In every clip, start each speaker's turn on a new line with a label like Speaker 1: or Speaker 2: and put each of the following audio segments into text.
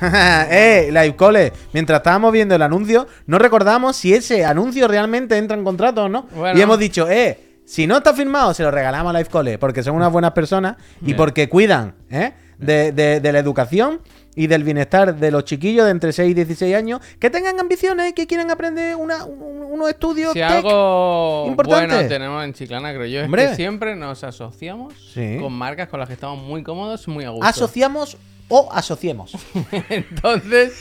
Speaker 1: eh, Live Cole, mientras estábamos viendo el anuncio, no recordamos si ese anuncio realmente entra en contrato o no.
Speaker 2: Bueno.
Speaker 1: Y hemos dicho, eh, si no está firmado, se lo regalamos a Live Cole, porque son unas buenas personas y
Speaker 3: Bien.
Speaker 1: porque cuidan, ¿eh? De, de- de la educación y del bienestar de los chiquillos de entre 6 y 16 años que tengan ambiciones, que quieran aprender una- un- unos estudios.
Speaker 2: Si
Speaker 1: tech.
Speaker 2: algo
Speaker 1: importante.
Speaker 2: bueno tenemos en Chiclana, creo yo, es
Speaker 1: Hombre.
Speaker 2: que siempre nos asociamos
Speaker 1: Sí.
Speaker 2: con marcas con las que estamos muy cómodos, muy a gusto.
Speaker 1: Asociamos o asociemos.
Speaker 2: Entonces,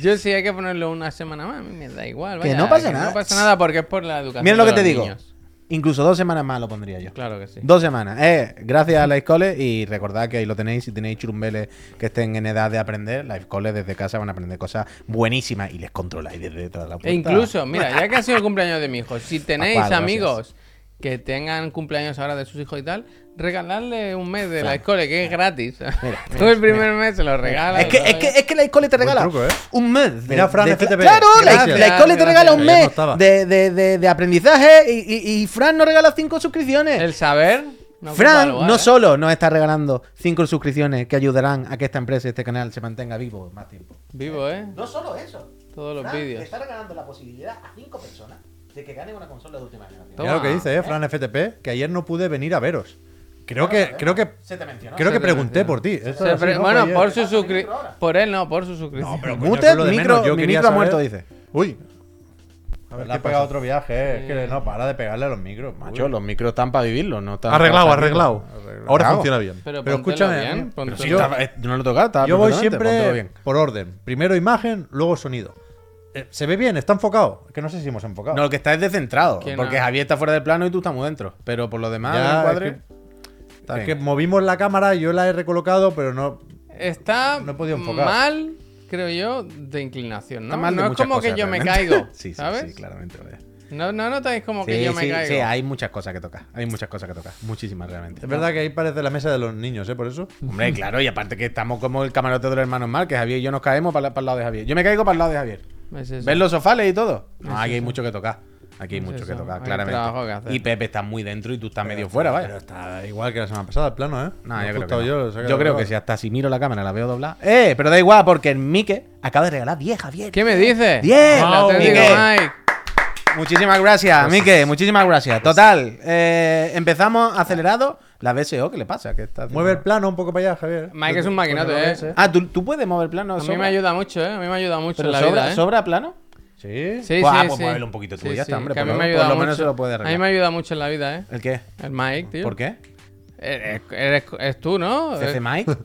Speaker 2: yo sí hay que ponerlo una semana más, a mí me da igual.
Speaker 1: Que
Speaker 2: vaya,
Speaker 1: no pasa nada.
Speaker 2: No pasa nada porque es por la educación.
Speaker 1: Mira lo
Speaker 2: de
Speaker 1: que te
Speaker 2: los
Speaker 1: digo.
Speaker 2: niños.
Speaker 1: Incluso dos semanas más lo pondría yo.
Speaker 2: Claro que sí.
Speaker 1: Dos semanas. Eh, gracias a Life Cole y recordad que ahí lo tenéis. Si tenéis churumbeles que estén en edad de aprender, Life Cole desde casa van a aprender cosas buenísimas y les controláis desde detrás de la puerta.
Speaker 2: E incluso, mira, ya que ha sido el cumpleaños de mi hijo, si tenéis
Speaker 1: Pascual, gracias.
Speaker 2: amigos que tengan cumpleaños ahora de sus hijos y tal, regalarle un mes de la escuela que es gratis. Tú el primer mes se lo regalas.
Speaker 1: Es que, es, que, es que Life Cole te regala
Speaker 3: truco, ¿eh?
Speaker 1: un mes.
Speaker 3: Mira, Fran,
Speaker 1: de-
Speaker 3: FTP.
Speaker 1: Claro,
Speaker 3: Gracias.
Speaker 1: Life, Life Cole te
Speaker 2: Gracias,
Speaker 1: regala un
Speaker 3: gracias. Ya no
Speaker 1: mes
Speaker 3: estaba.
Speaker 1: de, de- de- de aprendizaje y, y- y Fran nos regala cinco suscripciones.
Speaker 2: El saber. no ocupa
Speaker 1: eh. Fran
Speaker 2: lugar,
Speaker 1: no
Speaker 2: ¿eh?
Speaker 1: solo nos está regalando cinco suscripciones que ayudarán a que esta empresa y este canal se mantenga vivo más tiempo.
Speaker 2: Vivo, ¿eh?
Speaker 1: No solo eso.
Speaker 2: Todos los
Speaker 1: Fran,
Speaker 2: vídeos.
Speaker 1: le está regalando la posibilidad a cinco personas de que ganen una consola de última generación.
Speaker 2: Toma.
Speaker 3: Mira lo que dice, eh, Fran FTP, que ayer no pude venir a veros. Creo que, creo que,
Speaker 1: Ah, Se te mencionó.
Speaker 3: creo
Speaker 2: Se
Speaker 3: que
Speaker 2: te
Speaker 3: pregunté
Speaker 2: mencionó.
Speaker 3: por ti. Esto
Speaker 2: Se
Speaker 3: era así,
Speaker 2: pre-
Speaker 3: ¿no?
Speaker 2: bueno,
Speaker 3: Ayer.
Speaker 2: por su suscri...
Speaker 1: Dentro ahora.
Speaker 2: Por él no, por su suscripción.
Speaker 3: No, pero coño,
Speaker 1: Mute,
Speaker 3: eso es lo de
Speaker 1: micro-
Speaker 3: menos. Yo
Speaker 1: mi
Speaker 3: quería
Speaker 1: micro ha
Speaker 3: saber-
Speaker 1: muerto, dice.
Speaker 3: Uy. A ver, le
Speaker 1: ¿qué
Speaker 3: ha pegado otro viaje, eh. Es que no, para de pegarle a los micros.
Speaker 1: Macho, los micros están para vivirlo, no están
Speaker 4: Arreglado,
Speaker 1: para-
Speaker 4: arreglado. Ahora funciona bien.
Speaker 2: Pero, póntelo
Speaker 3: Pero escúchame,
Speaker 2: bien,
Speaker 3: a mí-
Speaker 2: póntelo
Speaker 3: pero si
Speaker 2: bien.
Speaker 3: yo-
Speaker 1: Estaba- eh, no lo tocaba, estaba
Speaker 3: Yo voy
Speaker 1: perfectamente, póntelo
Speaker 3: siempre
Speaker 1: bien.
Speaker 3: por orden. Primero imagen, luego sonido. Eh, ¿Se ve bien? ¿Está enfocado? Que no sé si hemos enfocado.
Speaker 1: No, lo que está es descentrado.
Speaker 2: Que no.
Speaker 1: Porque Javier está fuera del plano y tú estás muy dentro. Pero por lo demás,
Speaker 3: Ya,
Speaker 1: el encuadre,
Speaker 3: es
Speaker 1: está
Speaker 3: es que
Speaker 1: bien.
Speaker 3: movimos la cámara, yo la he recolocado, pero no.
Speaker 2: Está
Speaker 3: No he podido enfocar.
Speaker 2: mal, creo yo, de inclinación.
Speaker 1: Está
Speaker 2: No,
Speaker 1: mal de
Speaker 2: no es
Speaker 1: muchas
Speaker 2: como que
Speaker 1: cosas,
Speaker 2: yo me
Speaker 1: realmente.
Speaker 2: caigo.
Speaker 1: sí, sí,
Speaker 2: ¿Sabes?
Speaker 1: sí, claramente. vaya.
Speaker 2: No, no notáis como que
Speaker 1: Sí,
Speaker 2: yo me
Speaker 1: sí,
Speaker 2: caigo.
Speaker 1: sí, ah, hay muchas cosas que tocar. Hay muchas cosas que tocar. Muchísimas realmente.
Speaker 3: Es verdad que ahí parece la mesa de los niños, ¿eh? Por eso.
Speaker 1: Hombre, claro, y aparte que estamos como el camarote de los hermanos Mar, que Javier y yo nos caemos para, el lado de Javier. Yo me caigo para el lado de Javier.
Speaker 2: Es Pues eso.
Speaker 1: ¿Ves los sofales y todo? No,
Speaker 2: Es
Speaker 1: aquí hay
Speaker 2: eso.
Speaker 1: mucho que tocar. Aquí hay
Speaker 2: Es
Speaker 1: mucho que
Speaker 2: eso,
Speaker 1: tocar,
Speaker 2: hay trabajo que
Speaker 1: claramente.
Speaker 2: hacer.
Speaker 1: Y Pepe está muy dentro y tú estás medio fuera,
Speaker 3: Pero
Speaker 1: vaya.
Speaker 3: está igual que la semana pasada, el plano, ¿eh?
Speaker 1: No,
Speaker 3: Me he
Speaker 1: yo creo
Speaker 3: ajustado
Speaker 1: que,
Speaker 3: Yo,
Speaker 1: no.
Speaker 3: lo he sacado
Speaker 1: Yo creo que
Speaker 3: doblado.
Speaker 1: si hasta si miro la cámara la veo doblar. ¡Eh! Pero da igual, porque el Mike acaba de regalar 10, Javier.
Speaker 2: ¿Qué me dices?
Speaker 1: Bien.
Speaker 2: El
Speaker 1: Wow.
Speaker 2: Atlético
Speaker 1: Miguel.
Speaker 2: Mike.
Speaker 1: Muchísimas gracias,
Speaker 2: Pues
Speaker 1: Mike. Muchísimas gracias. Total, eh, empezamos acelerado. La BSO, ¿qué le pasa? ¿Qué está haciendo?
Speaker 3: Mueve el plano un poco para allá, Javier.
Speaker 2: Mike es un maquinote,
Speaker 3: Bueno,
Speaker 2: ¿eh?
Speaker 3: ese.
Speaker 1: Ah, ¿tú, tú puedes mover plano.
Speaker 2: A mí
Speaker 1: sobra?
Speaker 2: me ayuda mucho, ¿eh? A mí me ayuda mucho
Speaker 1: Pero
Speaker 2: en la
Speaker 1: sobra,
Speaker 2: vida, ¿eh?
Speaker 1: ¿Sobra plano?
Speaker 3: Sí.
Speaker 2: Sí,
Speaker 1: Buah,
Speaker 2: sí,
Speaker 1: pues
Speaker 2: sí.
Speaker 1: muévelo un poquito tú,
Speaker 2: Sí,
Speaker 1: ya está,
Speaker 2: sí,
Speaker 1: hombre,
Speaker 2: que a
Speaker 1: por
Speaker 2: mí
Speaker 1: lo-
Speaker 2: me
Speaker 1: por
Speaker 2: ayuda
Speaker 1: lo menos
Speaker 2: mucho.
Speaker 1: se lo puede arreglar.
Speaker 2: A mí me ayuda mucho en la vida, ¿eh?
Speaker 1: ¿El qué?
Speaker 2: El Mike, tío.
Speaker 1: ¿Por qué?
Speaker 2: Eres, eres- eres tú, ¿no?
Speaker 1: ¿CC Mike?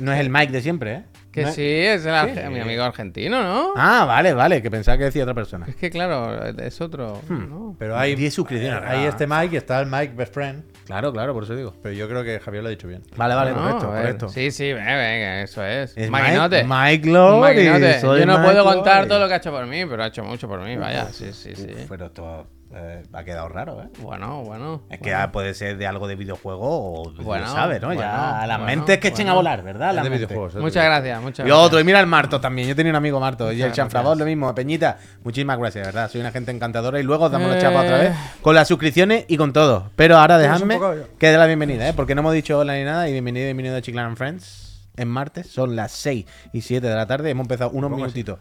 Speaker 1: No es el Mike de siempre, ¿eh?
Speaker 2: Que
Speaker 1: No es-
Speaker 2: sí, es el arge- mi amigo argentino, ¿no?
Speaker 1: Ah, vale, vale, que pensaba que decía otra persona.
Speaker 2: Es que claro, es otro,
Speaker 1: Hmm.
Speaker 2: ¿no?
Speaker 3: Pero hay.
Speaker 1: 10
Speaker 4: eh,
Speaker 1: suscripciones,
Speaker 3: Hay
Speaker 1: ah.
Speaker 3: este Mike y está el Mike Best Friend.
Speaker 1: Claro, claro, por eso digo. eh,
Speaker 3: Pero yo creo que Javier lo ha dicho bien.
Speaker 1: Vale, vale,
Speaker 2: No,
Speaker 1: correcto,
Speaker 2: a ver.
Speaker 1: correcto.
Speaker 2: Sí, sí, venga, venga, eso es.
Speaker 1: Es
Speaker 2: Maquinote.
Speaker 1: Mike, Mike Glory,
Speaker 2: Maquinote.
Speaker 1: soy
Speaker 2: Yo no
Speaker 1: Mike
Speaker 2: puedo contar
Speaker 1: Glory.
Speaker 2: todo lo que ha hecho por mí, pero ha hecho mucho por mí, vaya. Sí, sí, sí.
Speaker 1: Uf, pero esto eh, ha quedado raro, ¿eh?
Speaker 2: Bueno, bueno.
Speaker 1: Es que ah, puede ser de algo de videojuego o
Speaker 2: Bueno,
Speaker 1: bueno, ¿sabes, no? ya,
Speaker 2: bueno,
Speaker 1: las
Speaker 2: bueno,
Speaker 1: mentes que echen a
Speaker 2: bueno.
Speaker 1: volar, ¿verdad?
Speaker 3: Es
Speaker 1: Las
Speaker 3: de
Speaker 1: mentes.
Speaker 3: videojuegos. ¿eh? es de
Speaker 2: Muchas gracias, muchas
Speaker 1: Y
Speaker 2: gracias.
Speaker 1: otro, y mira el Marto también. Yo tenía un amigo Marto y el
Speaker 2: Muchas
Speaker 1: chanfrador, lo
Speaker 2: gracias.
Speaker 1: mismo. Peñita, muchísimas gracias, de ¿verdad? Soy una gente encantadora y luego os damos la
Speaker 2: Eh. Pues
Speaker 1: chapa otra vez con las suscripciones y con todo. Pero ahora
Speaker 3: Vamos
Speaker 1: dejadme
Speaker 3: un poco ya.
Speaker 1: que dé la bienvenida, ¿eh? Porque no hemos dicho hola ni nada y bienvenido, bienvenido a Chiclan and Friends. En martes son las 6 y 7 de la tarde. Hemos empezado unos minutitos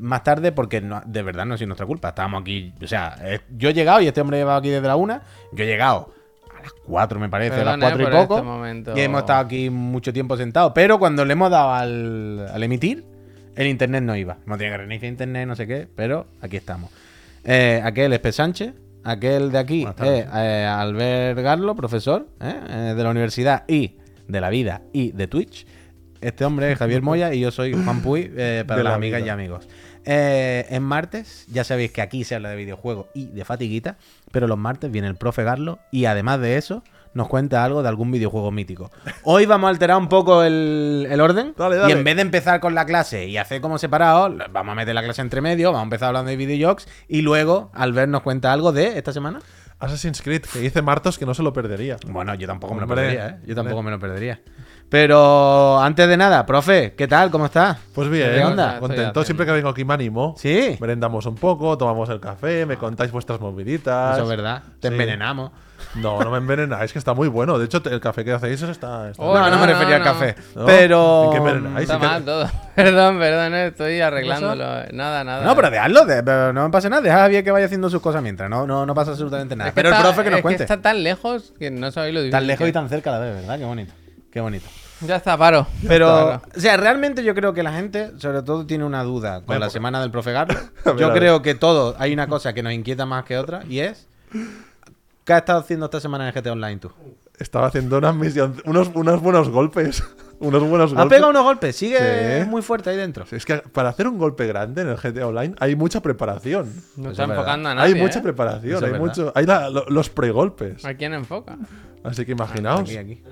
Speaker 1: más tarde porque no- de verdad no ha sido nuestra culpa. Estábamos aquí, o sea, eh, yo he llegado y este hombre llevaba aquí desde la 1. Yo he llegado a las 4, me parece, a
Speaker 2: Perdón,
Speaker 1: las
Speaker 2: eh,
Speaker 1: 4 y
Speaker 2: por
Speaker 1: poco.
Speaker 2: este momento.
Speaker 1: Y hemos estado aquí mucho tiempo sentados. Pero cuando le hemos dado al, al emitir, el internet no iba. Hemos tenido que reiniciar internet, no sé qué, pero aquí estamos. Eh, aquel es P. Sánchez. Aquel de aquí
Speaker 3: Buenas tardes.
Speaker 1: es eh, Albert Garlo, profesor eh, eh, de la universidad y de la vida y de Twitch. Este hombre es Javier Moya y yo soy Juan Puy eh, para
Speaker 3: De
Speaker 1: las
Speaker 3: la
Speaker 1: amigas
Speaker 3: vida.
Speaker 1: y amigos. Eh, en martes, ya sabéis que aquí se habla de videojuegos y de fatiguita, pero los martes viene el profe Garlo y además de eso nos cuenta algo de algún videojuego mítico. Hoy vamos a alterar un poco el, el orden
Speaker 3: Dale, dale.
Speaker 1: y en vez de empezar con la clase y hacer como separado, la- vamos a meter la clase entre medio, vamos a empezar hablando de videojuegos y luego Albert nos cuenta algo de esta semana.
Speaker 4: Assassin's Creed, que dice Martos que no se lo perdería.
Speaker 1: Bueno, yo tampoco me lo
Speaker 4: Hombre,
Speaker 1: perdería, ¿eh? Yo tampoco
Speaker 4: hombre.
Speaker 1: me lo perdería. Pero antes de nada, profe, ¿qué tal? ¿Cómo estás?
Speaker 4: Pues bien,
Speaker 1: ¿Qué onda?
Speaker 4: contento.
Speaker 2: Estoy
Speaker 4: Siempre que vengo aquí me animo.
Speaker 1: Sí.
Speaker 4: Merendamos un poco, tomamos el café, me contáis vuestras moviditas.
Speaker 1: Eso es verdad. Te
Speaker 4: Sí.
Speaker 1: envenenamos.
Speaker 4: No, no me envenenáis, que está muy bueno. De hecho, te- el café que hacéis eso está. está
Speaker 2: Oh,
Speaker 4: bien.
Speaker 1: no, no,
Speaker 2: no,
Speaker 1: me refería
Speaker 2: no,
Speaker 1: al café.
Speaker 4: ¿No?
Speaker 1: Pero.
Speaker 4: ¿En qué envenenáis?
Speaker 2: Está
Speaker 4: Sí que-
Speaker 2: mal todo. Perdón, perdón, eh, estoy arreglándolo. eh. Nada, nada.
Speaker 1: No, pero dejadlo, de- pero no pasa nada. Deja a Javier que vaya haciendo sus cosas mientras. No, no, no pasa absolutamente nada.
Speaker 2: Es que
Speaker 1: pero el
Speaker 2: está-
Speaker 1: profe que nos
Speaker 2: es
Speaker 1: cuente.
Speaker 2: está tan lejos que no sabéis lo difícil.
Speaker 1: Tan lejos
Speaker 2: que
Speaker 1: y tan cerca a la vez, ¿verdad? Qué bonito. Qué bonito.
Speaker 2: es. Ya está, paro.
Speaker 1: Pero,
Speaker 2: Ya está, paro.
Speaker 1: o sea, realmente yo creo que la gente, sobre todo, tiene una duda con
Speaker 4: Bueno,
Speaker 1: la
Speaker 4: porque-
Speaker 1: semana del profe Garro.
Speaker 4: A ver,
Speaker 1: Yo
Speaker 4: a ver.
Speaker 1: creo que todos, hay una cosa que nos inquieta más que otra y es. ¿Qué has estado haciendo esta semana en GTA Online tú?
Speaker 4: Estaba haciendo unas misiones, unos, unos buenos golpes. unos buenos
Speaker 1: ¿Has
Speaker 4: golpes.
Speaker 1: pegado unos golpes? Sigue
Speaker 4: Sí.
Speaker 1: muy fuerte ahí dentro.
Speaker 4: Sí, Es que para hacer un golpe grande en el GTA Online hay mucha preparación.
Speaker 2: No
Speaker 1: Pues Eso
Speaker 2: está
Speaker 1: es verdad.
Speaker 2: enfocando a nadie.
Speaker 4: hay mucha
Speaker 2: ¿eh?
Speaker 1: Eso
Speaker 4: preparación,
Speaker 1: es
Speaker 4: hay
Speaker 1: verdad.
Speaker 4: mucho. Hay la- lo- los pregolpes.
Speaker 2: ¿A quién enfoca?
Speaker 4: Así que imaginaos.
Speaker 1: Aquí, aquí.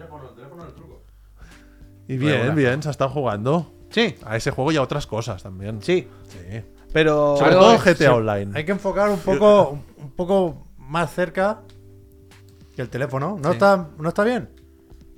Speaker 4: Y bien,
Speaker 1: Bueno,
Speaker 4: bien, se ha estado jugando
Speaker 1: Sí,
Speaker 4: a ese juego y a otras cosas también.
Speaker 1: sí.
Speaker 4: Sí.
Speaker 1: Pero.
Speaker 4: Sobre
Speaker 2: Algo
Speaker 4: todo
Speaker 2: es-
Speaker 4: GTA
Speaker 3: Hay
Speaker 4: Online.
Speaker 3: que enfocar un poco, un poco más cerca que el teléfono. ¿No, está, ¿no está bien?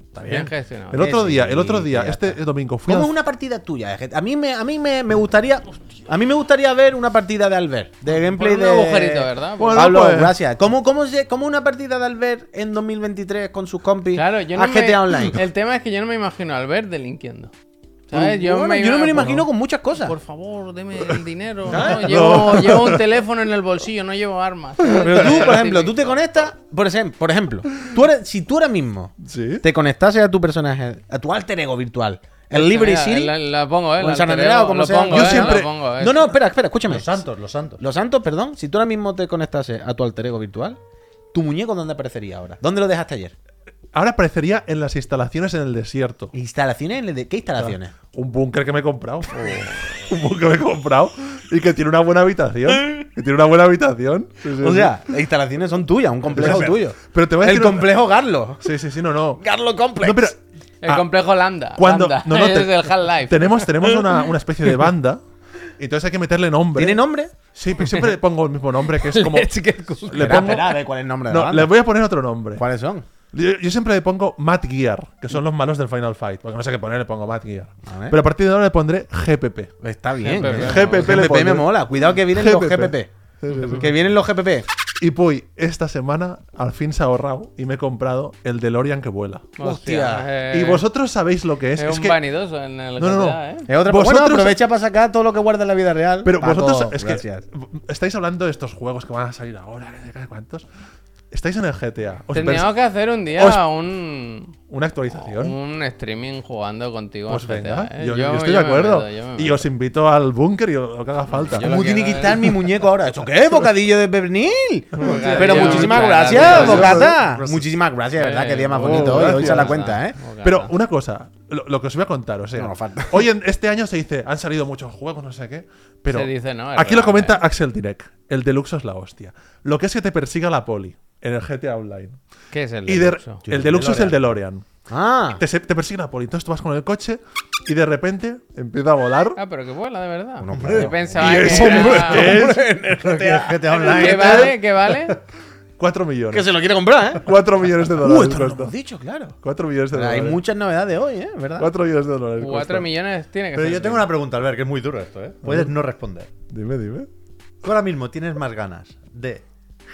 Speaker 3: Está
Speaker 2: Bien gestionado.
Speaker 4: El otro
Speaker 1: Sí,
Speaker 4: día, el otro día,
Speaker 1: ya
Speaker 4: este
Speaker 1: está.
Speaker 4: domingo fui
Speaker 1: ¿Cómo
Speaker 4: al-
Speaker 1: es una partida tuya? de GTA? A mí me, a mí me, me gustaría. A mí me gustaría ver una partida de Albert. De gameplay
Speaker 2: un
Speaker 1: de.
Speaker 2: agujerito, ¿verdad?
Speaker 4: Bueno,
Speaker 1: Pablo,
Speaker 4: pues-
Speaker 1: gracias. ¿Cómo, cómo, se- cómo una partida de Albert en 2023 con sus compis
Speaker 2: Claro, yo no
Speaker 1: a
Speaker 2: me-
Speaker 1: GTA Online?
Speaker 2: El tema es que yo no me imagino al ver delinquiendo. ¿Sabes?
Speaker 1: Bueno, yo no me lo imagino con muchas cosas.
Speaker 2: Por favor, deme el dinero. ¿no? Llevo, llevo un teléfono en el bolsillo, no llevo armas.
Speaker 1: Pero tú, por ejemplo, tú te conectas, por ejemplo, por ejemplo tú eres- si tú ahora mismo
Speaker 4: Sí.
Speaker 1: te conectases a tu personaje, a tu alter ego virtual, en Liberty
Speaker 2: Mira,
Speaker 1: City,
Speaker 2: La, la pongo, ¿eh?
Speaker 1: o en
Speaker 2: la
Speaker 1: San
Speaker 2: altero,
Speaker 1: Andreas o como
Speaker 2: lo
Speaker 1: sea,
Speaker 2: pongo,
Speaker 1: yo
Speaker 2: ¿eh?
Speaker 1: siempre...
Speaker 2: Lo pongo, ¿eh?
Speaker 1: No, no, espera, espera, escúchame.
Speaker 3: Los santos, los santos.
Speaker 1: Los Santos, perdón, si tú ahora mismo te conectases a tu alter ego virtual, ¿tu muñeco dónde aparecería ahora? ¿Dónde lo dejaste ayer?
Speaker 4: Ahora aparecería en las instalaciones en el desierto.
Speaker 1: ¿Instalaciones? ¿Qué instalaciones?
Speaker 4: Un búnker que me he comprado. o- un búnker que me he comprado. Y que tiene una buena habitación. Que tiene una buena habitación. Sí, sí,
Speaker 1: O
Speaker 4: sí.
Speaker 1: sea, las instalaciones son tuyas, un complejo
Speaker 4: Pero-
Speaker 1: tuyo.
Speaker 4: pero te voy a
Speaker 1: El
Speaker 4: decir una-
Speaker 1: complejo Garlo.
Speaker 4: Sí, sí, sí, no, no.
Speaker 1: Garlo Complex.
Speaker 4: No, pero.
Speaker 2: El
Speaker 4: ah,
Speaker 2: complejo Lambda.
Speaker 4: cuando.
Speaker 2: Lambda.
Speaker 4: No, no,
Speaker 2: es
Speaker 4: te-
Speaker 2: del Half-Life.
Speaker 4: Tenemos, tenemos una, una especie de banda. Y entonces hay que meterle nombre.
Speaker 1: ¿Tiene nombre?
Speaker 4: Sí, pero siempre eh, le pongo el mismo nombre, que es como.
Speaker 2: Let's get cool.
Speaker 4: le
Speaker 1: Espera,
Speaker 4: pongo.
Speaker 1: espera, a ver cuál es el nombre de la
Speaker 4: No,
Speaker 1: banda.
Speaker 4: le voy a poner otro nombre.
Speaker 1: ¿Cuáles son?
Speaker 4: Yo, yo siempre le pongo Matt Gear, que son los malos del Final Fight. Porque no sé qué poner, le pongo Matt Gear.
Speaker 1: A ver.
Speaker 4: Pero a partir de ahora le pondré GPP.
Speaker 1: Está bien.
Speaker 2: GPP.
Speaker 1: ¿eh?
Speaker 4: GPP le
Speaker 1: GPP me
Speaker 4: pondré.
Speaker 1: mola. Cuidado que vienen los
Speaker 4: GPP.
Speaker 1: GPP. Que vienen los GPP.
Speaker 4: Y Puy, esta semana al fin se ha ahorrado y me he comprado el DeLorean que vuela.
Speaker 1: Hostia.
Speaker 2: eh,
Speaker 4: y vosotros sabéis lo que es.
Speaker 2: Es,
Speaker 4: es
Speaker 2: un
Speaker 4: que-
Speaker 2: vanidoso en el
Speaker 4: No, no, no.
Speaker 2: GTA, ¿eh?
Speaker 1: Es otra
Speaker 4: Vosotros-
Speaker 1: Bueno, aprovecha para sacar todo lo que guarda en la vida real.
Speaker 4: Pero
Speaker 1: Paco,
Speaker 4: vosotros es que
Speaker 1: gracias.
Speaker 4: estáis hablando de estos juegos que van a salir ahora, que no sé cuántos. Estáis en el GTA. Os
Speaker 2: Tendríamos
Speaker 4: pens-
Speaker 2: que hacer un día
Speaker 4: Os-
Speaker 2: un,
Speaker 4: Una actualización.
Speaker 2: un streaming jugando contigo.
Speaker 4: pues
Speaker 2: en GTA,
Speaker 4: venga,
Speaker 2: ¿eh?
Speaker 4: yo, yo estoy
Speaker 2: yo
Speaker 4: de
Speaker 2: me
Speaker 4: acuerdo.
Speaker 2: meto, yo me
Speaker 4: y
Speaker 2: meto.
Speaker 4: os invito al búnker y lo que haga falta.
Speaker 2: Yo lo
Speaker 1: ¿Cómo tiene que
Speaker 2: quiero,
Speaker 1: estar
Speaker 2: eh.
Speaker 1: mi muñeco ahora? ¿Eso qué? ¿Bocadillo de pernil?
Speaker 2: Bocadillo,
Speaker 1: Pero muchísimas
Speaker 2: muchas
Speaker 1: gracias,
Speaker 2: gracias.
Speaker 1: Bocata.
Speaker 4: Gracias.
Speaker 1: Muchísimas gracias, de ¿verdad? Qué día más
Speaker 2: Eh,
Speaker 1: bonito
Speaker 4: oh,
Speaker 1: hoy. Hoy se la
Speaker 4: gracias.
Speaker 1: cuenta, ¿eh?
Speaker 2: Bocata.
Speaker 4: Pero una cosa, lo, lo que os voy a contar, o sea,
Speaker 1: No, falta.
Speaker 4: hoy en este año se dice, han salido muchos juegos, no sé qué, pero
Speaker 2: Se dice, no, es
Speaker 4: aquí lo
Speaker 2: verdad,
Speaker 4: comenta
Speaker 2: eh.
Speaker 4: Axel Direct, el deluxo es la hostia. Lo que es que te persiga la poli en el GTA Online.
Speaker 2: eh, ¿Qué es el
Speaker 4: Y de-
Speaker 2: deluxo?
Speaker 4: el deluxo es el DeLorean.
Speaker 1: Ah.
Speaker 4: Te, se- te persigue la poli, entonces tú vas con el coche y de repente empieza a volar.
Speaker 2: Ah, pero que vuela, de verdad.
Speaker 1: hombre.
Speaker 2: Yo pensaba
Speaker 4: Y
Speaker 2: que
Speaker 4: es-
Speaker 2: era-
Speaker 3: GTA
Speaker 2: ¿Qué
Speaker 3: Online.
Speaker 2: vale? ¿Qué vale?
Speaker 4: 4 millones.
Speaker 1: Que se lo quiere comprar, ¿eh?
Speaker 4: 4 millones de
Speaker 1: Uh,
Speaker 4: dólares
Speaker 1: esto no lo hemos
Speaker 4: cuesta.
Speaker 1: dicho, claro.
Speaker 4: 4 millones de
Speaker 1: Hay
Speaker 4: dólares.
Speaker 1: muchas novedades hoy, ¿eh? ¿Verdad?
Speaker 4: 4 millones de dólares. cuesta.
Speaker 2: Cuatro millones tiene que
Speaker 3: Pero
Speaker 2: ser.
Speaker 3: yo tengo una pregunta, Albert, que es muy duro esto, ¿eh? Puedes no responder.
Speaker 4: Dime, dime.
Speaker 3: ¿Tú ahora mismo tienes más ganas de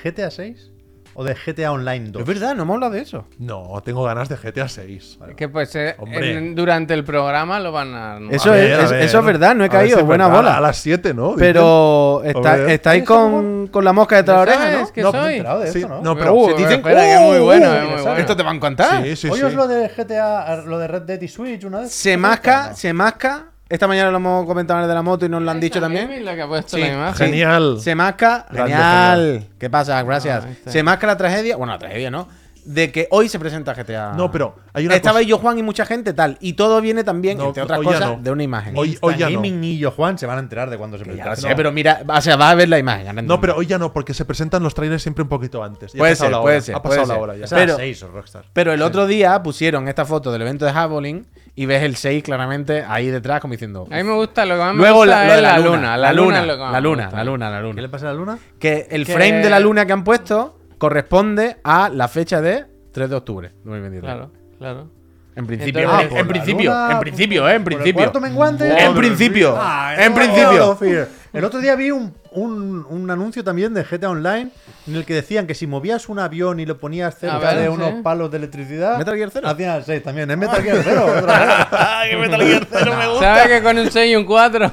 Speaker 3: GTA 6 o de GTA Online 2?
Speaker 1: Es verdad, no hemos hablado de eso.
Speaker 4: No, tengo ganas de GTA 6.
Speaker 2: Que pues eh,
Speaker 4: Hombre.
Speaker 2: en- durante el programa lo van a.
Speaker 1: Eso,
Speaker 4: A
Speaker 1: es,
Speaker 4: ver, a
Speaker 1: es-
Speaker 4: ver.
Speaker 1: eso es verdad, no he
Speaker 4: A ver si
Speaker 1: caído.
Speaker 4: es
Speaker 1: Buena
Speaker 4: verdad,
Speaker 1: bola.
Speaker 4: A las 7, ¿no?
Speaker 1: Pero está-
Speaker 4: Joder.
Speaker 1: estáis con, con la mosca detrás de la oreja,
Speaker 2: ¿Sabes
Speaker 1: ¿no?
Speaker 2: qué
Speaker 4: No,
Speaker 2: soy?
Speaker 3: enterado de
Speaker 4: Sí,
Speaker 3: esto, ¿no?
Speaker 4: no, pero
Speaker 2: Uh,
Speaker 1: si dicen,
Speaker 2: espera, que es muy
Speaker 1: "Uh,
Speaker 2: bueno,
Speaker 1: uh,
Speaker 2: es muy bueno".
Speaker 1: Esto te va a encantar.
Speaker 4: Sí, sí,
Speaker 3: Hoy
Speaker 4: sí.
Speaker 3: os lo de GTA, lo de Red Dead y Switch una vez.
Speaker 1: Se masca, se masca. Esta mañana lo hemos comentado en el de la moto y nos lo han dicho
Speaker 2: Esa
Speaker 1: también.
Speaker 2: meme es la que ha puesto
Speaker 1: Sí.
Speaker 2: la imagen.
Speaker 1: Sí.
Speaker 4: Genial.
Speaker 1: Se masca,
Speaker 4: Grande,
Speaker 1: genial. ¿Qué pasa? Gracias.
Speaker 2: Ah, ahí está.
Speaker 1: se masca la tragedia, bueno, la tragedia no, de que hoy se presenta GTA.
Speaker 4: No, pero hay una
Speaker 1: Estaba
Speaker 4: cosa-
Speaker 1: yo, Juan, y mucha gente tal. Y todo viene también,
Speaker 4: No,
Speaker 1: entre otras
Speaker 4: hoy ya
Speaker 1: cosas,
Speaker 4: no.
Speaker 1: de una imagen.
Speaker 4: Hoy- hoy ya no.
Speaker 3: Gaming y yo, Juan, se van a enterar de cuándo se presenta.
Speaker 1: Ya lo sé,
Speaker 3: No.
Speaker 1: pero mira, o sea, va a ver la imagen. ahora
Speaker 4: No,
Speaker 1: entiendo.
Speaker 4: pero hoy ya no, porque se presentan los trailers siempre un poquito antes. Ya ha
Speaker 1: Puede
Speaker 4: pasado
Speaker 1: ser,
Speaker 4: la hora.
Speaker 1: puede ser,
Speaker 4: Ha pasado
Speaker 1: puede
Speaker 4: la
Speaker 1: ser.
Speaker 4: hora ya.
Speaker 3: Es a las
Speaker 1: pero-
Speaker 3: 6 o Rockstar.
Speaker 1: Pero el otro día pusieron esta foto del evento de Javelin y ves el 6 claramente ahí detrás como diciendo...
Speaker 2: A mí me gusta lo que más
Speaker 1: Luego
Speaker 2: me
Speaker 1: la,
Speaker 2: gusta
Speaker 1: lo
Speaker 2: es
Speaker 1: de
Speaker 2: la luna.
Speaker 1: la luna,
Speaker 2: es
Speaker 1: la
Speaker 2: lo que más
Speaker 1: luna, la
Speaker 2: me
Speaker 1: luna,
Speaker 2: gusta.
Speaker 1: la luna, la luna.
Speaker 3: ¿Qué le pasa a la luna?
Speaker 1: Que el
Speaker 2: Que-
Speaker 1: frame de la luna que han puesto corresponde a la fecha de 3 de octubre de 2023.
Speaker 2: Claro, claro.
Speaker 1: En principio,
Speaker 2: Entonces-
Speaker 1: en-
Speaker 2: Ah,
Speaker 1: en,
Speaker 2: por
Speaker 1: principio, en principio, eh, en
Speaker 3: ¿Por el
Speaker 1: principio.
Speaker 3: cuarto menguante? Ah,
Speaker 1: En principio, en principio.
Speaker 3: Fear. El otro día vi un, un- un anuncio también de GTA Online en el que decían que si movías un avión y lo ponías cerca
Speaker 2: ver,
Speaker 3: de
Speaker 2: sí.
Speaker 3: unos palos de electricidad.
Speaker 1: ¿Metal Gear Zero?
Speaker 3: Hacían seis también. Es Metal Gear Zero. otra vez.
Speaker 1: que Metal Gear Zero me gusta.
Speaker 2: ¿Sabes que con un 6 y un 4?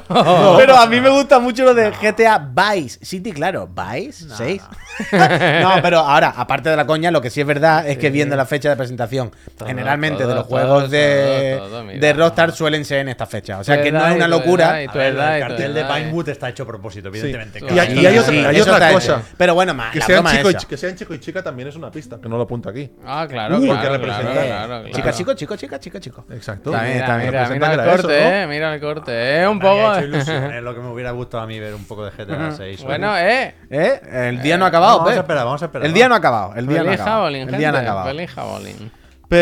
Speaker 1: Pero a mí me gusta mucho lo de GTA Vice City, claro. Vice, 6. No. pero ahora, aparte de la coña, lo que sí es verdad es que viendo la fecha de presentación, generalmente
Speaker 2: todo,
Speaker 1: de los
Speaker 2: todo,
Speaker 1: juegos de,
Speaker 2: todo, todo, mira.
Speaker 1: de Rockstar suelen ser en esta fecha. O sea que
Speaker 2: Tu
Speaker 1: no
Speaker 2: edad
Speaker 1: es
Speaker 2: y
Speaker 1: una
Speaker 2: tu
Speaker 1: locura.
Speaker 2: edad y tu
Speaker 3: El
Speaker 2: edad y tu
Speaker 3: cartel de
Speaker 2: edad y-
Speaker 3: Pinewood está hecho a propósito, evidentemente.
Speaker 2: Sí.
Speaker 3: claro.
Speaker 4: Y hay- y hay otra- hay
Speaker 1: eso
Speaker 4: otra
Speaker 1: está
Speaker 4: cosa.
Speaker 1: hecho. Pero bueno, más,
Speaker 4: Que
Speaker 1: la
Speaker 4: sean,
Speaker 1: broma
Speaker 4: chico y,
Speaker 1: es esa.
Speaker 4: chi- que sean chico y chica también es una pista, que no lo apunto aquí.
Speaker 2: Ah, claro, claro,
Speaker 4: Uh, que
Speaker 2: claro,
Speaker 4: representa-
Speaker 2: claro, claro.
Speaker 1: Chica, chico, chico, chica, chica, chico.
Speaker 4: Exacto.
Speaker 1: Está bien,
Speaker 2: Mira,
Speaker 1: está bien.
Speaker 2: mira,
Speaker 4: Representa
Speaker 2: mira el
Speaker 4: que era eso,
Speaker 2: corte,
Speaker 4: ¿no?
Speaker 2: eh. Mira el corte, eh. Un
Speaker 3: Me había
Speaker 2: poco.
Speaker 3: hecho ilusión, Es lo que me hubiera gustado a mí ver un poco de GTA 6.
Speaker 2: Bueno, eh.
Speaker 1: ¿Eh? El día no ha
Speaker 3: vamos,
Speaker 1: acabado,
Speaker 3: vamos
Speaker 1: Pep.
Speaker 3: a esperar, vamos a esperar.
Speaker 1: El día no ha acabado. El día no ha
Speaker 2: Feliz
Speaker 1: acabado.
Speaker 2: jabalín,
Speaker 1: El día no ha
Speaker 2: gente.
Speaker 1: acabado.
Speaker 2: Feliz jabalín.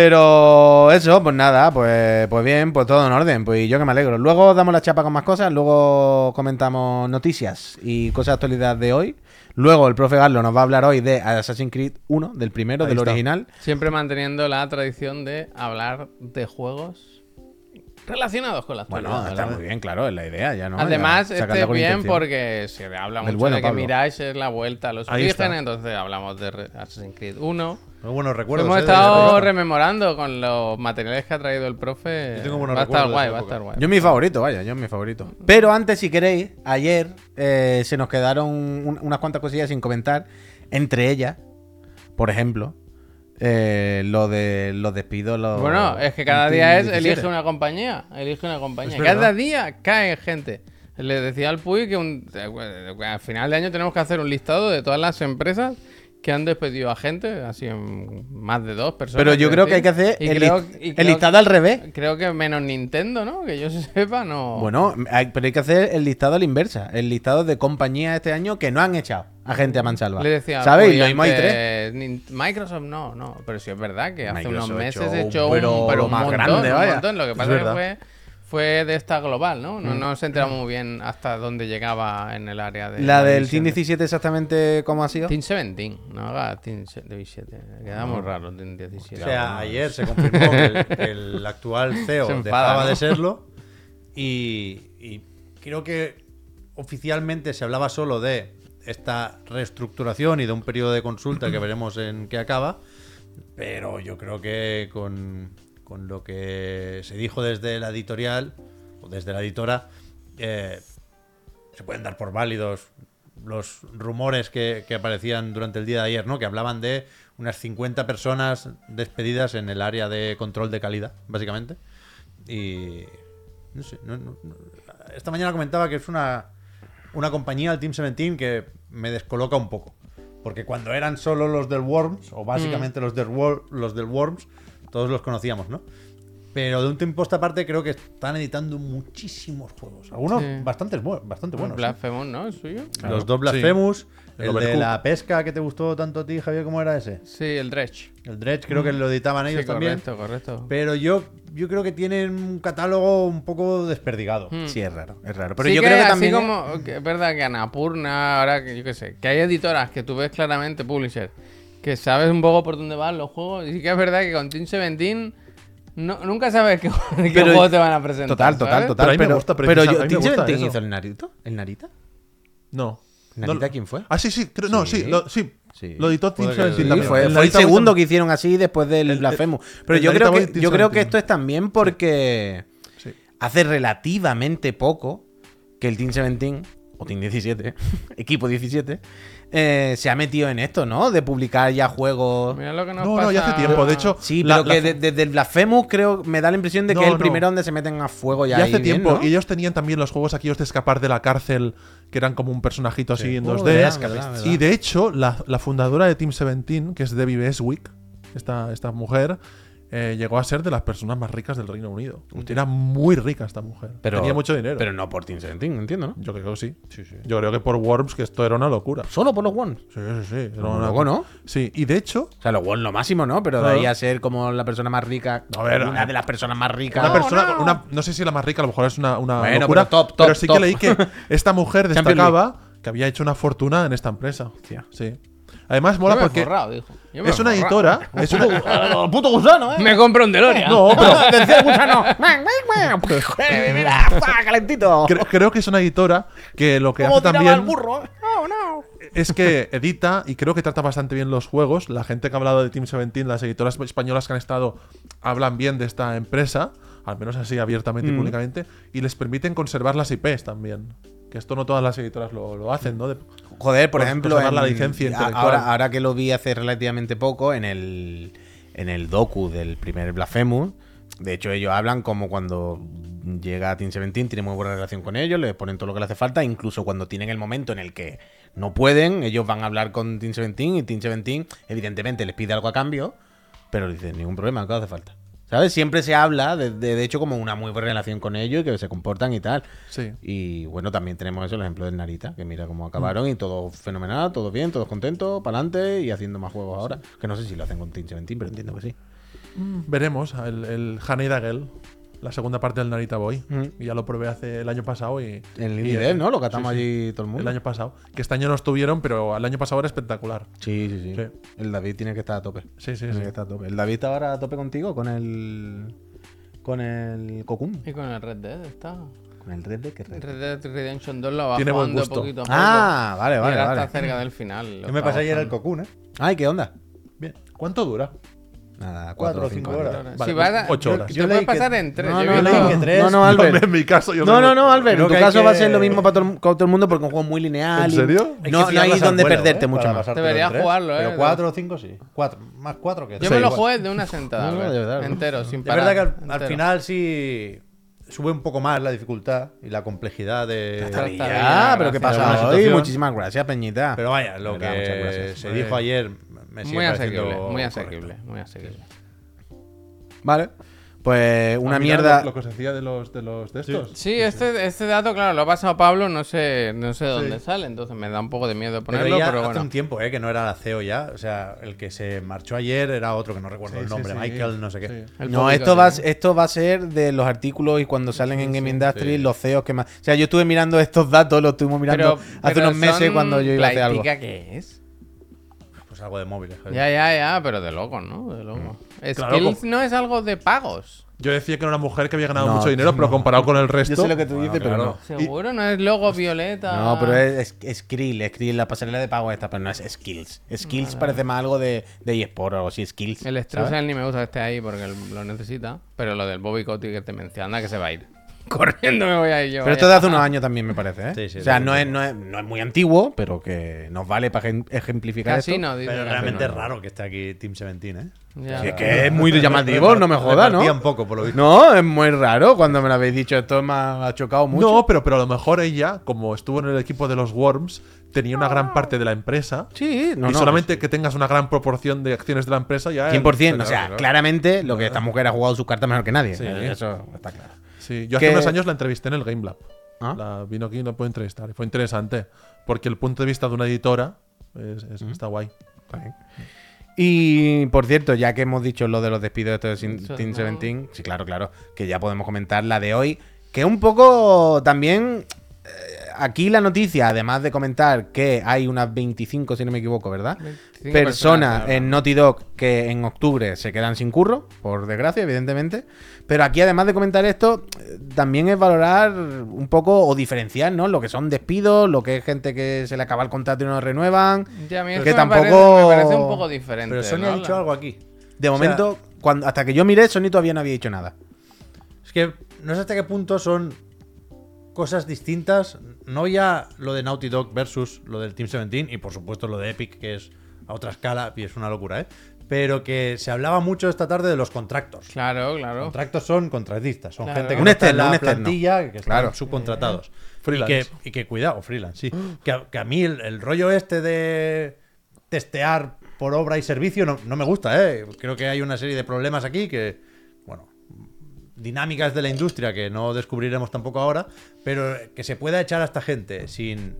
Speaker 1: Pero eso, pues nada, pues, pues bien, pues todo en orden, pues yo que me alegro. Luego damos la chapa con más cosas, luego comentamos noticias y cosas de actualidad de hoy. Luego el profe Garlo nos va a hablar hoy de Assassin's Creed 1, del primero,
Speaker 4: Ahí
Speaker 1: del
Speaker 4: está.
Speaker 1: original.
Speaker 2: Siempre manteniendo la tradición de hablar de juegos relacionados con la
Speaker 1: Bueno,
Speaker 2: actualidad.
Speaker 1: está
Speaker 2: ¿verdad?
Speaker 1: muy bien, claro, es la idea, ya no. Ya
Speaker 2: Pues Además,
Speaker 1: sacarle
Speaker 2: este es
Speaker 1: con
Speaker 2: bien
Speaker 1: intención.
Speaker 2: porque se habla
Speaker 1: Del
Speaker 2: mucho
Speaker 1: bueno,
Speaker 2: de que
Speaker 1: Pablo.
Speaker 2: Mirage es la vuelta a los
Speaker 4: Ahí está.
Speaker 2: orígenes, entonces hablamos de Re- Assassin's Creed 1.
Speaker 3: Muy buenos recuerdos.
Speaker 2: Hemos
Speaker 3: eh, de
Speaker 2: estado
Speaker 3: esa época.
Speaker 2: rememorando con los materiales que ha traído el profe.
Speaker 3: Yo tengo buenos
Speaker 2: va a estar
Speaker 3: recuerdos de
Speaker 2: guay,
Speaker 3: esa
Speaker 2: va a estar
Speaker 3: época.
Speaker 2: guay.
Speaker 1: Yo mi favorito, vaya, yo mi favorito. Pero antes, si queréis, ayer eh, se nos quedaron un- unas cuantas cosillas sin comentar. Entre ellas, por ejemplo, eh, lo de los despidos. Los
Speaker 2: Bueno, es que cada día es
Speaker 1: 17.
Speaker 2: elige una compañía, elige una compañía.
Speaker 3: Es verdad.
Speaker 2: cada día cae gente. Le decía al Puy que un- eh, al final de año tenemos que hacer un listado de todas las empresas que han despedido a gente, así en más de dos personas.
Speaker 1: Pero yo
Speaker 2: quiero
Speaker 1: creo que hay que hacer
Speaker 2: decir. Y
Speaker 1: el,
Speaker 2: creo-
Speaker 1: list-
Speaker 2: y
Speaker 1: el
Speaker 2: creo-
Speaker 1: listado al revés.
Speaker 2: Creo que menos Nintendo, ¿no? Que yo sepa, no.
Speaker 1: Bueno, hay- pero hay que hacer el listado a la inversa. El listado de compañías este año que no han echado a gente a mansalva.
Speaker 2: Le decía,
Speaker 1: ¿Sabéis?
Speaker 2: "Uy,
Speaker 1: Lo mismo hay
Speaker 2: antes
Speaker 1: tres.
Speaker 2: Nin- Microsoft no, no. Pero sí es verdad que hace
Speaker 1: Microsoft
Speaker 2: unos
Speaker 1: ha hecho
Speaker 2: meses
Speaker 1: un-
Speaker 2: echó un,
Speaker 1: pero
Speaker 2: pero un
Speaker 1: más
Speaker 2: montón,
Speaker 1: grande,
Speaker 2: un
Speaker 1: vaya.
Speaker 2: montón. Lo que
Speaker 4: Es
Speaker 2: pasa es que
Speaker 4: verdad.
Speaker 2: fue, fue de esta global, ¿no?
Speaker 1: Mm.
Speaker 2: No, no se enteramos muy bien hasta dónde llegaba en el área de.
Speaker 1: La del Team
Speaker 2: división de-
Speaker 1: 17 exactamente cómo ha sido.
Speaker 2: Team 17, no haga Team 17. Queda
Speaker 1: Ah.
Speaker 2: muy raro Team 17.
Speaker 3: O sea, ayer se confirmó que el, el actual CEO
Speaker 2: Se enfada,
Speaker 3: dejaba
Speaker 2: ¿no?
Speaker 3: de serlo y, y creo que oficialmente se hablaba solo de esta reestructuración y de un periodo de consulta que veremos en qué acaba, pero yo creo que con, con lo que se dijo desde la editorial o desde la editora, eh, se pueden dar por válidos los rumores que, que aparecían durante el día de ayer, ¿no? Que hablaban de unas 50 personas despedidas en el área de control de calidad, básicamente. Y. No sé, no- no- no- Esta mañana comentaba que es una, una compañía, el Team 17, que me descoloca un poco. Porque cuando eran solo los del Worms, o básicamente los, del Wor- los del Worms, todos los conocíamos, ¿no? Pero de un tiempo a esta parte creo que están editando muchísimos juegos. Algunos
Speaker 2: Sí.
Speaker 3: bastantes bu- bastante buenos. ¿eh?
Speaker 2: Blasphemous, ¿no? ¿Es suyo?
Speaker 1: Ah.
Speaker 3: Los dos Blasphemous.
Speaker 4: El
Speaker 3: El de
Speaker 4: Overcooked.
Speaker 3: la pesca que te gustó tanto a ti, Javier, ¿cómo era ese?
Speaker 2: Sí, el Dredge.
Speaker 3: El Dredge creo que lo editaban ellos
Speaker 2: Sí,
Speaker 3: también.
Speaker 2: correcto, correcto.
Speaker 3: Pero yo, yo creo que tienen un catálogo un poco desperdigado.
Speaker 1: Sí, es raro, es raro. Pero
Speaker 2: Sí
Speaker 1: yo creo que
Speaker 2: así
Speaker 1: también.
Speaker 2: como- que es verdad que Anapurna, ahora que yo qué sé, que hay editoras que tú ves claramente, publisher, que sabes un poco por dónde van los juegos. Y sí que es verdad que con Team 17 no- nunca sabes qué, qué
Speaker 1: Pero-
Speaker 2: juego te van a presentar.
Speaker 1: Total, total,
Speaker 2: ¿sabes?
Speaker 1: total.
Speaker 4: Pero a mí me gusta precisa-
Speaker 1: yo-
Speaker 4: a mí me
Speaker 1: ¿Team
Speaker 4: gusta
Speaker 1: 17
Speaker 4: eso.
Speaker 1: hizo el Narito? ¿El Narita?
Speaker 4: No.
Speaker 1: ¿Narita
Speaker 4: No-
Speaker 1: quién fue?
Speaker 4: Ah, sí, sí. creo- no, sí.
Speaker 1: Sí.
Speaker 4: Lo, sí.
Speaker 1: Sí.
Speaker 4: Lo editó Tim
Speaker 3: Puede que-
Speaker 4: Seventeen
Speaker 3: sí,
Speaker 1: Sí,
Speaker 4: también.
Speaker 1: fue,
Speaker 4: El
Speaker 1: fue el
Speaker 4: Narita
Speaker 1: segundo que
Speaker 4: fue-
Speaker 1: hicieron así después del Blasphemous. Pero
Speaker 4: el
Speaker 1: yo, creo
Speaker 4: Narita
Speaker 1: que,
Speaker 4: Boy
Speaker 1: yo creo que
Speaker 4: Team
Speaker 1: esto es también porque
Speaker 4: Sí.
Speaker 1: hace relativamente poco que el Team 17, o Team 17, equipo 17, eh, se ha metido en esto, ¿no? De publicar ya juegos.
Speaker 2: Mira lo que nos
Speaker 4: No, no, ya hace
Speaker 2: pasa-
Speaker 4: tiempo. De hecho,
Speaker 1: Sí,
Speaker 4: la-
Speaker 1: pero
Speaker 4: la-
Speaker 1: que de- desde el Blasphemous creo, me da la impresión de que
Speaker 4: No,
Speaker 1: es el
Speaker 4: no.
Speaker 1: primero donde se meten a fuego ya.
Speaker 4: ya
Speaker 1: ahí
Speaker 4: hace
Speaker 1: bien,
Speaker 4: tiempo.
Speaker 1: ¿no?
Speaker 4: Y ellos tenían también los juegos aquellos de escapar de la cárcel, que eran como un personajito así en
Speaker 1: Oh,
Speaker 4: 2D.
Speaker 1: verdad, verdad, verdad.
Speaker 4: Y de hecho, la, la fundadora de Team 17, que es Debbie Beswick, esta, esta mujer, eh, llegó a ser de las personas más ricas del Reino Unido. Era muy rica esta mujer. Tenía mucho dinero.
Speaker 1: Pero no por Team 17, entiendo, ¿no?
Speaker 4: Yo creo que sí. Yo creo que por Worms, que esto era una locura.
Speaker 1: Solo por los Ones.
Speaker 4: Sí, sí, sí. Era
Speaker 1: Como
Speaker 4: una-
Speaker 1: loco, ¿no?
Speaker 4: Sí, y de hecho,
Speaker 1: O sea, los Ones lo máximo, ¿no? Pero de
Speaker 4: Claro.
Speaker 1: ahí a ser como la persona más rica.
Speaker 4: A ver,
Speaker 1: una
Speaker 4: a-
Speaker 1: de las personas más ricas.
Speaker 4: una persona, con una- no sé si la más rica, a lo mejor es una, una
Speaker 1: Bueno,
Speaker 4: locura,
Speaker 1: pero top, top,
Speaker 4: sí
Speaker 1: top.
Speaker 4: que leí que esta mujer
Speaker 1: Champions
Speaker 4: destacaba que había hecho una fortuna en esta empresa.
Speaker 1: Hostia.
Speaker 4: Sí. Además, mola porque
Speaker 2: forrado, dijo. Yo me
Speaker 4: es
Speaker 2: he
Speaker 4: una
Speaker 2: forrado. eh.
Speaker 4: editora. Es una,
Speaker 1: puto gusano,
Speaker 2: Me compro un DeLorean.
Speaker 4: no, pero
Speaker 1: Desde el gusano. Eh, Mira, fa, calentito.
Speaker 4: cre- creo que es una editora que lo que hace
Speaker 1: ¿Cómo tiraba el
Speaker 4: también
Speaker 1: burro? ¿eh? No, no.
Speaker 4: es que edita y creo que trata bastante bien los juegos. La gente que ha hablado de Team 17, las editoras españolas que han estado, hablan bien de esta empresa, al menos así
Speaker 1: Mm.
Speaker 4: abiertamente y públicamente, y les permiten conservar las IPs también. Que esto no todas las editoras lo, lo hacen, ¿no? De-
Speaker 1: Joder, por
Speaker 4: Cons-
Speaker 1: ejemplo,
Speaker 4: conservar la licencia
Speaker 1: a-
Speaker 4: intelectual.
Speaker 1: ahora, ahora que lo vi hace relativamente poco en el en el docu del primer Blasphemous, de hecho ellos hablan como cuando llega a Team 17 tiene muy buena relación con ellos, les ponen todo lo que le hace falta, incluso cuando tienen el momento en el que no pueden, ellos van a hablar con Team 17 y Team 17 evidentemente les pide algo a cambio, pero dicen ningún problema, ¿qué hace falta? ¿Sabes? Siempre se habla, de, de- de hecho, como una muy buena relación con ellos y que se comportan y tal.
Speaker 4: Sí.
Speaker 1: Y bueno, también tenemos eso, el ejemplo del Narita, que mira cómo acabaron y todo fenomenal, todo bien, todos contentos, para adelante y haciendo más juegos ahora. Que no sé si lo hacen con Team 17, pero entiendo que sí. Mm.
Speaker 4: Veremos el, el Haneda Girl, la segunda parte del Narita Boy. Y ya lo probé hace el año pasado y.
Speaker 1: Mm. En
Speaker 4: y-
Speaker 1: el IDF, ¿no? Lo catamos
Speaker 4: Sí, sí.
Speaker 1: allí todo el
Speaker 4: El
Speaker 1: mundo.
Speaker 4: año pasado. Que este año no estuvieron, pero el año pasado era espectacular.
Speaker 1: Sí, sí, sí,
Speaker 4: Sí.
Speaker 1: El David tiene que estar a tope.
Speaker 4: Sí, sí,
Speaker 1: Tiene
Speaker 4: sí.
Speaker 1: que estar a tope. ¿El David está ahora a tope contigo? Con el. Con el Cocoon.
Speaker 2: Y con el Red Dead está.
Speaker 1: Con el Red Dead, que Red Dead.
Speaker 2: Red Dead Redemption 2 lo va
Speaker 4: Tiene buen
Speaker 2: jugando
Speaker 4: gusto.
Speaker 2: poquito a poco.
Speaker 1: Ah, vale,
Speaker 2: Y
Speaker 1: vale,
Speaker 2: ahora
Speaker 1: vale.
Speaker 2: está cerca del final. lo
Speaker 3: Yo me
Speaker 2: está
Speaker 3: pasé ayer al
Speaker 2: gozando.
Speaker 3: Cocoon, ¿eh?
Speaker 1: Ay, ¿qué onda?
Speaker 4: Bien. ¿Cuánto dura?
Speaker 1: Nada, 4
Speaker 3: Cuatro o
Speaker 1: o
Speaker 3: cinco
Speaker 1: 5
Speaker 3: horas.
Speaker 1: horas.
Speaker 2: Ahora,
Speaker 4: Vale,
Speaker 2: si vas a-
Speaker 4: ocho
Speaker 2: yo-
Speaker 4: horas.
Speaker 2: Yo
Speaker 3: Yo
Speaker 2: lo
Speaker 3: leí
Speaker 2: puedes
Speaker 3: que-
Speaker 2: pasar en tres.
Speaker 1: No,
Speaker 2: yo
Speaker 1: no,
Speaker 2: he
Speaker 1: no.
Speaker 2: visto-
Speaker 3: leí que tres.
Speaker 1: no, no,
Speaker 4: Hombre,
Speaker 1: Albert.
Speaker 4: en mi caso, yo
Speaker 1: No,
Speaker 4: creo-
Speaker 1: no, no, Albert.
Speaker 3: creo
Speaker 1: En tu
Speaker 3: que hay
Speaker 1: caso va a ser
Speaker 3: que-
Speaker 1: lo mismo para todo, el- con todo el mundo porque es un juego muy lineal.
Speaker 4: ¿En
Speaker 1: y-
Speaker 4: serio?
Speaker 1: No, no hay donde perderte
Speaker 3: eh,
Speaker 1: mucho más.
Speaker 2: Debería jugarlo, ¿eh?
Speaker 3: Pero cuatro o cinco sí. Cuatro, más cuatro que
Speaker 2: Yo
Speaker 3: tres.
Speaker 2: me lo
Speaker 3: Igual.
Speaker 2: jugué de una sentada.
Speaker 1: No, no,
Speaker 2: Albert.
Speaker 1: de verdad, ¿no?
Speaker 2: entero, sin
Speaker 3: Es
Speaker 2: parar.
Speaker 3: verdad que al, al
Speaker 2: entero.
Speaker 3: final sí sube un poco más la dificultad y la complejidad
Speaker 1: Está
Speaker 3: de.
Speaker 1: bien,
Speaker 2: está bien,
Speaker 1: ya, pero ¿qué
Speaker 2: gracias.
Speaker 1: pasa
Speaker 3: Alguna
Speaker 1: hoy?
Speaker 3: situación.
Speaker 1: Muchísimas gracias, Peñita.
Speaker 3: Pero vaya, lo
Speaker 1: Verdad, muchas
Speaker 3: que
Speaker 1: gracias.
Speaker 3: se
Speaker 1: Eh,
Speaker 3: dijo ayer me sigue
Speaker 2: Muy
Speaker 3: pareciendo
Speaker 2: asequible, muy
Speaker 3: correcto.
Speaker 2: asequible, muy asequible.
Speaker 1: Vale. Pues una
Speaker 4: Ah, mira
Speaker 1: mierda.
Speaker 4: Lo, lo que se decía de los de, los, de estos.
Speaker 2: Sí, este, este dato, claro, lo ha pasado Pablo, no sé, no sé dónde sale, entonces me da un poco de miedo
Speaker 3: Pero
Speaker 2: ponerlo,
Speaker 3: ella
Speaker 2: pero,
Speaker 3: hace
Speaker 2: bueno.
Speaker 3: un tiempo, ¿eh? Que no era la CEO ya. O sea, el que se marchó ayer era otro que no recuerdo
Speaker 4: Sí,
Speaker 3: el
Speaker 4: sí,
Speaker 3: nombre,
Speaker 4: sí.
Speaker 3: Michael, no sé qué.
Speaker 4: Sí.
Speaker 2: El
Speaker 1: No,
Speaker 2: público
Speaker 1: esto va, a-
Speaker 2: tiene-
Speaker 1: esto va a ser de los artículos y cuando salen en Game Industry, los CEOs que más. O sea, yo estuve mirando estos datos, los estuvimos mirando hace
Speaker 2: pero
Speaker 1: unos meses
Speaker 2: son
Speaker 1: cuando yo iba a hacer algo.
Speaker 2: platica que es?
Speaker 3: Pues algo de móviles. joder.
Speaker 2: Ya, ya, ya, pero de locos, ¿no? De locos.
Speaker 1: Mm.
Speaker 4: Claro,
Speaker 2: Skills
Speaker 4: con-
Speaker 2: no es algo de pagos.
Speaker 4: Yo decía que era una mujer que había ganado
Speaker 1: No,
Speaker 4: mucho dinero, pero comparado con el resto.
Speaker 1: Yo sé lo que tú
Speaker 3: Bueno,
Speaker 1: dices,
Speaker 3: claro.
Speaker 2: Seguro, no es logo violeta.
Speaker 1: pero no. No, pero es, es Skrill, Skrill, la pasarela de pago esta, pero no es Skills. Skills parece más algo de, de eSport o algo así, Skills.
Speaker 2: El
Speaker 1: ¿sabes?
Speaker 2: Strauss ni me gusta que esté ahí porque el- lo necesita. Pero lo del Bobby Cotty que te menciona, que se va a ir. Corriendo me voy a ir yo. Ah,
Speaker 1: Pero
Speaker 2: vaya.
Speaker 1: esto de hace unos años también me parece, ¿eh?
Speaker 3: Sí, sí,
Speaker 1: o sea,
Speaker 3: de
Speaker 1: no es,
Speaker 3: tiempo.
Speaker 1: no, es, no es muy antiguo, pero que nos vale para gen- ejemplificar
Speaker 2: Casino, dice.
Speaker 3: Pero
Speaker 2: Casino.
Speaker 3: realmente es raro que esté aquí Team 17, ¿eh?
Speaker 2: Ya.
Speaker 1: esto. Es que es muy llamativo, no me jodas,
Speaker 3: Repartía
Speaker 1: ¿no?
Speaker 3: un poco, por lo visto.
Speaker 1: No, es muy raro. Cuando me lo habéis dicho, esto me ha chocado mucho.
Speaker 4: No, pero, pero a lo mejor ella, como estuvo en el equipo de los Worms, tenía una gran parte de la empresa.
Speaker 1: sí, no,
Speaker 4: y
Speaker 1: no, pues
Speaker 4: solamente que tengas una gran proporción de acciones de la empresa ya.
Speaker 1: 100%, o sea,
Speaker 4: Claro, claro.
Speaker 1: claramente lo que esta mujer ha jugado sus cartas mejor que nadie. Eso está claro.
Speaker 4: Sí, yo hace
Speaker 1: que-
Speaker 4: unos años la entrevisté en el Game Lab.
Speaker 1: Ah.
Speaker 4: La vino aquí y la pude entrevistar. Y fue interesante. Porque el punto de vista de una editora es- es- está guay.
Speaker 1: Está bien. Y por cierto, ya que hemos dicho lo de los despidos estos de Sin-
Speaker 2: Eso
Speaker 1: Team
Speaker 2: no.
Speaker 1: 17, sí, claro, claro, que ya podemos comentar la de hoy, que un poco también eh, aquí la noticia, además de comentar que hay unas 25, si no me equivoco, ¿verdad?
Speaker 2: 25
Speaker 1: Personas
Speaker 2: personas,
Speaker 1: en Naughty Dog que en octubre se quedan sin curro, por desgracia, evidentemente. Pero aquí, además de comentar esto, eh, también es valorar un poco o diferenciar, ¿no? Lo que son despidos, lo que es gente que se le acaba el contrato y no lo renuevan.
Speaker 2: Ya, a mí
Speaker 1: Que
Speaker 2: esto me
Speaker 1: tampoco-
Speaker 2: parece- me parece un poco diferente.
Speaker 3: Pero Sony
Speaker 2: ¿no?
Speaker 3: ha dicho algo aquí.
Speaker 1: De
Speaker 3: O sea,
Speaker 1: momento, cuando, hasta que yo miré, Sony todavía no había dicho nada.
Speaker 3: Es que no sé hasta qué punto son cosas distintas. No ya lo de Naughty Dog versus lo del Team 17 y por supuesto lo de Epic, que es a otra escala y es una locura, ¿eh? Pero que se hablaba mucho esta tarde de los contratos.
Speaker 2: Claro, claro.
Speaker 3: Contratos son contratistas, son
Speaker 2: Claro.
Speaker 3: gente que
Speaker 1: Un
Speaker 3: no está en
Speaker 1: externo,
Speaker 3: la
Speaker 1: un externo.
Speaker 3: plantilla, que están
Speaker 1: Claro.
Speaker 3: subcontratados. Y que,
Speaker 4: Freelance.
Speaker 3: y que cuidado, freelance, sí. Que a, que a mí el, el rollo este de testear por obra y servicio no, no me gusta, ¿eh? Creo que hay una serie de problemas aquí que, bueno, dinámicas de la industria que no descubriremos tampoco ahora, pero que se pueda echar a esta gente sin,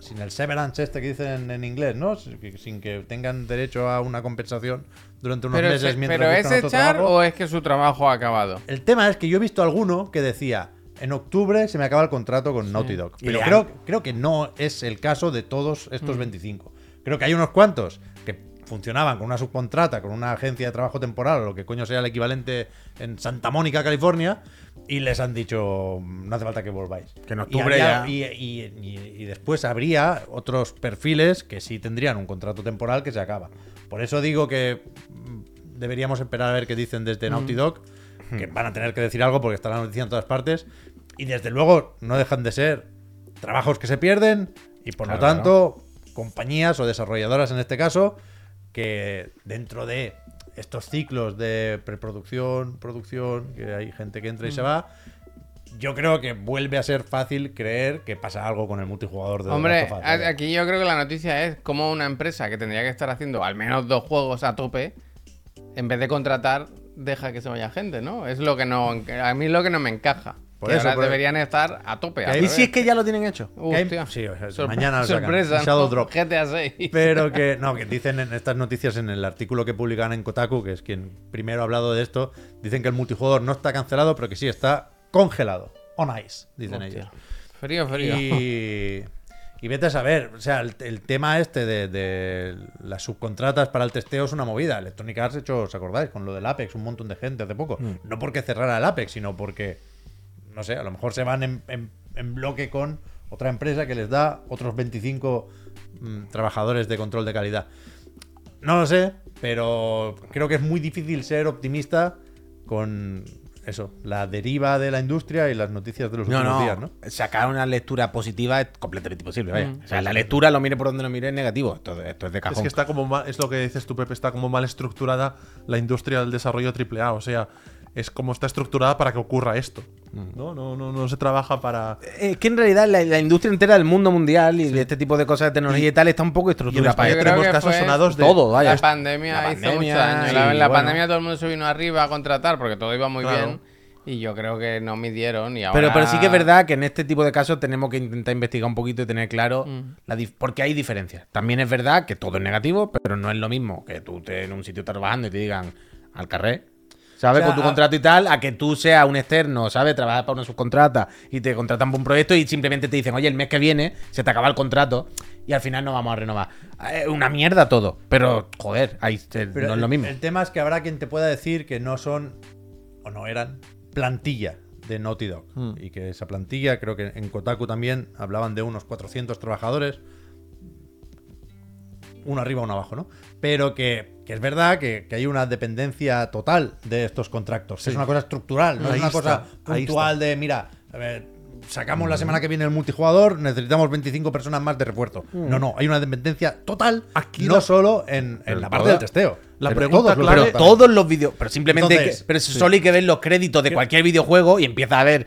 Speaker 3: sin el severance este que dicen en inglés, ¿no? Sin sin que tengan derecho a una compensación durante unos
Speaker 2: Pero,
Speaker 3: meses
Speaker 2: se-
Speaker 3: mientras
Speaker 2: pero es
Speaker 3: buscan otro
Speaker 2: echar
Speaker 3: trabajo.
Speaker 2: o es que su trabajo ha acabado.
Speaker 3: El tema es que yo he visto alguno que decía, en octubre se me acaba el contrato con Naughty Dog.
Speaker 1: Y
Speaker 3: Pero
Speaker 1: le Mm.
Speaker 3: creo, creo que no es el caso de todos estos 25. Creo que hay unos cuantos que funcionaban con una subcontrata, con una agencia de trabajo temporal, o lo que coño sea el equivalente en Santa Mónica, California, y les han dicho, no hace falta que volváis.
Speaker 1: Que en
Speaker 3: Y
Speaker 1: octubre
Speaker 3: había-
Speaker 1: ya-
Speaker 3: y- y, y- y después habría otros perfiles que sí tendrían un contrato temporal que se acaba. Por eso digo que mm, deberíamos esperar a ver qué dicen desde
Speaker 1: Mm.
Speaker 3: Naughty Dog, que van a tener que decir algo porque está la noticia en todas partes. Y desde luego no dejan de ser trabajos que se pierden y por
Speaker 1: Claro,
Speaker 3: lo tanto compañías o desarrolladoras en este caso que dentro de estos ciclos de preproducción, producción, que hay gente que entra y se va, yo creo que vuelve a ser fácil creer que pasa algo con el multijugador de The
Speaker 2: Hombre,
Speaker 3: Last of Us,
Speaker 2: a-
Speaker 3: ¿no?
Speaker 2: aquí yo creo que la noticia es cómo una empresa que tendría que estar haciendo al menos dos juegos a tope, en vez de contratar, deja que se vaya gente, ¿no? Es lo que no. A mí lo que no me encaja.
Speaker 3: Por
Speaker 2: Que
Speaker 3: eso,
Speaker 2: ahora
Speaker 3: por-
Speaker 2: deberían estar a tope. al
Speaker 3: ahí-
Speaker 1: ¿Y
Speaker 2: revés.
Speaker 1: si es que ya lo tienen hecho?
Speaker 3: hay-
Speaker 2: Hostia.
Speaker 3: sí, o sea,
Speaker 2: Sorpre-
Speaker 3: mañana lo sacan.
Speaker 2: Sorpresa.
Speaker 3: Shadow
Speaker 2: ¿no?
Speaker 3: Drop.
Speaker 2: GTA 6.
Speaker 3: Pero que, no, que dicen en estas noticias, en el artículo que publican en Kotaku, que es quien primero ha hablado de esto, dicen que el multijugador no está cancelado, pero que sí está congelado. On ice, dicen ellos.
Speaker 2: Frío, frío.
Speaker 3: Y, y vete a saber, o sea, el, el tema este de, de las subcontratas para el testeo es una movida. Electronic Arts, hecho, ¿os acordáis? Con lo del Apex, un montón de gente hace poco.
Speaker 1: Mm.
Speaker 3: No porque cerrara el Apex, sino porque, no sé, a lo mejor se van en, en- en bloque con otra empresa que les da otros 25 mm, trabajadores de control de calidad. No lo sé, pero creo que es muy difícil ser optimista con eso, la deriva de la industria y las noticias de los
Speaker 1: No,
Speaker 3: últimos
Speaker 1: no,
Speaker 3: días, ¿no?
Speaker 1: Sacar una lectura positiva es completamente imposible. Vaya.
Speaker 2: Mm.
Speaker 1: O sea, la lectura, lo mire por donde lo mire, es negativo. Esto, esto es de cajón.
Speaker 4: Es que está como mal, es lo que dices tú, Pepe, está como mal estructurada la industria del desarrollo AAA. O sea, es como está estructurada para que ocurra esto. No, no, no, no se trabaja para.
Speaker 1: Es eh, que en realidad la, la industria entera del mundo mundial y de este tipo de cosas de tecnología y tal está un poco
Speaker 4: Y en
Speaker 1: estructurada para
Speaker 4: España
Speaker 2: creo
Speaker 1: esto.
Speaker 4: tenemos
Speaker 2: que
Speaker 4: casos
Speaker 2: fue
Speaker 4: sonados de
Speaker 1: todo, vaya.
Speaker 2: la pandemia
Speaker 1: La
Speaker 2: hizo
Speaker 1: pandemia,
Speaker 2: mucho daño. La,
Speaker 1: sí,
Speaker 2: la
Speaker 1: bueno.
Speaker 2: pandemia todo el mundo se vino arriba a contratar porque todo iba muy
Speaker 4: Claro.
Speaker 2: bien. Y yo creo que no midieron. Y ahora...
Speaker 1: Pero, pero sí que es verdad que en este tipo de casos tenemos que intentar investigar un poquito y tener claro la dif- porque hay diferencias. También es verdad que todo es negativo, pero no es lo mismo que tú estés en un sitio trabajando y te digan al carré. ¿Sabes?
Speaker 3: O sea,
Speaker 1: Con tu
Speaker 3: a-
Speaker 1: contrato y tal, a que tú seas un externo, ¿sabes? Trabajas para una subcontrata y te contratan por un proyecto y simplemente te dicen, oye, el mes que viene se te acaba el contrato y al final no vamos a renovar. Eh, Una mierda todo, pero joder, ahí te-
Speaker 3: Pero
Speaker 1: no es
Speaker 3: el-
Speaker 1: lo mismo.
Speaker 3: El tema es que habrá quien te pueda decir que no son o no eran plantilla de Naughty Dog.
Speaker 4: Hmm.
Speaker 3: Y que esa plantilla, creo que en Kotaku también hablaban de unos 400 trabajadores. Uno arriba, uno abajo, ¿no? Pero que, que es verdad que, que hay una dependencia total de estos contratos. Es una cosa estructural, no
Speaker 4: Ahí
Speaker 3: es una
Speaker 4: está,
Speaker 3: cosa
Speaker 4: ahí
Speaker 3: puntual de, mira, a ver, sacamos la semana que viene el multijugador, necesitamos 25 personas más de refuerzo. No, no, hay una dependencia total,
Speaker 4: Hmm. Aquí
Speaker 3: no
Speaker 4: la-
Speaker 3: solo en, en
Speaker 1: Pero
Speaker 3: la parte
Speaker 1: toda-
Speaker 3: del testeo.
Speaker 4: La
Speaker 3: Pero
Speaker 4: pregunta clave-
Speaker 3: todos los
Speaker 1: Pero
Speaker 3: departamentos.
Speaker 1: todos los vídeos. Pero simplemente.
Speaker 3: Entonces,
Speaker 1: que- pero solo hay que ver los créditos de cualquier videojuego y empieza a ver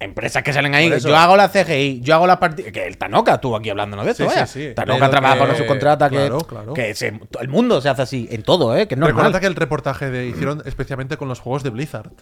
Speaker 1: empresas que salen ahí.
Speaker 3: Por eso.
Speaker 1: Yo hago la CGI, yo hago las partidas. Que el Tanoka estuvo aquí hablándonos de esto,
Speaker 4: Sí, sí,
Speaker 1: vaya.
Speaker 4: sí.
Speaker 1: Tanoka
Speaker 3: Pero
Speaker 1: trabaja
Speaker 3: que-
Speaker 1: con su contrata. Que,
Speaker 4: claro, claro.
Speaker 1: que se- todo el mundo se hace así en todo, ¿eh? Que no
Speaker 4: Recuerda que el reportaje de, hicieron especialmente con los juegos de Blizzard.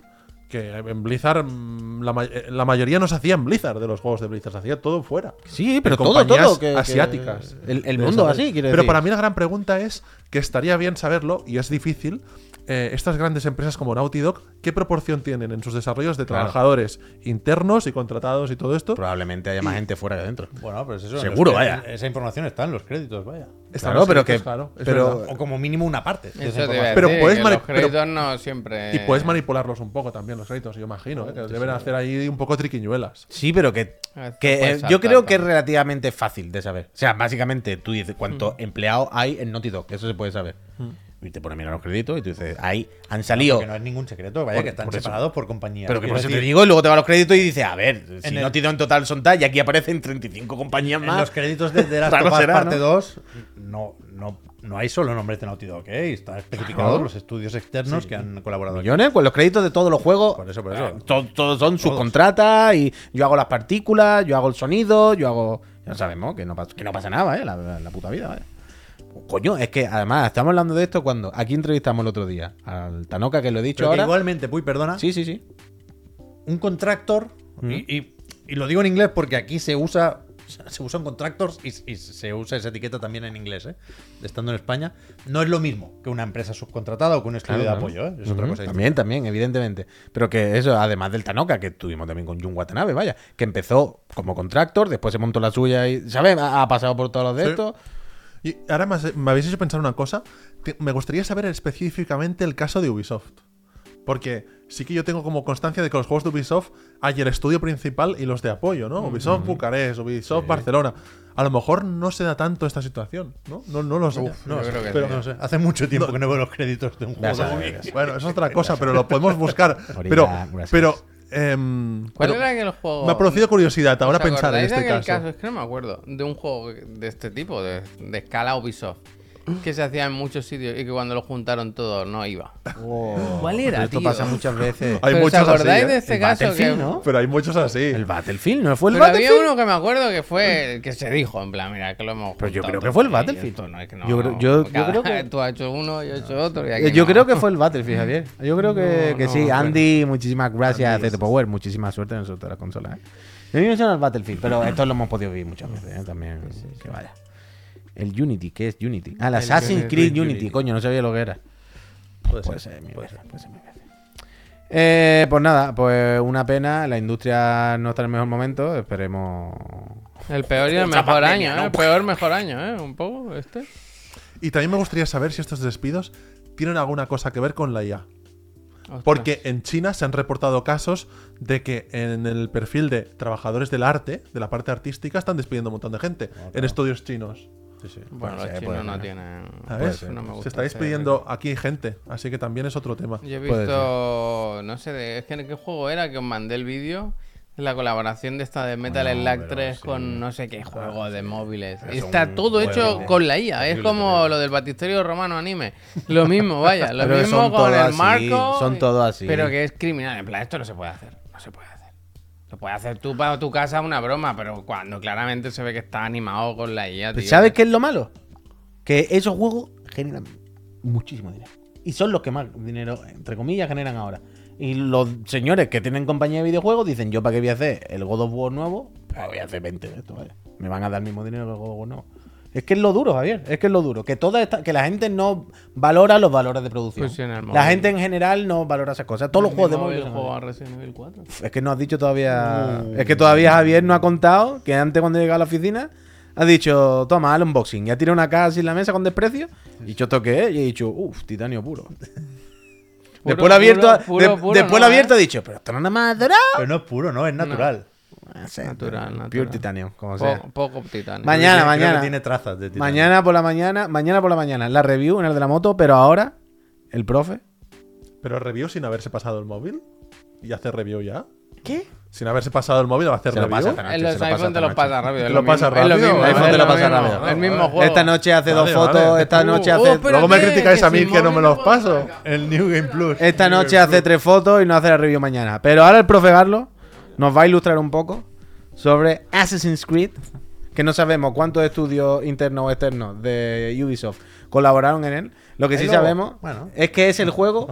Speaker 4: Que en Blizzard mm, la, ma- eh, la mayoría no se hacía en Blizzard de los juegos de Blizzard, se hacía todo fuera.
Speaker 1: Sí,
Speaker 4: De
Speaker 1: pero todo, todo.
Speaker 4: compañías
Speaker 1: que- que-
Speaker 4: asiáticas.
Speaker 1: el, el
Speaker 4: de
Speaker 1: mundo
Speaker 4: desarrollo.
Speaker 1: así, quiero
Speaker 4: Pero
Speaker 1: decir.
Speaker 4: para mí la gran pregunta es que estaría bien saberlo, y es difícil, eh, estas grandes empresas como Naughty Dog, ¿qué proporción tienen en sus desarrollos de
Speaker 1: Claro.
Speaker 4: trabajadores internos y contratados y todo esto?
Speaker 1: Probablemente haya más gente fuera que dentro.
Speaker 3: Bueno, pues eso. en
Speaker 1: Seguro,
Speaker 3: los
Speaker 1: vaya.
Speaker 3: créditos- Esa información está en los créditos, vaya.
Speaker 4: Están
Speaker 1: Claro,
Speaker 4: los
Speaker 1: pero
Speaker 4: créditos,
Speaker 1: que-
Speaker 4: claro, es
Speaker 1: pero-
Speaker 4: verdad.
Speaker 3: O como mínimo una parte. de esa
Speaker 2: Eso te iba a
Speaker 3: información.
Speaker 4: Pero
Speaker 2: decir,
Speaker 4: puedes
Speaker 2: que
Speaker 4: mani-
Speaker 2: los créditos
Speaker 4: pero-
Speaker 2: no siempre.
Speaker 4: Y puedes manipularlos un poco también los créditos, yo imagino, ¿eh? que deben hacer ahí un poco triquiñuelas.
Speaker 1: Sí, pero que,
Speaker 2: Ah, esto
Speaker 1: que,
Speaker 2: puede
Speaker 1: eh, yo
Speaker 2: saltar
Speaker 1: creo que es
Speaker 2: también.
Speaker 1: relativamente fácil de saber. O sea, básicamente tú dices
Speaker 3: Hmm.
Speaker 1: cuántos empleados hay en Naughty Dog, eso se puede saber. Y te pone a mirar los créditos y tú dices, ahí han salido.
Speaker 3: Que no es ningún secreto, vaya,
Speaker 1: Por-
Speaker 3: que están
Speaker 1: por eso.
Speaker 3: separados por compañía.
Speaker 1: pero que
Speaker 3: Quiero
Speaker 1: por eso te
Speaker 3: decir,
Speaker 1: digo, y luego te va a los créditos y dices, a ver, si
Speaker 3: En el-
Speaker 1: Naughty Dog en total son tal, y aquí aparecen 35 compañías
Speaker 3: En los
Speaker 1: más.
Speaker 3: créditos de The Last
Speaker 1: Raro
Speaker 3: of Us
Speaker 1: será,
Speaker 3: Parte
Speaker 1: ¿no?
Speaker 3: 2, no, no, no hay solo nombres de Naughty Dog, ¿eh? Está especificado
Speaker 1: Claro.
Speaker 3: los estudios externos que han colaborado. aquí.
Speaker 1: Millones, pues los créditos de todos los juegos.
Speaker 3: Por eso, por eso.
Speaker 1: eh, to- Todos son subcontratas y yo hago las partículas, yo hago el sonido, yo hago. Ya sabemos que no, pas- que no pasa nada, ¿eh? La, la- la puta vida, ¿vale? Coño, es que además estamos hablando de esto cuando. Aquí entrevistamos el otro día al Tanoka, que lo he dicho
Speaker 3: Pero que
Speaker 1: ahora.
Speaker 3: igualmente, Puy, perdona.
Speaker 1: Sí, sí, sí.
Speaker 3: un contractor, y, y- y lo digo en inglés porque aquí se usa, se usan contractors y, y se usa esa etiqueta también en inglés, ¿eh? estando en España, no es lo mismo que una empresa subcontratada o que un estudio de
Speaker 1: Claro,
Speaker 3: apoyo,
Speaker 1: claro.
Speaker 3: ¿eh? es otra
Speaker 1: Ujú,
Speaker 3: cosa distinta.
Speaker 1: También, también, evidentemente. Pero que eso, además del Tanoka, que tuvimos también con Jun Watanabe, vaya, que empezó como contractor, después se montó la suya y, ¿sabes? Ha, ha pasado por todos los de
Speaker 4: Sí.
Speaker 1: estos.
Speaker 4: Y ahora me, has- me habéis hecho pensar una cosa. Te- me gustaría saber específicamente el caso de Ubisoft. Porque sí que yo tengo como constancia de que los juegos de Ubisoft hay el estudio principal y los de apoyo, ¿no? Ubisoft Bucarest, Ubisoft Barcelona. A lo mejor no se da tanto esta situación, ¿no? No, no lo sé.
Speaker 3: No,
Speaker 2: Yo creo que
Speaker 3: pero
Speaker 2: sí.
Speaker 3: no sé. Hace mucho tiempo que no veo los créditos de un
Speaker 1: Vas
Speaker 3: juego.
Speaker 1: a
Speaker 3: de
Speaker 1: ver.
Speaker 3: móvil.
Speaker 4: Bueno, es otra cosa, pero lo podemos buscar.
Speaker 1: Morirá,
Speaker 4: Pero,
Speaker 1: gracias.
Speaker 4: pero, em,
Speaker 2: ¿Cuál
Speaker 4: pero
Speaker 2: era el juego?
Speaker 4: me ha producido curiosidad ahora
Speaker 2: ¿Os
Speaker 4: pensar en
Speaker 2: acordáis de
Speaker 4: este
Speaker 2: aquel
Speaker 4: caso.
Speaker 2: Es que no me acuerdo. De un juego de este tipo, de, de escala Ubisoft. Que se hacía en muchos sitios y que cuando lo juntaron todo no iba. ¿Cuál era,
Speaker 1: Esto
Speaker 2: tío?
Speaker 1: pasa muchas veces.
Speaker 4: Hay
Speaker 2: ¿Pero ¿Os
Speaker 4: muchos así,
Speaker 2: acordáis
Speaker 4: ¿eh?
Speaker 2: de este
Speaker 1: El
Speaker 2: caso? Que,
Speaker 1: Battlefield, ¿no?
Speaker 4: Pero hay muchos así.
Speaker 1: El Battlefield, ¿no fue el
Speaker 2: Pero había
Speaker 1: Battlefield?
Speaker 2: uno que me acuerdo que fue el que se dijo, en plan, mira, que lo hemos
Speaker 1: Pero Pues yo
Speaker 2: juntado
Speaker 1: creo que
Speaker 2: todo
Speaker 1: fue el
Speaker 2: aquí,
Speaker 1: Battlefield.
Speaker 2: esto no es que no-
Speaker 1: Yo creo- yo- yo
Speaker 2: cada-
Speaker 1: creo que-
Speaker 2: Tú has hecho uno, yo he hecho otro y
Speaker 1: Eh,
Speaker 2: aquí
Speaker 1: Yo
Speaker 2: no.
Speaker 1: creo que fue el Battlefield, Javier. Yo creo que,
Speaker 2: No,
Speaker 1: que
Speaker 2: no,
Speaker 1: sí.
Speaker 2: bueno.
Speaker 1: Andy, muchísimas gracias, CT Power. Muchísima suerte en el sorteo de la consola. ¿eh? A mí me suena el Battlefield, pero esto lo hemos podido vivir muchas veces ¿eh? también. Que vaya. El Unity, ¿qué es Unity? Ah, el Assassin's Creed Unity. Coño, no sabía lo que era.
Speaker 3: Puede
Speaker 1: Puede
Speaker 3: ser.
Speaker 1: ser, mi veces, puede ser, mi veces. Eh, pues nada, pues una pena. La industria no está en el mejor momento. Esperemos.
Speaker 2: El peor y el mejor año, ¿eh? El peor, mejor año, ¿eh? Un poco, este.
Speaker 4: Y también me gustaría saber si estos despidos tienen alguna cosa que ver con la IA. Porque en China se han reportado casos de que en el perfil de trabajadores del arte, de la parte artística, están despidiendo un montón de gente
Speaker 1: Ah,
Speaker 4: en estudios chinos.
Speaker 2: Bueno,
Speaker 1: Puede
Speaker 2: los
Speaker 1: ser,
Speaker 2: chinos
Speaker 1: puede
Speaker 2: no
Speaker 1: ser.
Speaker 2: tienen. pues,
Speaker 4: ¿Sabes?
Speaker 2: No me
Speaker 4: se
Speaker 2: gusta
Speaker 4: está
Speaker 2: ese-
Speaker 4: despidiendo aquí gente, así que también es otro tema.
Speaker 2: Yo he
Speaker 1: Puede
Speaker 2: visto. No sé, de, es que en qué juego era que os mandé el vídeo. de La colaboración de esta de Metal
Speaker 1: Bueno,
Speaker 2: Slack
Speaker 1: pero
Speaker 2: 3
Speaker 1: sí. Ah,
Speaker 2: con no sé qué juego de móviles.
Speaker 1: Pero
Speaker 2: Y
Speaker 1: son
Speaker 2: está todo
Speaker 1: juegos
Speaker 2: hecho
Speaker 1: de-
Speaker 2: con la IA. Es
Speaker 1: horrible
Speaker 2: como
Speaker 1: también.
Speaker 2: lo del batisterio romano anime. Lo mismo, vaya. Lo
Speaker 1: Pero
Speaker 2: mismo
Speaker 1: son
Speaker 2: con
Speaker 1: todo
Speaker 2: el
Speaker 1: así,
Speaker 2: marco.
Speaker 1: son
Speaker 2: y-
Speaker 1: todo así.
Speaker 2: Pero que es criminal. En plan, esto no se puede hacer. No se puede hacer. Lo puede hacer tú para tu casa una broma, pero cuando claramente se ve que está animado con la IA. tío.
Speaker 1: ¿Sabes qué es lo malo? Que esos juegos generan muchísimo dinero. Y son los que más dinero, entre comillas, generan ahora. Y los señores que tienen compañía de videojuegos dicen, yo para qué voy a hacer el God of War nuevo, pues voy a hacer 20 de esto, vaya. Me van a dar el mismo dinero que el God of War nuevo. Es que es lo duro, Javier, es que es lo duro. Que toda esta, que la gente no valora los valores de producción.
Speaker 2: Pues sí, en el móvil.
Speaker 1: la gente en general no valora esas cosas. Todos los
Speaker 2: Mi
Speaker 1: juegos de
Speaker 2: móvil
Speaker 1: móvil. son así.
Speaker 2: juega Resident Evil 4.
Speaker 1: Es que no has dicho todavía.
Speaker 2: Mm.
Speaker 1: Es que todavía Javier no ha contado que antes cuando llegaba a la oficina ha dicho, toma, al unboxing. Y ha tirado una caja así en la mesa con desprecio. Y dicho, ¿esto qué es? Y he dicho, uff, titanio puro. después lo ha abierto,
Speaker 2: puro, puro,
Speaker 1: de-
Speaker 2: puro,
Speaker 1: después
Speaker 2: no,
Speaker 1: lo ha abierto
Speaker 2: ¿eh?
Speaker 1: ha dicho, pero esto no es nada más dorado.
Speaker 3: Pero no es puro, ¿no? Es natural.
Speaker 1: No sé,
Speaker 2: Natural, Ah, natural.
Speaker 1: Pure titanio, como sea.
Speaker 2: Poco, poco titanio.
Speaker 1: Mañana.
Speaker 3: Creo que
Speaker 1: mañana.
Speaker 3: tiene trazas de titanio.
Speaker 1: mañana por la mañana, mañana por la mañana, la review en el de la moto, pero ahora, el profe.
Speaker 4: Pero review sin haberse pasado el móvil. ¿Y hace review ya?
Speaker 1: ¿Qué?
Speaker 4: sin haberse pasado el móvil va a hacer
Speaker 1: Se lo
Speaker 4: review.
Speaker 1: pasa esta noche.
Speaker 2: En
Speaker 1: se
Speaker 2: los
Speaker 1: lo pasa
Speaker 2: iPhone te
Speaker 1: esta noche.
Speaker 2: los pasa rápido.
Speaker 4: Te
Speaker 2: es
Speaker 4: lo pasa
Speaker 2: mismo, es
Speaker 4: rápido,
Speaker 2: mismo,
Speaker 4: el iPhone
Speaker 2: es
Speaker 4: te lo pasa
Speaker 2: mismo,
Speaker 4: rápido.
Speaker 2: El mismo
Speaker 4: Vale,
Speaker 2: juego.
Speaker 1: Esta noche hace
Speaker 4: Vale,
Speaker 1: dos fotos,
Speaker 4: vale.
Speaker 1: esta
Speaker 2: Uh,
Speaker 1: noche
Speaker 2: oh,
Speaker 1: hace
Speaker 2: espérate,
Speaker 4: Luego me criticáis
Speaker 2: que
Speaker 4: a mí
Speaker 2: sin
Speaker 4: que no me
Speaker 2: móvil
Speaker 4: los
Speaker 2: puedo
Speaker 4: paso.
Speaker 2: sacar.
Speaker 3: El New Game Plus.
Speaker 1: Esta noche hace tres fotos y nos hace la review mañana. Pero ahora el profe Garlo nos va a ilustrar un poco sobre Assassin's Creed, que no sabemos cuántos estudios internos o externos de Ubisoft colaboraron en él. Lo que
Speaker 3: Ahí
Speaker 1: sí
Speaker 3: lo-
Speaker 1: sabemos
Speaker 3: bueno.
Speaker 1: es que es el juego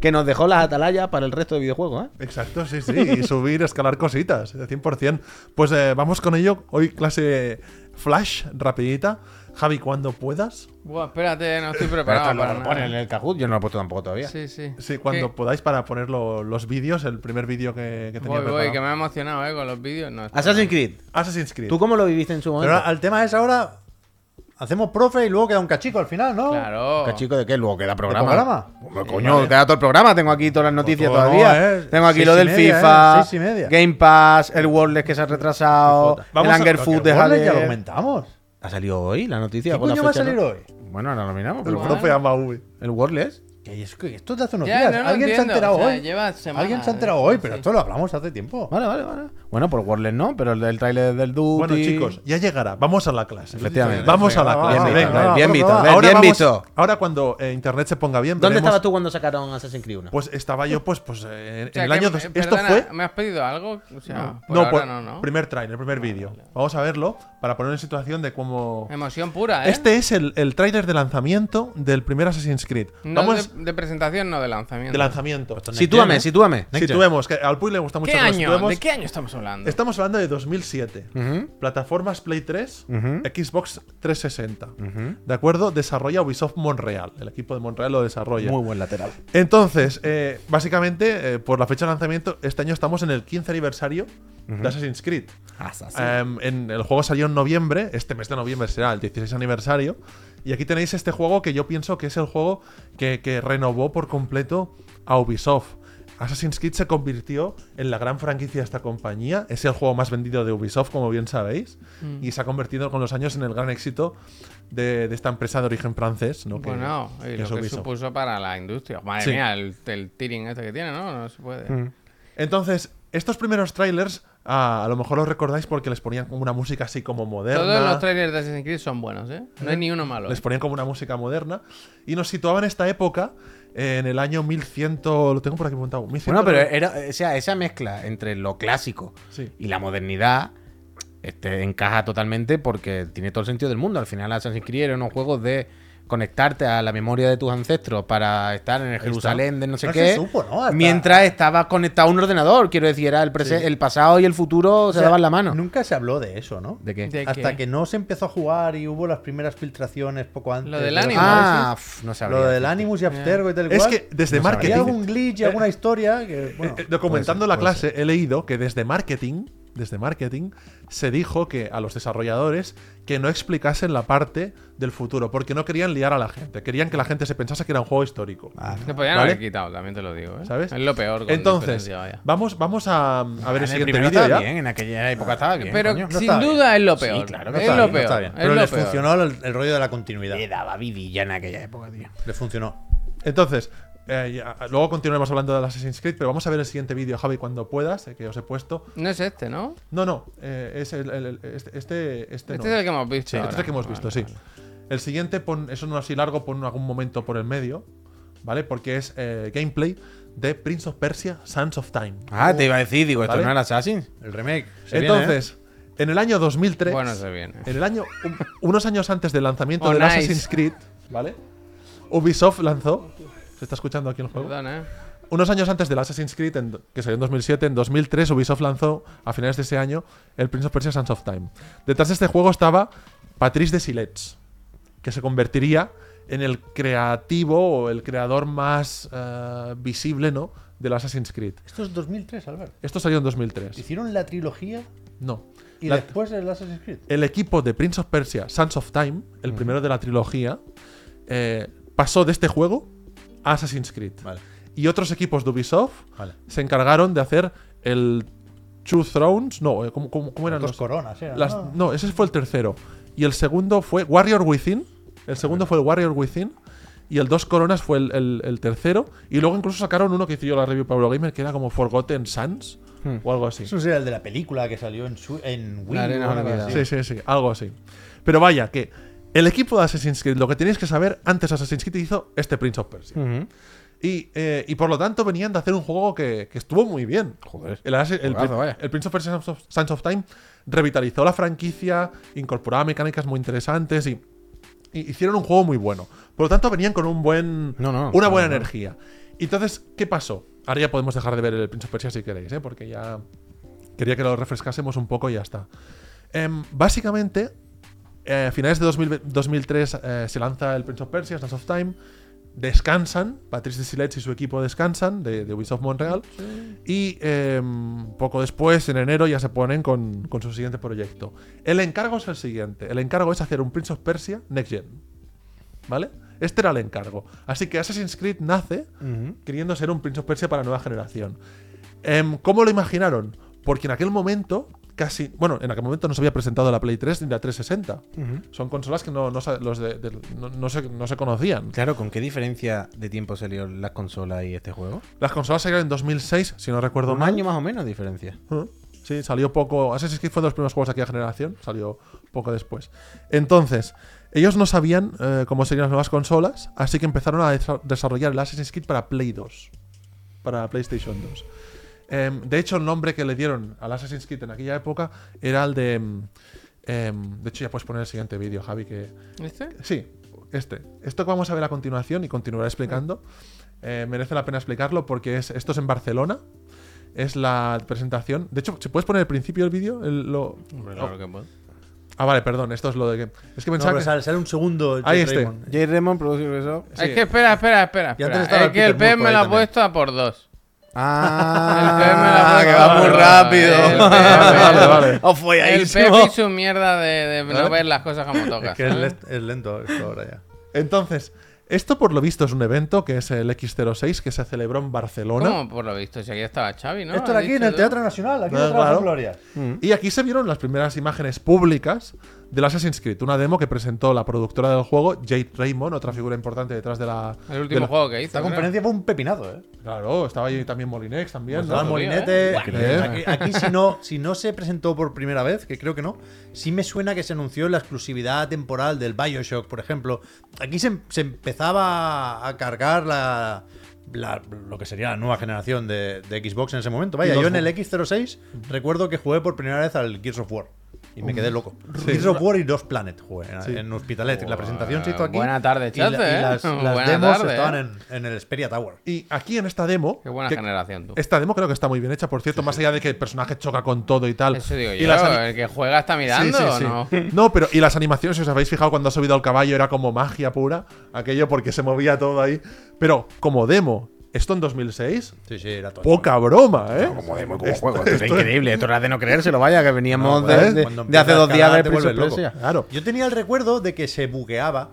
Speaker 1: que nos dejó las atalayas para el resto de videojuegos. ¿eh?
Speaker 4: Exacto, sí, sí. Y subir, escalar cositas, de 100%. Pues eh, vamos con ello. Hoy clase flash, rapidita. Javi, cuando puedas.
Speaker 2: Buah, espérate, no estoy preparado para nada.
Speaker 1: en el Kahoot, yo no lo he puesto tampoco todavía.
Speaker 2: Sí, sí.
Speaker 4: Sí, cuando
Speaker 2: ¿Qué?
Speaker 4: podáis para poner lo- los vídeos, el primer vídeo que, que
Speaker 2: Voy,
Speaker 4: tenía
Speaker 2: voy,
Speaker 4: preparado.
Speaker 2: que me ha emocionado, eh, con los vídeos. No, está-
Speaker 1: Assassin's Creed,
Speaker 4: Assassin's Creed.
Speaker 1: ¿tú cómo lo viviste en su
Speaker 3: Pero
Speaker 1: momento?
Speaker 3: ahora, el tema es ahora. Hacemos profe y luego queda un cachico al final, ¿no?
Speaker 2: Claro.
Speaker 1: ¿Cachico de qué? Luego queda programa.
Speaker 3: Oh. programa? Pues
Speaker 1: Hombre, coño, queda todo el programa. Tengo aquí todas las noticias
Speaker 3: todo no,
Speaker 1: todavía.
Speaker 3: eh.
Speaker 1: Tengo aquí
Speaker 3: Seis
Speaker 1: lo
Speaker 3: y
Speaker 1: del
Speaker 3: media,
Speaker 1: FIFA,
Speaker 3: eh. Seis y media.
Speaker 1: Game Pass, el Worldless que se ha retrasado, el
Speaker 4: Vamos a-
Speaker 1: Anger
Speaker 4: Pero
Speaker 1: Food
Speaker 3: Que
Speaker 1: de
Speaker 3: Warner ya lo
Speaker 1: Javier.
Speaker 3: comentamos.
Speaker 1: ¿Ha salido hoy la noticia?
Speaker 3: ¿Qué
Speaker 1: con la
Speaker 3: coño va a
Speaker 1: fecha,
Speaker 3: salir
Speaker 1: no?
Speaker 3: hoy?
Speaker 1: Bueno, ahora lo miramos.
Speaker 4: el
Speaker 1: pero bueno.
Speaker 4: profe ama Ubi.
Speaker 1: El Worldless.
Speaker 3: Que es- que esto es de hace unos
Speaker 2: Ya,
Speaker 3: días.
Speaker 2: no lo
Speaker 3: Alguien se
Speaker 2: entiendo,
Speaker 3: ha enterado
Speaker 2: o sea,
Speaker 3: hoy.
Speaker 2: lleva semanas,
Speaker 3: Alguien se ha
Speaker 2: eh,
Speaker 3: enterado hoy, pero
Speaker 2: sí.
Speaker 3: esto lo hablamos hace tiempo.
Speaker 1: Vale, vale, vale. Bueno, por Worldless no, pero el del trailer del Duty.
Speaker 4: Bueno, chicos, ya llegará. Vamos a la clase.
Speaker 1: Efectivamente.
Speaker 4: Vamos a la
Speaker 3: Venga,
Speaker 4: clase.
Speaker 3: va,
Speaker 1: Bien
Speaker 3: va,
Speaker 1: visto,
Speaker 3: va,
Speaker 4: Venga.
Speaker 3: va,
Speaker 1: bien visto. bien- Bien
Speaker 4: Ahora
Speaker 3: va, va.
Speaker 4: vamos-
Speaker 1: visto.
Speaker 4: Ahora cuando eh, internet se ponga bien,
Speaker 1: ¿Dónde
Speaker 4: veremos-
Speaker 1: estabas tú cuando sacaron Assassin's Creed 1?
Speaker 4: Pues estaba yo, pues, pues eh, en
Speaker 2: O sea,
Speaker 4: el
Speaker 2: que-
Speaker 4: año...
Speaker 2: eh,
Speaker 4: dos- Esto
Speaker 2: perdona,
Speaker 4: fue...
Speaker 2: ¿Me has pedido algo? O sea, por
Speaker 4: no,
Speaker 2: ahora
Speaker 4: pues,
Speaker 2: no, ¿no?
Speaker 4: primer trailer, primer vídeo. Vamos a verlo para poner en situación de cómo.
Speaker 2: Emoción pura, ¿eh?
Speaker 4: Este es el, el trailer de lanzamiento del primer Assassin's Creed.
Speaker 2: No
Speaker 4: Vamos
Speaker 2: de, de presentación, no de lanzamiento.
Speaker 4: de lanzamiento.
Speaker 1: Sitúame,
Speaker 3: ¿eh?
Speaker 1: sitúame.
Speaker 4: Situemos, que al Puy le gusta mucho
Speaker 2: ¿Qué
Speaker 4: que nos
Speaker 2: año?
Speaker 4: situemos.
Speaker 2: ¿De qué año estamos hablando?
Speaker 4: Estamos hablando de 2007.
Speaker 1: Ujú.
Speaker 4: Plataformas Play 3,
Speaker 1: Ujú.
Speaker 4: Xbox 360.
Speaker 1: Ujú.
Speaker 4: ¿De acuerdo? Desarrolla Ubisoft Montreal. El equipo de Montreal lo desarrolla.
Speaker 1: Muy buen lateral.
Speaker 4: Entonces, eh, básicamente, eh, por la fecha de lanzamiento, este año estamos en el 15 aniversario de Assassin's Creed. Em, en el juego salió en noviembre, este mes de noviembre será el 16 aniversario. Y aquí tenéis este juego que yo pienso que es el juego que, que renovó por completo a Ubisoft. Assassin's Creed se convirtió en la gran franquicia de esta compañía. Es el juego más vendido de Ubisoft, como bien sabéis.
Speaker 2: Mm.
Speaker 4: Y se ha convertido con los años en el gran éxito de, de esta empresa de origen francés. ¿no? Que-
Speaker 2: Bueno, y
Speaker 4: que
Speaker 2: lo
Speaker 4: es
Speaker 2: que
Speaker 4: Ubisoft.
Speaker 2: supuso para la industria. Madre
Speaker 4: Sí.
Speaker 2: mía, el, el tearing este que tiene, ¿no? No se puede.
Speaker 4: Entonces, estos primeros trailers, ah, a lo mejor los recordáis porque les ponían como una música así como moderna.
Speaker 2: Todos los trailers de Assassin's Creed son buenos, ¿eh? No hay ni uno malo.
Speaker 4: Les ponían como una música moderna. Y nos situaban esta época, eh, en el año 1100. Lo tengo por aquí apuntado. 1100,
Speaker 1: Bueno, pero era, o sea, esa mezcla entre lo clásico
Speaker 4: Sí.
Speaker 1: y la modernidad este, encaja totalmente porque tiene todo el sentido del mundo. Al final Assassin's Creed era unos juegos de conectarte a la memoria de tus ancestros para estar en el Jerusalén de no sé
Speaker 3: No se
Speaker 1: qué.
Speaker 3: supo, ¿no? Hasta-
Speaker 1: Mientras estabas conectado a un ordenador, quiero decir, era el, prese- el pasado y el futuro se
Speaker 3: O sea,
Speaker 1: daban la mano.
Speaker 3: Nunca se habló de eso, ¿no?
Speaker 1: ¿De qué?
Speaker 2: De-
Speaker 3: Hasta
Speaker 2: qué?
Speaker 3: que no se empezó a jugar y hubo las primeras filtraciones poco antes.
Speaker 2: Lo del
Speaker 3: de-
Speaker 2: ánimo.
Speaker 1: ah, pf, no
Speaker 3: Ah,
Speaker 1: sabría.
Speaker 3: lo del Animus y Abstergo y tal y
Speaker 4: Es
Speaker 3: cual.
Speaker 4: que desde
Speaker 1: No
Speaker 4: marketing.
Speaker 3: Había algún glitch y alguna historia que, bueno,
Speaker 4: Eh, eh, documentando
Speaker 1: puede ser,
Speaker 4: la
Speaker 1: puede
Speaker 4: clase, he leído que desde marketing, desde marketing, se dijo que a los desarrolladores que no explicasen la parte del futuro, porque no querían liar a la gente, querían que la gente se pensase que era un juego histórico.
Speaker 1: Ah,
Speaker 2: Se podían
Speaker 4: ¿Vale?
Speaker 2: haber quitado, también te lo digo, ¿eh?
Speaker 4: ¿sabes?
Speaker 2: Es lo peor. con
Speaker 4: Entonces,
Speaker 2: diferencia, vaya.
Speaker 4: vamos, vamos a, a ver el
Speaker 1: En el
Speaker 4: siguiente
Speaker 1: primero ¿eh?
Speaker 4: vídeo ya.
Speaker 1: estaba bien, en aquella época estaba bien.
Speaker 2: Pero
Speaker 1: coño.
Speaker 3: no
Speaker 2: sin
Speaker 3: está bien.
Speaker 2: duda es lo peor.
Speaker 1: Sí, claro que
Speaker 2: es
Speaker 1: está
Speaker 2: lo
Speaker 1: bien,
Speaker 2: peor.
Speaker 3: está bien.
Speaker 2: es
Speaker 3: Pero
Speaker 2: lo
Speaker 3: les
Speaker 2: peor.
Speaker 3: funcionó el, el rollo de la continuidad.
Speaker 1: Le daba vidilla en aquella época, tío.
Speaker 3: Le funcionó.
Speaker 4: Entonces, eh, ya- luego continuaremos hablando del Assassin's Creed, pero vamos a ver el siguiente vídeo, Javi, cuando puedas, eh, que os he puesto.
Speaker 2: No es este, ¿no?
Speaker 4: No, no, eh, es el, el- el- este, este, este no.
Speaker 2: Este es el que hemos visto.
Speaker 4: Sí, este es el
Speaker 2: ahora.
Speaker 4: que hemos visto,
Speaker 2: Vale,
Speaker 4: sí.
Speaker 2: vale.
Speaker 4: El siguiente, pon, es uno así largo, pon algún momento por el medio, ¿vale? Porque es eh, gameplay de Prince of Persia, Sands of Time.
Speaker 1: Ah, te iba a decir, digo, esto
Speaker 4: ¿Vale?
Speaker 1: no era Assassin.
Speaker 3: El remake. se viene, ¿eh?
Speaker 4: Entonces, en el año 2003,
Speaker 2: Bueno, se viene.
Speaker 4: en el año, un- unos años antes del lanzamiento
Speaker 2: Oh,
Speaker 4: del
Speaker 2: nice.
Speaker 4: Assassin's Creed, ¿vale? Ubisoft lanzó... ¿Se está escuchando aquí el juego?
Speaker 2: Perdón, ¿eh?
Speaker 4: Unos años antes del Assassin's Creed, en- que salió en 2007, en 2003 Ubisoft lanzó, a finales de ese año, el Prince of Persia Sands of Time. Detrás de este juego estaba Patrice Desilets, que se convertiría en el creativo o el creador más eh, visible ¿no? del Assassin's Creed.
Speaker 3: ¿eh? Esto es 2003, Albert.
Speaker 4: Esto salió en 2003.
Speaker 3: Hicieron la trilogía
Speaker 4: No.
Speaker 3: y
Speaker 4: La-
Speaker 3: después el Assassin's Creed.
Speaker 4: el equipo de Prince of Persia, Sands of Time, el primero de la trilogía, eh, pasó de este juego a Assassin's Creed.
Speaker 3: Vale.
Speaker 4: Y otros equipos de Ubisoft
Speaker 3: Vale.
Speaker 4: se encargaron de hacer el Two Thrones. No, eh, ¿cómo, cómo- cómo eran
Speaker 3: Las dos
Speaker 4: los-
Speaker 3: coronas, ¿eh? Ah. eran,
Speaker 4: las-
Speaker 3: ¿no?
Speaker 4: no, ese fue el tercero. Y el segundo fue Warrior Within. El segundo fue el Warrior Within. Y el Dos Coronas fue el, el- el tercero. Y luego incluso sacaron uno que hice yo la review Pablo Gamer, que era como Forgotten Sands o algo así.
Speaker 3: Eso era el de la película que salió en, su, en Wii.
Speaker 2: La arena
Speaker 3: o algo
Speaker 2: olvidada.
Speaker 3: así.
Speaker 4: Sí, sí, sí, algo así. Pero vaya, que el equipo de Assassin's Creed, lo que tenéis que saber, antes Assassin's Creed hizo este Prince of Persia. y, eh, y por lo tanto venían de hacer un juego que, que estuvo muy bien.
Speaker 1: Joder.
Speaker 4: El, Ass- el
Speaker 1: Juegazo,
Speaker 4: Prin-
Speaker 1: vaya.
Speaker 4: el Prince of Persia Sands of- Sands of Time revitalizó la franquicia, incorporaba mecánicas muy interesantes y, y hicieron un juego muy bueno. Por lo tanto venían con un buen,
Speaker 1: No, no,
Speaker 4: una
Speaker 1: claro,
Speaker 4: buena
Speaker 1: no.
Speaker 4: energía. Entonces, ¿qué pasó? Ahora ya podemos dejar de ver el Prince of Persia si queréis, ¿eh? porque ya quería que lo refrescásemos un poco y ya está. Em, básicamente, eh, a finales de 2000 2003 eh, se lanza el Prince of Persia, Sands of Time. Descansan, Patrice Desilets y su equipo descansan de, de Ubisoft Montreal. Y em, poco después, en enero, ya se ponen con, con su siguiente proyecto. El encargo es el siguiente: el encargo es hacer un Prince of Persia Next Gen. ¿Vale? Este era el encargo. Así que Assassin's Creed nace queriendo ser un Prince of Persia para nueva generación. Em, ¿Cómo lo imaginaron? Porque en aquel momento, casi. Bueno, en aquel momento no se había presentado la Play 3 ni la 360. Son consolas que no, no sa- los de- de- no- no se, no se conocían.
Speaker 1: Claro, ¿con qué diferencia de tiempo salió las consolas y este juego?
Speaker 4: Las consolas salieron en 2006, si no recuerdo
Speaker 1: Un
Speaker 4: mal.
Speaker 1: año más o menos diferencia.
Speaker 4: Ujú. Sí, salió poco. Assassin's Creed fue de los primeros juegos de aquella generación, salió poco después. Entonces, ellos no sabían eh, cómo serían las nuevas consolas, así que empezaron a desa- desarrollar el Assassin's Creed para Play 2, para PlayStation 2. Em, de hecho, el nombre que le dieron al Assassin's Creed en aquella época era el de. em, em, de hecho, ya puedes poner el siguiente vídeo, Javi, que,
Speaker 2: ¿Este?
Speaker 4: Sí, este. Esto que vamos a ver a continuación y continuaré explicando, eh, merece la pena explicarlo porque es, esto es en Barcelona. Es la presentación. De hecho, ¿se puedes poner el principio del vídeo? El- lo-
Speaker 2: Hombre, claro que puedo.
Speaker 4: Ah, vale, perdón, esto es lo de que. Es que
Speaker 3: No,
Speaker 4: pensaba
Speaker 3: pero
Speaker 4: que.
Speaker 3: sale, sale un segundo.
Speaker 4: Ahí
Speaker 3: Jay
Speaker 4: este.
Speaker 3: Raymond.
Speaker 1: J. Raymond, producido eso.
Speaker 4: Sí.
Speaker 2: Es que espera, espera, espera.
Speaker 3: Y antes
Speaker 2: espera.
Speaker 3: estaba
Speaker 2: Es que el pez
Speaker 3: Peter Moore por
Speaker 2: me
Speaker 3: ahí
Speaker 2: lo ha
Speaker 3: también.
Speaker 2: puesto a por dos. El PM la
Speaker 1: Ah,
Speaker 2: fue-
Speaker 1: que va muy
Speaker 2: El
Speaker 1: rápido.
Speaker 2: PM.
Speaker 4: Vale, vale.
Speaker 1: Os fue ahí.
Speaker 2: El Pep y su mierda de, de no
Speaker 4: ¿Vale?
Speaker 2: ver las cosas como tocas.
Speaker 3: Que es,
Speaker 2: ¿sabes?
Speaker 3: le- es lento esto ahora ya.
Speaker 4: Entonces, esto por lo visto es un evento que es el X06 que se celebró en Barcelona. Mm.
Speaker 2: ¿Cómo? Por lo visto, si aquí estaba Xavi, ¿no?
Speaker 3: esto era
Speaker 2: Has
Speaker 3: aquí en
Speaker 2: dicho Mm.
Speaker 3: el
Speaker 2: tú.
Speaker 3: Teatro Nacional, aquí
Speaker 4: Ah,
Speaker 3: en claro.
Speaker 4: claro.
Speaker 3: Gloria.
Speaker 4: Y aquí se vieron las primeras imágenes públicas del Assassin's Creed, una demo que presentó la productora del juego, Jade Raymond, otra figura importante detrás de la.
Speaker 2: El
Speaker 4: de
Speaker 2: último
Speaker 4: la-
Speaker 2: juego que hizo.
Speaker 3: Esta
Speaker 2: creo.
Speaker 3: conferencia fue un pepinazo, ¿eh?
Speaker 4: Claro, estaba ahí también Molinex también.
Speaker 3: Estaba
Speaker 4: ¿no?
Speaker 2: Molinex.
Speaker 3: Molinete.
Speaker 4: Increíble.
Speaker 3: Aquí, aquí si, no, si no se presentó por primera vez, que creo que no, sí me suena que se anunció la exclusividad temporal del Bioshock, por ejemplo. Aquí se, em, se empezaba a cargar la, la- lo que sería la nueva generación de, de Xbox en ese momento. Vaya,
Speaker 4: Y los
Speaker 3: yo en el
Speaker 4: ju-
Speaker 3: X06 recuerdo que jugué por primera vez al Gears of War. Y me quedé loco. Gears of War y Dos Planet jugué en, en Hospitalet. La presentación se hizo aquí.
Speaker 2: Buena tarde,
Speaker 3: y la- y
Speaker 2: Chace, ¿eh?
Speaker 3: las, las
Speaker 2: Buena
Speaker 3: demos
Speaker 2: tarde,
Speaker 3: estaban
Speaker 2: ¿eh?
Speaker 3: en, en el Xperia Tower.
Speaker 4: Y aquí en esta demo.
Speaker 2: Qué buena
Speaker 4: que-
Speaker 2: generación, tú.
Speaker 4: Esta demo creo que está muy bien hecha, por cierto, más allá de que el personaje choca con todo y tal.
Speaker 2: Eso digo
Speaker 4: y
Speaker 2: yo.
Speaker 4: las ani-
Speaker 2: El que juega está mirando
Speaker 4: Sí, sí,
Speaker 2: o
Speaker 4: sí.
Speaker 2: no.
Speaker 4: pero y las animaciones, si os habéis fijado cuando ha subido al caballo, era como magia pura, aquello porque se movía todo ahí. Pero como demo, esto en 2006,
Speaker 3: Sí, sí, era todo.
Speaker 4: poca broma, ¿eh?
Speaker 1: Como de muy como juego, esto es increíble. Esto era de no creérselo, vaya, que veníamos
Speaker 3: No,
Speaker 1: de,
Speaker 3: ¿ves?
Speaker 1: de-
Speaker 3: Cuando
Speaker 1: de
Speaker 3: empieza
Speaker 1: hace
Speaker 3: a
Speaker 1: dos días
Speaker 3: escalar,
Speaker 1: ver
Speaker 3: te vuelves
Speaker 1: Prince of
Speaker 3: loco.
Speaker 1: Persia.
Speaker 4: Claro.
Speaker 3: Yo tenía el recuerdo de que se bugueaba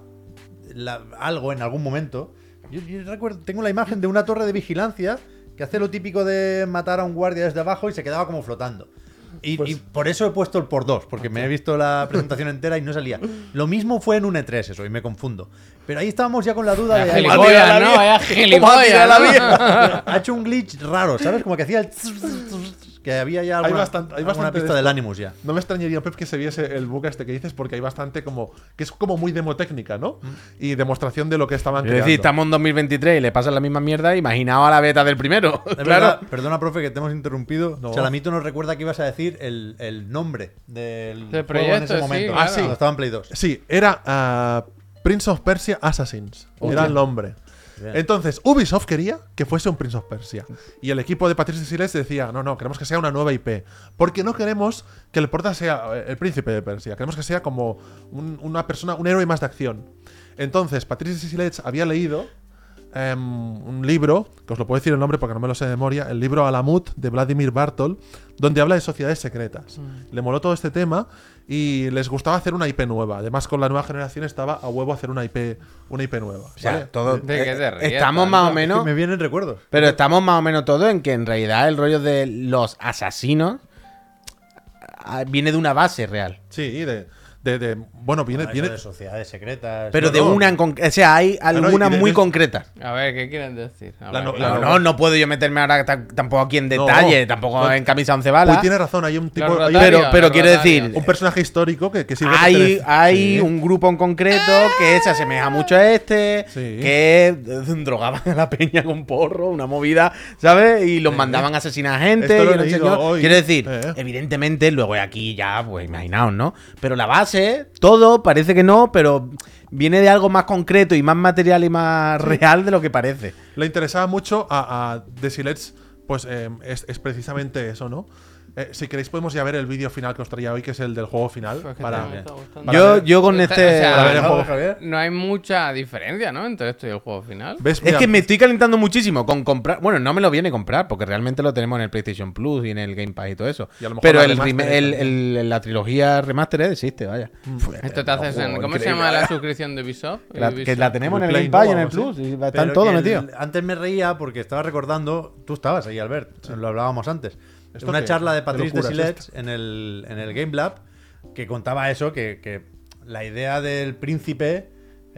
Speaker 3: la- algo en algún momento. Yo, yo recuerdo, tengo la imagen de una torre de vigilancia que hace lo típico de matar a un guardia desde abajo y se quedaba como flotando. Y,
Speaker 4: Pues
Speaker 3: y por eso he puesto el por dos, porque me he visto la presentación entera y no salía. Lo mismo fue en un E3 eso, y me confundo. Pero ahí estábamos ya con la duda
Speaker 2: Vaya
Speaker 3: de...
Speaker 2: gilipollas,
Speaker 3: ¡Ay,
Speaker 2: ¿no?
Speaker 3: mira la
Speaker 2: Vaya
Speaker 3: vieja! ¿Cómo ha tirado la
Speaker 2: gilipollas,
Speaker 3: vieja? Ha hecho un glitch raro, ¿sabes? Como que hacía el... tss, tss, tss, Que había ya alguna,
Speaker 4: bastante- hay
Speaker 3: alguna
Speaker 4: bastante
Speaker 3: pista
Speaker 4: de
Speaker 3: del Animus ya.
Speaker 4: No me extrañaría, Pep, que se viese el buque este que dices, porque hay bastante como. que es como muy demotécnica, ¿no?
Speaker 2: Mm.
Speaker 4: Y demostración de lo que estaban
Speaker 1: Es decir,
Speaker 4: creando.
Speaker 1: estamos en 2023 y le pasan la misma mierda. Imaginaos a la beta del primero.
Speaker 3: Es
Speaker 1: Claro.
Speaker 3: verdad, perdona, profe, que te hemos interrumpido.
Speaker 4: No.
Speaker 3: Chalamito nos recuerda que ibas a decir el, el nombre del
Speaker 2: Del
Speaker 3: juego en
Speaker 2: proyecto,
Speaker 3: ese
Speaker 2: sí,
Speaker 3: momento.
Speaker 2: claro.
Speaker 3: Ah, sí. Cuando estaba en Play 2.
Speaker 4: Sí, era ah, Prince of Persia Assassins. Era el nombre.
Speaker 3: Bien.
Speaker 4: Entonces, Ubisoft quería que fuese un Prince of Persia. Y el equipo de Patricia Siles decía, no, no, queremos que sea una nueva IP. Porque no queremos que el porta sea eh, el príncipe de Persia. Queremos que sea como un- una persona, un héroe más de acción. Entonces, Patricia Siles había leído em, un libro, que os lo puedo decir el nombre porque no me lo sé de memoria, el libro Alamut de Vladimir Bartol, donde habla de sociedades secretas. Le moló todo este tema y les gustaba hacer una IP nueva. Además, con la nueva generación estaba a huevo hacer una IP, una IP nueva.
Speaker 1: O sea,
Speaker 4: ¿vale?
Speaker 1: todo- eh,
Speaker 2: ¿De qué te ríes,
Speaker 1: estamos
Speaker 2: tanto?
Speaker 1: más o
Speaker 3: Es que
Speaker 1: menos.
Speaker 3: me vienen recuerdos.
Speaker 1: Pero estamos más o menos todos en que en realidad el rollo de los asesinos ah, viene de una base real.
Speaker 4: Sí, de, de, de- bueno, viene,
Speaker 3: Ah,
Speaker 4: viene
Speaker 3: eso de sociedades secretas.
Speaker 1: Pero
Speaker 3: No,
Speaker 1: de
Speaker 3: no.
Speaker 1: una en concreto. O sea, hay
Speaker 4: no, y
Speaker 1: algunas
Speaker 4: de-
Speaker 1: muy
Speaker 4: de-
Speaker 1: concretas.
Speaker 2: A ver, ¿qué quieren decir? A
Speaker 4: La
Speaker 2: ver,
Speaker 4: no- la
Speaker 1: No,
Speaker 2: claro.
Speaker 1: no, no puedo yo meterme ahora ta- tampoco aquí en
Speaker 4: No.
Speaker 1: detalle, tampoco
Speaker 4: No.
Speaker 1: en camisa once
Speaker 4: Uy,
Speaker 1: balas.
Speaker 4: tiene razón, hay un tipo
Speaker 2: Los
Speaker 4: hay
Speaker 2: rotarios,
Speaker 1: Pero, pero
Speaker 2: los
Speaker 1: quiero
Speaker 2: rotarios.
Speaker 1: decir,
Speaker 4: un personaje histórico que, que sirve de
Speaker 1: hay,
Speaker 4: pertenencia.
Speaker 1: hay
Speaker 4: Sí.
Speaker 1: un grupo en concreto que se asemeja mucho a este,
Speaker 4: Sí.
Speaker 1: que eh, drogaban a la peña con porro, una movida, ¿sabes? Y los mandaban a asesinar a gente.
Speaker 4: Eh. Esto lo
Speaker 1: y
Speaker 4: he
Speaker 1: no sé
Speaker 4: leído
Speaker 1: qué.
Speaker 4: hoy.
Speaker 1: Quiero decir,
Speaker 4: Eh.
Speaker 1: evidentemente, luego aquí ya, pues imaginaos, ¿no? Pero la base, todo, parece que no, pero viene de algo más concreto y más material y más real de lo que parece.
Speaker 4: Le interesaba mucho a, a Desilets, pues eh, es, es precisamente eso, ¿no? Eh, si queréis podemos ya ver el vídeo final que os traía hoy, que es el del juego final.
Speaker 2: Pues que
Speaker 4: para,
Speaker 2: también me está gustando.
Speaker 4: para
Speaker 1: Yo,
Speaker 4: ver-
Speaker 1: yo con
Speaker 2: Está-
Speaker 1: este...
Speaker 2: o sea,
Speaker 4: para ver el
Speaker 2: no,
Speaker 4: juego.
Speaker 2: No hay mucha diferencia, ¿no? Entre esto y el juego final.
Speaker 4: ¿Ves?
Speaker 1: Es
Speaker 4: Mira,
Speaker 1: que me estoy calentando muchísimo con comprar. Bueno, no me lo viene a comprar, porque realmente lo tenemos en el PlayStation Plus y en el Game Pass y todo eso.
Speaker 4: Y a lo mejor
Speaker 1: Pero
Speaker 4: la
Speaker 1: el,
Speaker 4: remastered
Speaker 1: reme- el-
Speaker 4: también.
Speaker 1: el- la trilogía remastered existe, vaya.
Speaker 2: Esto te haces en. ¿Cómo se llama la suscripción de Ubisoft?
Speaker 1: Que la, que
Speaker 2: Ubisoft.
Speaker 1: la tenemos en
Speaker 4: El
Speaker 1: el
Speaker 4: Play
Speaker 1: Game Pass y
Speaker 4: Now
Speaker 1: en el
Speaker 4: o algo
Speaker 1: Plus.
Speaker 4: así.
Speaker 1: y
Speaker 3: Pero
Speaker 1: Está en
Speaker 3: que
Speaker 1: todo
Speaker 3: el-
Speaker 1: metido.
Speaker 3: Antes me reía porque estaba recordando. Tú estabas ahí, Albert. Lo hablábamos antes.
Speaker 4: ¿Esto
Speaker 3: Una
Speaker 4: qué?
Speaker 3: charla de
Speaker 4: Qué
Speaker 3: Patrice
Speaker 4: locura es
Speaker 3: Desilets en el, en el Game Lab que contaba eso: que, que la idea del príncipe.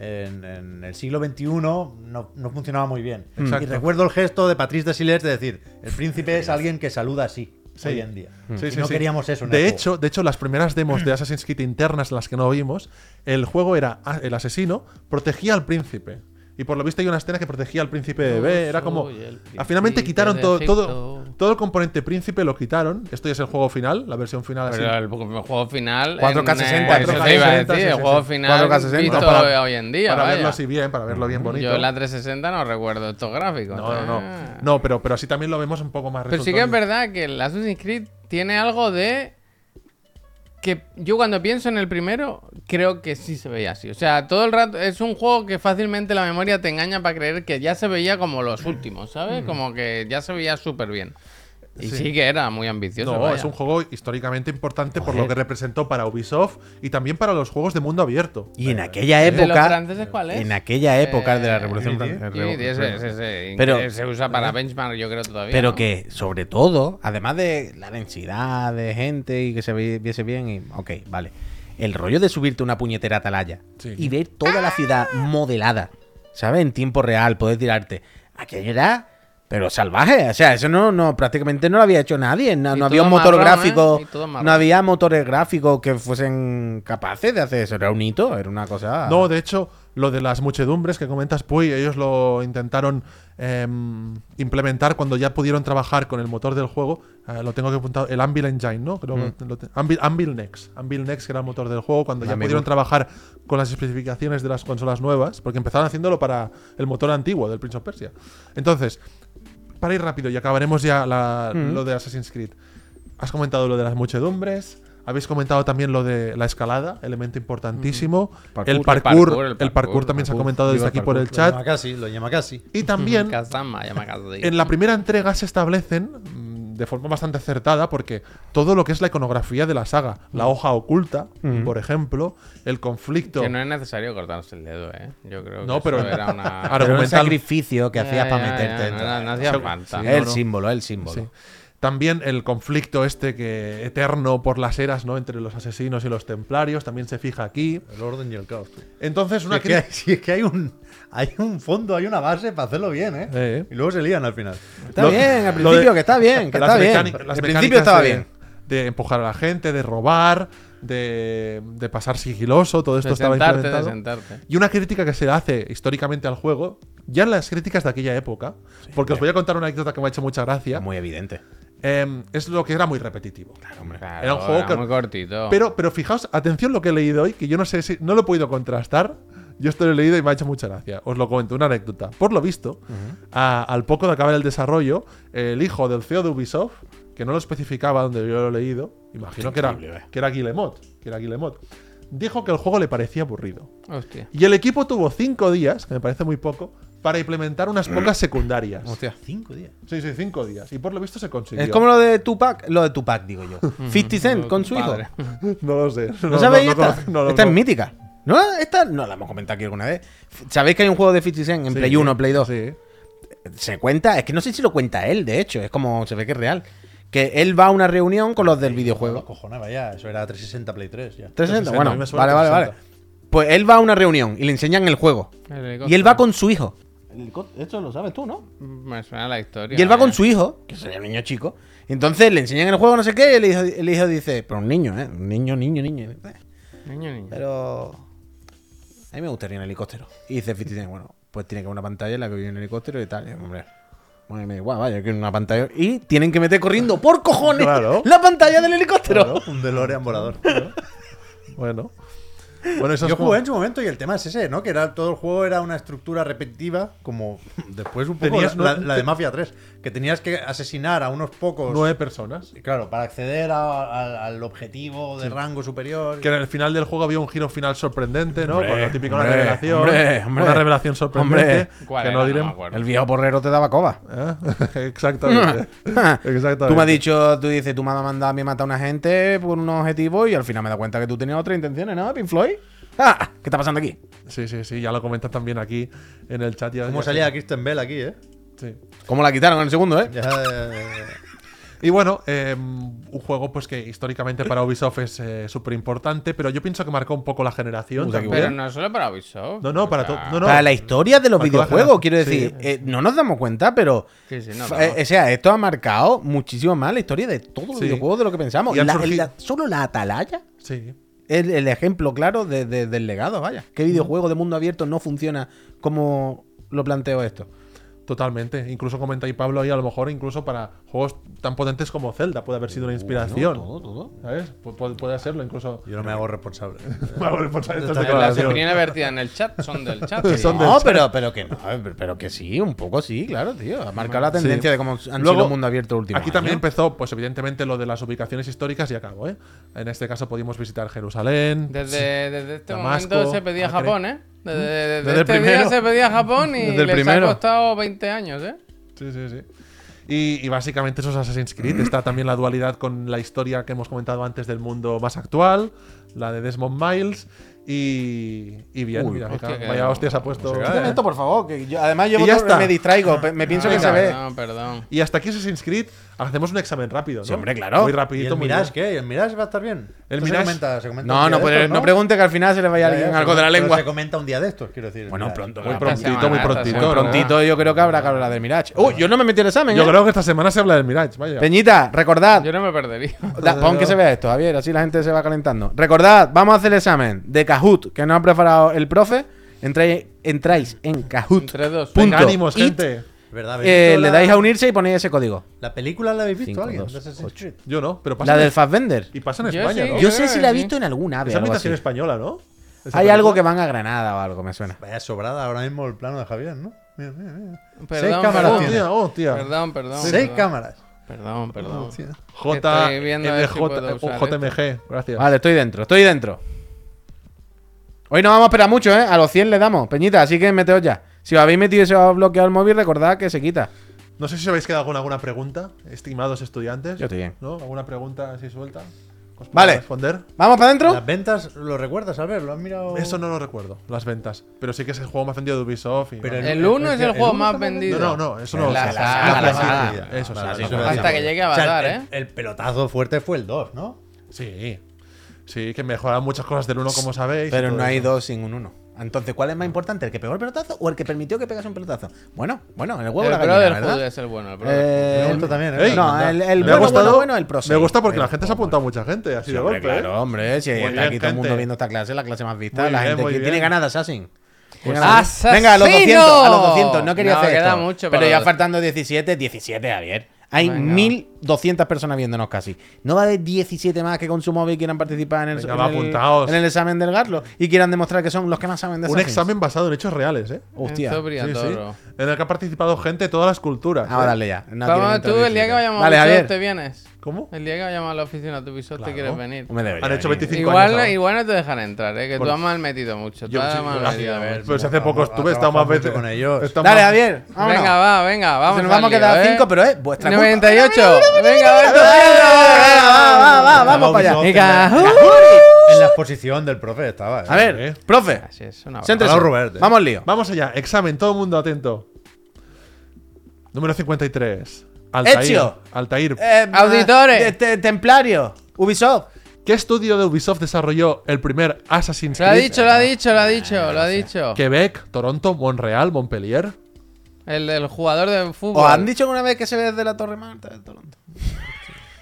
Speaker 3: En, en el siglo XXI no, no funcionaba muy bien.
Speaker 4: Mm. Exacto.
Speaker 3: Y recuerdo el gesto de Patrice Desilets de decir: el príncipe es alguien que saluda así
Speaker 4: Sí.
Speaker 3: hoy en día.
Speaker 4: Sí,
Speaker 3: Y
Speaker 4: sí,
Speaker 3: no
Speaker 4: sí.
Speaker 3: queríamos eso. en el
Speaker 4: De
Speaker 3: juego.
Speaker 4: hecho, de hecho, las primeras demos de Assassin's Creed internas, las que no vimos, el juego era ah, el asesino protegía al príncipe. Y por lo visto hay una escena que protegía al príncipe de B. Era como.
Speaker 2: soy el
Speaker 4: ah, Finalmente
Speaker 2: príncipe
Speaker 4: quitaron
Speaker 2: de
Speaker 4: todo,
Speaker 2: Egipto.
Speaker 4: todo, todo el componente príncipe, lo quitaron. Esto ya es el juego final, la versión final. así.
Speaker 2: Pero el, el juego final.
Speaker 1: 4K60,
Speaker 2: en, eh, eso te iba a
Speaker 4: 4K60,
Speaker 2: decir,
Speaker 4: sí,
Speaker 2: el
Speaker 4: sí,
Speaker 2: juego
Speaker 4: sí.
Speaker 2: final.
Speaker 1: 4K60,
Speaker 2: visto
Speaker 4: ¿eh? No, para-
Speaker 2: hoy en día.
Speaker 4: Para
Speaker 2: vaya.
Speaker 4: verlo así bien, para verlo bien bonito.
Speaker 2: Yo en la 360 no recuerdo estos gráficos.
Speaker 4: No, no, no.
Speaker 2: Ah.
Speaker 4: No, pero, pero así también lo vemos un poco más
Speaker 2: Pero sí que es
Speaker 4: resultón.
Speaker 2: verdad que el Assassin's Creed tiene algo de que yo cuando pienso en el primero, creo que sí se veía así. O sea, todo el rato es un juego que fácilmente la memoria te engaña para creer que ya se veía como los últimos,
Speaker 4: Mm.
Speaker 2: ¿sabes? Como que ya se veía súper bien. Y sí. que era muy ambicioso.
Speaker 4: No,
Speaker 2: vaya.
Speaker 4: es un juego históricamente importante por lo que representó para Ubisoft y también para los juegos de mundo abierto.
Speaker 1: Y en aquella
Speaker 2: ¿De los
Speaker 1: época.
Speaker 2: franceses cuál es?
Speaker 1: En aquella época de la
Speaker 2: Eh,
Speaker 1: Revolución
Speaker 4: Unity.
Speaker 1: Francesa.
Speaker 2: Sí, sí, ese- ese- ese-
Speaker 1: Pero- ¿eh?
Speaker 2: se usa para benchmark, yo creo todavía.
Speaker 1: Pero
Speaker 2: ¿no?
Speaker 1: que, sobre todo, además de la densidad de gente y que se vi- viese bien, y, ok, vale. El rollo de subirte una puñetera atalaya
Speaker 4: Sí.
Speaker 1: y ver toda la ciudad modelada, ¿sabes? En tiempo real, poder tirarte. Aquello era, pero salvaje. O sea, eso no, no prácticamente no lo había hecho nadie. No,
Speaker 2: Y
Speaker 1: no había un
Speaker 2: todo
Speaker 1: motor
Speaker 2: marrón,
Speaker 1: gráfico,
Speaker 2: ¿eh? Y todo marrón.
Speaker 1: no había motores gráficos que fuesen capaces de hacer eso. Era un hito, era una cosa.
Speaker 4: No, de hecho, lo de las muchedumbres que comentas, Puy, ellos lo intentaron em, implementar cuando ya pudieron trabajar con el motor del juego. Eh, lo tengo que apuntar, el Anvil Engine, ¿no? Creo que lo te- Anvil, Anvil Next. Anvil Next, que era el motor del juego, cuando ya
Speaker 1: Amigo.
Speaker 4: pudieron trabajar con las especificaciones de las consolas nuevas, porque empezaron haciéndolo para el motor antiguo del Prince of Persia. Entonces, para ir rápido y acabaremos ya la- lo de Assassin's Creed. Has comentado lo de las muchedumbres. Habéis comentado también lo de la escalada, elemento importantísimo.
Speaker 1: Parkour.
Speaker 4: El,
Speaker 1: El
Speaker 4: parkour,
Speaker 2: parkour, el
Speaker 4: el parkour,
Speaker 2: parkour,
Speaker 4: también se ha
Speaker 1: parkour.
Speaker 4: comentado desde
Speaker 1: Viva el
Speaker 4: aquí por el
Speaker 1: parkour.
Speaker 3: Llama
Speaker 4: chat.
Speaker 3: casi, lo llama casi.
Speaker 4: Y también
Speaker 2: Kazama, ya me acabo de ir.
Speaker 4: en la primera entrega se establecen mm, de forma bastante acertada porque todo lo que es la iconografía de la saga, la hoja oculta, por ejemplo, el conflicto.
Speaker 2: Que no es necesario cortarse el dedo, ¿eh? Yo creo
Speaker 4: No,
Speaker 2: que
Speaker 4: pero-
Speaker 2: eso era una...
Speaker 4: Ahora,
Speaker 1: Pero era un
Speaker 4: argumental-
Speaker 1: sacrificio que
Speaker 2: Ya,
Speaker 1: hacías
Speaker 2: ya,
Speaker 1: para
Speaker 2: ya,
Speaker 1: meterte.
Speaker 2: no
Speaker 1: dentro.
Speaker 2: era- no hacía falta.
Speaker 1: el
Speaker 2: No, no.
Speaker 1: símbolo, el símbolo.
Speaker 4: Sí. También el conflicto este que eterno por las eras, ¿no? Entre los asesinos y los templarios, también se fija aquí.
Speaker 3: El orden y el caos. tú.
Speaker 4: Entonces,
Speaker 3: Si
Speaker 4: una
Speaker 3: es, que,
Speaker 4: crítica.
Speaker 3: hay- si es que hay un, hay un fondo, hay una base para hacerlo bien, ¿eh?
Speaker 4: Eh.
Speaker 3: Y luego se lían al final.
Speaker 1: Está
Speaker 4: Lo-
Speaker 1: bien, al
Speaker 4: lo de-
Speaker 1: principio, que está bien, que
Speaker 4: Las
Speaker 1: está bien.
Speaker 4: mecáni- las
Speaker 1: Al principio
Speaker 4: mecánicas
Speaker 1: estaba
Speaker 4: de-
Speaker 1: bien.
Speaker 4: De empujar a la gente, de robar, de, de pasar sigiloso, todo esto
Speaker 2: de
Speaker 4: estaba
Speaker 2: sentarte, de
Speaker 4: implementado.
Speaker 2: sentarte.
Speaker 4: Y una crítica que se le hace históricamente al juego, ya en las críticas de aquella época, porque os voy a contar una anécdota que me ha hecho mucha gracia,
Speaker 1: Muy evidente.
Speaker 4: em, es lo que era muy repetitivo.
Speaker 1: Claro, Ah, hombre.
Speaker 2: Claro,
Speaker 4: Era un juego que-
Speaker 2: muy cortito.
Speaker 4: Pero, pero fijaos, atención lo que he leído hoy, que yo no sé si no lo he podido contrastar. Yo esto lo he leído y me ha hecho mucha gracia. Os lo comento, una anécdota. Por lo visto, a- al poco de acabar el desarrollo, el hijo del CEO de Ubisoft, que no lo especificaba donde yo lo he leído, imagino que era,
Speaker 1: Increíble, eh.
Speaker 4: que era Guillemot, que era Guillemot, dijo que el juego le parecía aburrido.
Speaker 2: Hostia.
Speaker 4: Y el equipo tuvo cinco días, que me parece muy poco, para implementar unas pocas secundarias.
Speaker 3: Hostia, cinco días.
Speaker 4: Sí, sí, cinco días. Y por lo visto se consiguió.
Speaker 1: Es como lo de Tupac, lo de Tupac, digo yo.
Speaker 4: Mm,
Speaker 1: 50 Cent con su hijo.
Speaker 2: Padre.
Speaker 4: No lo sé.
Speaker 1: ¿No, sabéis
Speaker 4: no
Speaker 1: esta?
Speaker 4: conozco- no lo-
Speaker 1: esta es
Speaker 4: no-
Speaker 1: mítica. ¿No? Esta no la hemos comentado aquí alguna vez. F- ¿Sabéis que hay un juego de 50 Cent en
Speaker 4: Sí,
Speaker 1: Play 1, Play 2?
Speaker 4: Sí.
Speaker 1: Se cuenta, es que no sé si lo cuenta él, de hecho, es como se ve que es real. Que él va a una reunión con los del
Speaker 3: Lo
Speaker 1: videojuego.
Speaker 3: cojonaba ya. Eso era 360 Play 3 ya.
Speaker 1: 360,
Speaker 4: 360, a
Speaker 1: bueno,
Speaker 4: mí me suena
Speaker 1: vale, vale, vale.
Speaker 4: 360.
Speaker 1: Pues él va a una reunión y le enseñan el juego.
Speaker 2: El helicóptero.
Speaker 1: Y él va con su hijo. Esto lo sabes tú, ¿no?
Speaker 2: Me suena la historia. ¿eh?
Speaker 1: Y él va
Speaker 2: vaya.
Speaker 1: con su hijo, que sería un niño chico. Entonces le enseñan el juego, no sé qué, y el hijo, el hijo dice, pero un niño, ¿eh? Un niño, niño, niño. Eh,
Speaker 2: Niño, niño.
Speaker 1: Pero... A mí me gustaría un helicóptero. Y dice Fifty Cent, bueno, pues tiene que haber una pantalla en la que viene un helicóptero y tal. Y, hombre, bueno, y me da igual, vaya, quiero una pantalla. Y tienen que meter corriendo, por cojones,
Speaker 4: Claro.
Speaker 1: la pantalla del helicóptero.
Speaker 3: Claro, un DeLorean volador.
Speaker 4: Bueno. Bueno, eso
Speaker 3: Yo
Speaker 4: es como-
Speaker 3: jugué en su momento y el tema es ese, ¿no? Que era, todo el juego era una estructura repetitiva, como después un poco
Speaker 4: Tenías
Speaker 3: la, la-
Speaker 4: nue-
Speaker 3: la de Mafia 3, que tenías que asesinar a unos pocos.
Speaker 4: nueve personas.
Speaker 3: Y Claro, para acceder a- a- al objetivo de rango superior.
Speaker 4: Que en el final del juego había un giro final sorprendente, ¿no?
Speaker 1: Hombre,
Speaker 4: Con lo típico, una
Speaker 1: hombre,
Speaker 4: revelación.
Speaker 1: hombre, hombre.
Speaker 4: una revelación sorprendente.
Speaker 1: Hombre.
Speaker 2: ¿Cuál
Speaker 4: que
Speaker 2: era?
Speaker 4: no diré.
Speaker 2: me acuerdo.
Speaker 1: El viejo porrero te daba coba.
Speaker 4: ¿Eh? Exactamente. Exactamente.
Speaker 1: Tú me has dicho, tú dices, tú me has mandado a mí matar a una gente por un objetivo y al final me da cuenta que tú tenías otras intenciones, ¿no, Pink Floyd? Ah, ¿Qué está pasando aquí?
Speaker 4: Sí, sí, sí. Ya lo comentan también aquí en el chat. Ya,
Speaker 3: ¿Cómo
Speaker 4: ya-
Speaker 3: salía Kristen Bell aquí, eh?
Speaker 4: Sí.
Speaker 1: ¿Cómo la quitaron en el segundo, eh?
Speaker 3: Ya, eh,
Speaker 4: Y bueno, eh, un juego pues que históricamente para Ubisoft es súper importante, pero yo pienso que marcó un poco la generación.
Speaker 1: Uy, aquí
Speaker 4: también.
Speaker 2: Pero no solo para Ubisoft.
Speaker 4: No, no, para
Speaker 2: O
Speaker 4: todo.
Speaker 2: sea,
Speaker 4: No, no.
Speaker 1: Para la historia de los
Speaker 4: Marcó la
Speaker 1: videojuegos, quiero
Speaker 4: generación.
Speaker 1: decir, eh, no nos damos cuenta, pero.
Speaker 2: Sí, sí, no,
Speaker 1: fa-
Speaker 2: no.
Speaker 1: eh, o sea, esto ha marcado muchísimo más la historia de todos los
Speaker 4: Sí.
Speaker 1: videojuegos de lo que pensamos.
Speaker 4: Y han
Speaker 1: La-
Speaker 4: surgido-
Speaker 1: la- solo la Atalaya
Speaker 4: Sí.
Speaker 1: es el ejemplo claro de- de- del legado, vaya. ¿Qué videojuego de mundo abierto no funciona como lo planteo esto?
Speaker 4: Totalmente. Incluso comenta ahí Pablo ahí, a lo mejor incluso para juegos tan potentes como Zelda puede haber sido una inspiración.
Speaker 1: Todo, todo.
Speaker 4: ¿Sabes? Pu- puede, puede hacerlo incluso.
Speaker 3: Yo no me hago responsable.
Speaker 4: Vamos, responsable de estas
Speaker 2: Las
Speaker 3: Las
Speaker 1: eh,
Speaker 4: declaraciones.
Speaker 2: opiniones vertidas en el chat son del chat. sí.
Speaker 4: Son de-
Speaker 1: No, pero, pero que no, eh, pero- pero que sí, un poco sí, claro, tío. Ha marcado la tendencia de cómo han sido
Speaker 4: Luego,
Speaker 1: los mundo abierto último. ¿eh?
Speaker 4: Aquí también empezó, pues evidentemente, lo de las ubicaciones históricas y acabó, ¿eh? En este caso pudimos visitar Jerusalén.
Speaker 2: Desde, desde este
Speaker 4: Damasco,
Speaker 2: momento se pedía
Speaker 4: Acre.
Speaker 2: Japón, ¿eh? Desde, desde
Speaker 4: Desde el
Speaker 2: este día
Speaker 4: primero.
Speaker 2: se pedía Japón y
Speaker 4: Desde el
Speaker 2: les
Speaker 4: primero.
Speaker 2: ha costado 20 años, ¿eh?
Speaker 4: Sí, sí, sí. Y, y básicamente eso es Assassin's Creed. Está también la dualidad con la historia que hemos comentado antes del mundo más actual, la de Desmond Miles. Y, y bien,
Speaker 1: Uy, pues
Speaker 4: mira,
Speaker 2: hostia,
Speaker 4: fija,
Speaker 2: que-
Speaker 4: vaya hostias ha puesto.
Speaker 1: Quítame esto, por favor, que yo- además yo
Speaker 4: Y ya
Speaker 1: otro-
Speaker 4: está.
Speaker 1: me distraigo, pe- me pienso
Speaker 2: Ah,
Speaker 1: que se ve.
Speaker 2: No, perdón.
Speaker 4: Y hasta aquí Assassin's Creed. Hacemos un examen rápido, ¿no?
Speaker 1: Sí, hombre, claro.
Speaker 4: Muy
Speaker 3: ¿Y
Speaker 4: rapidito,
Speaker 3: el
Speaker 4: muy bien.
Speaker 3: Mirage qué? ¿El Mirage va a estar bien?
Speaker 4: El
Speaker 3: Esto se
Speaker 4: Mirage-
Speaker 3: comenta- se comenta un
Speaker 1: No,
Speaker 3: día
Speaker 1: no,
Speaker 3: de
Speaker 1: puede-
Speaker 3: estos,
Speaker 1: no pregunte que al final se le vaya
Speaker 3: Ya,
Speaker 1: alguien
Speaker 3: ya,
Speaker 1: algo de la
Speaker 3: pero
Speaker 1: lengua.
Speaker 3: Se comenta un día de estos, quiero decir. el
Speaker 1: Bueno,
Speaker 3: Mirage.
Speaker 1: pronto.
Speaker 4: Muy
Speaker 1: la
Speaker 4: prontito,
Speaker 2: semana,
Speaker 4: muy
Speaker 2: esta
Speaker 4: prontito.
Speaker 2: semana.
Speaker 4: ¿no?
Speaker 1: Prontito yo creo que habrá que hablar de Mirage. Uy, yo no me metí el examen.
Speaker 4: Yo
Speaker 1: ¿eh?
Speaker 4: creo que esta semana se habla del Mirage, vaya.
Speaker 1: Peñita, recordad.
Speaker 2: Yo no me perdería.
Speaker 1: Da- pon que se vea esto, Javier, así la gente se va calentando. Recordad, vamos a hacer el examen de Kahoot que nos ha preparado el profe. Entráis, entráis en Kahoot.
Speaker 2: Entre dos.
Speaker 1: Punto.
Speaker 4: Venga, ánimos,
Speaker 1: It,
Speaker 4: gente.
Speaker 3: ¿Verdad? ¿Habéis
Speaker 1: eh,
Speaker 3: visto
Speaker 1: le
Speaker 3: la-
Speaker 1: dais a unirse y ponéis ese código.
Speaker 3: ¿La película la habéis visto
Speaker 1: Cinco,
Speaker 3: alguien?
Speaker 1: dos,
Speaker 3: de Assassin's
Speaker 1: ocho.
Speaker 3: Creed?
Speaker 4: Yo no, pero pasa
Speaker 1: La
Speaker 4: en-
Speaker 1: del Fassbender.
Speaker 4: Y pasa en
Speaker 2: Yo
Speaker 4: España,
Speaker 2: sí.
Speaker 4: ¿no?
Speaker 1: Yo
Speaker 2: creo
Speaker 1: sé
Speaker 2: que
Speaker 1: si la he
Speaker 2: sí.
Speaker 1: visto en algún ave.
Speaker 4: Es
Speaker 1: o algo
Speaker 4: ambientación
Speaker 1: así.
Speaker 4: española, ¿no? Esa
Speaker 1: Hay
Speaker 4: película.
Speaker 1: algo que van a Granada o algo, me suena.
Speaker 3: Vaya sobrada ahora mismo el plano de Javier, ¿no? Mira, mira, mira. Seis
Speaker 2: Perdón,
Speaker 3: cámaras
Speaker 4: Oh,
Speaker 2: perdón,
Speaker 3: tiene.
Speaker 4: tía, oh, tía.
Speaker 2: perdón, perdón.
Speaker 3: Seis
Speaker 2: perdón.
Speaker 3: cámaras.
Speaker 2: Perdón, perdón.
Speaker 3: Hostia.
Speaker 4: J,
Speaker 2: Estoy viendo este a ver si
Speaker 4: MJ,
Speaker 2: puedo
Speaker 4: eh,
Speaker 2: usar
Speaker 4: JMG, gracias.
Speaker 1: Vale, estoy dentro, estoy dentro. Hoy no vamos a esperar mucho, ¿eh? A los 100 le damos, Peñita, así que meteos ya. Si os habéis metido y se os ha bloqueado el móvil, recordad que se quita.
Speaker 4: No sé si os habéis quedado con alguna pregunta, estimados estudiantes.
Speaker 1: Yo estoy bien.
Speaker 4: ¿No? ¿Alguna pregunta así suelta? ¿Os puedo
Speaker 1: Vale.
Speaker 4: responder?
Speaker 1: ¿Vamos para adentro?
Speaker 3: Las ventas, ¿lo recuerdas, Albert? ¿Lo has mirado?
Speaker 4: Eso no lo recuerdo, las ventas. Pero sí que es el juego más vendido de Ubisoft. y-
Speaker 3: Pero
Speaker 4: no,
Speaker 2: El 1 es el juego
Speaker 3: uno
Speaker 2: más
Speaker 3: también?
Speaker 2: vendido.
Speaker 4: no, no, eso no lo
Speaker 1: La
Speaker 4: sé.
Speaker 1: saga,
Speaker 4: Ah,
Speaker 1: la
Speaker 4: sí,
Speaker 1: saga.
Speaker 4: sí, Eso
Speaker 3: Vale,
Speaker 4: sí.
Speaker 1: eso
Speaker 4: sí.
Speaker 1: es
Speaker 2: Hasta que llegue a Avatar,
Speaker 3: el,
Speaker 2: ¿eh?
Speaker 3: el pelotazo fuerte fue el 2, ¿no?
Speaker 4: Sí. Sí, que mejoran muchas cosas del 1, como sabéis. y
Speaker 1: Pero
Speaker 4: todo
Speaker 1: no hay
Speaker 4: eso.
Speaker 1: dos sin un uno. Entonces, ¿cuál es más importante? ¿El que pegó el pelotazo o el que permitió que pegase un pelotazo? Bueno, bueno, en el huevo
Speaker 2: El
Speaker 1: la
Speaker 2: brother
Speaker 1: gallina,
Speaker 2: Hood
Speaker 1: ¿verdad?
Speaker 2: es el bueno. El brother.
Speaker 1: Eh,
Speaker 3: El otro también, ¿eh?
Speaker 4: Ey,
Speaker 1: no, el, el
Speaker 4: Me
Speaker 1: bueno,
Speaker 4: ha gustado.
Speaker 1: bueno, bueno, el pro
Speaker 4: me
Speaker 1: sí.
Speaker 4: gusta porque la
Speaker 1: El-
Speaker 4: gente se ha apuntado mucha gente, así
Speaker 1: Sí,
Speaker 4: de
Speaker 1: hombre,
Speaker 4: golpe. ¿eh?
Speaker 1: claro, hombre, si
Speaker 4: Muy
Speaker 1: está
Speaker 4: bien,
Speaker 1: aquí todo el mundo
Speaker 4: gente.
Speaker 1: viendo esta clase, la clase más vista,
Speaker 4: Muy
Speaker 1: la
Speaker 4: bien,
Speaker 1: gente
Speaker 4: muy
Speaker 1: que tiene
Speaker 4: bien.
Speaker 1: ganas de Assassin. Tiene
Speaker 2: Pues
Speaker 1: ganas de-
Speaker 2: ¡Asesino!
Speaker 1: Venga, a los 200, a los 200, no quería
Speaker 2: No,
Speaker 1: hacer
Speaker 2: queda
Speaker 1: esto.
Speaker 2: mucho
Speaker 1: pero
Speaker 2: para
Speaker 1: ya
Speaker 2: los-
Speaker 1: faltando 17, 17, Javier. Hay
Speaker 2: Venga.
Speaker 1: 1200 personas viéndonos casi. No va a haber 17 más que con su móvil quieran participar en el,
Speaker 4: Venga,
Speaker 1: en
Speaker 4: va,
Speaker 1: el-
Speaker 4: apuntaos.
Speaker 1: en el examen del Garlo y quieran demostrar que son los que más saben de
Speaker 4: Un
Speaker 1: Assassin.
Speaker 4: examen basado en hechos reales, ¿eh?
Speaker 1: Hostia.
Speaker 2: Esto brilla
Speaker 4: Sí, sí.
Speaker 2: todo.
Speaker 4: En el que ha participado gente de todas las culturas.
Speaker 1: Ahora
Speaker 4: ¿eh?
Speaker 1: dale Ah, ya. No
Speaker 2: Vamos,
Speaker 1: tienen
Speaker 2: tú, el día que vayamos
Speaker 1: Vale,
Speaker 2: a Ubisoft
Speaker 1: Javier.
Speaker 2: te vienes.
Speaker 1: Pues
Speaker 4: ¿Cómo?
Speaker 2: El día que vayamos a la oficina a tu Ubisoft te quieres venir.
Speaker 1: Hombre, debería
Speaker 4: Han hecho
Speaker 1: venir.
Speaker 4: 25 años.
Speaker 2: Igual,
Speaker 4: ahora.
Speaker 2: igual no te dejan entrar, ¿eh? que
Speaker 4: Por-
Speaker 2: tú has mal metido mucho. tú
Speaker 4: Yo-
Speaker 2: has
Speaker 4: sí,
Speaker 2: mal
Speaker 4: gracias,
Speaker 2: metido
Speaker 3: a ver.
Speaker 2: mucho.
Speaker 4: Pero si hace poco
Speaker 3: Ha
Speaker 4: estuve, he estado más
Speaker 3: trabajado mucho
Speaker 4: veces
Speaker 3: con ellos.
Speaker 4: he estado
Speaker 1: Dale,
Speaker 4: más-
Speaker 1: Javier. vámonos.
Speaker 2: Venga, va, venga, vamos.
Speaker 1: Se nos vamos a
Speaker 2: al lío,
Speaker 1: quedar
Speaker 2: ¿eh?
Speaker 1: 5, pero es vuestra culpa.
Speaker 2: 98. Venga, va,
Speaker 1: va, va, Ah, vamos
Speaker 3: Vamos,
Speaker 1: para allá.
Speaker 3: Ubisoft,
Speaker 1: Venga.
Speaker 3: venga.
Speaker 1: uy.
Speaker 3: En la exposición del profe estaba. ¿eh?
Speaker 1: A ver, profe,
Speaker 2: Así es, una broma.
Speaker 1: céntrese.
Speaker 3: Hola, Robert, eh.
Speaker 1: Vamos al lío.
Speaker 4: Vamos allá, examen, todo el mundo atento. Número 53.
Speaker 1: Ezio.
Speaker 4: Altair. Altair.
Speaker 1: Eh,
Speaker 2: Auditores.
Speaker 1: de- de- templario. Ubisoft.
Speaker 4: ¿Qué estudio de Ubisoft desarrolló el primer Assassin's
Speaker 2: Lo ha
Speaker 4: Creed?
Speaker 2: dicho, lo ha dicho, lo ha dicho, lo ha dicho.
Speaker 4: Oh. Quebec, Toronto, Montreal, Montpellier.
Speaker 2: El del jugador de fútbol.
Speaker 1: ¿Os han dicho alguna vez que se ve desde la Torre Marta de Toronto?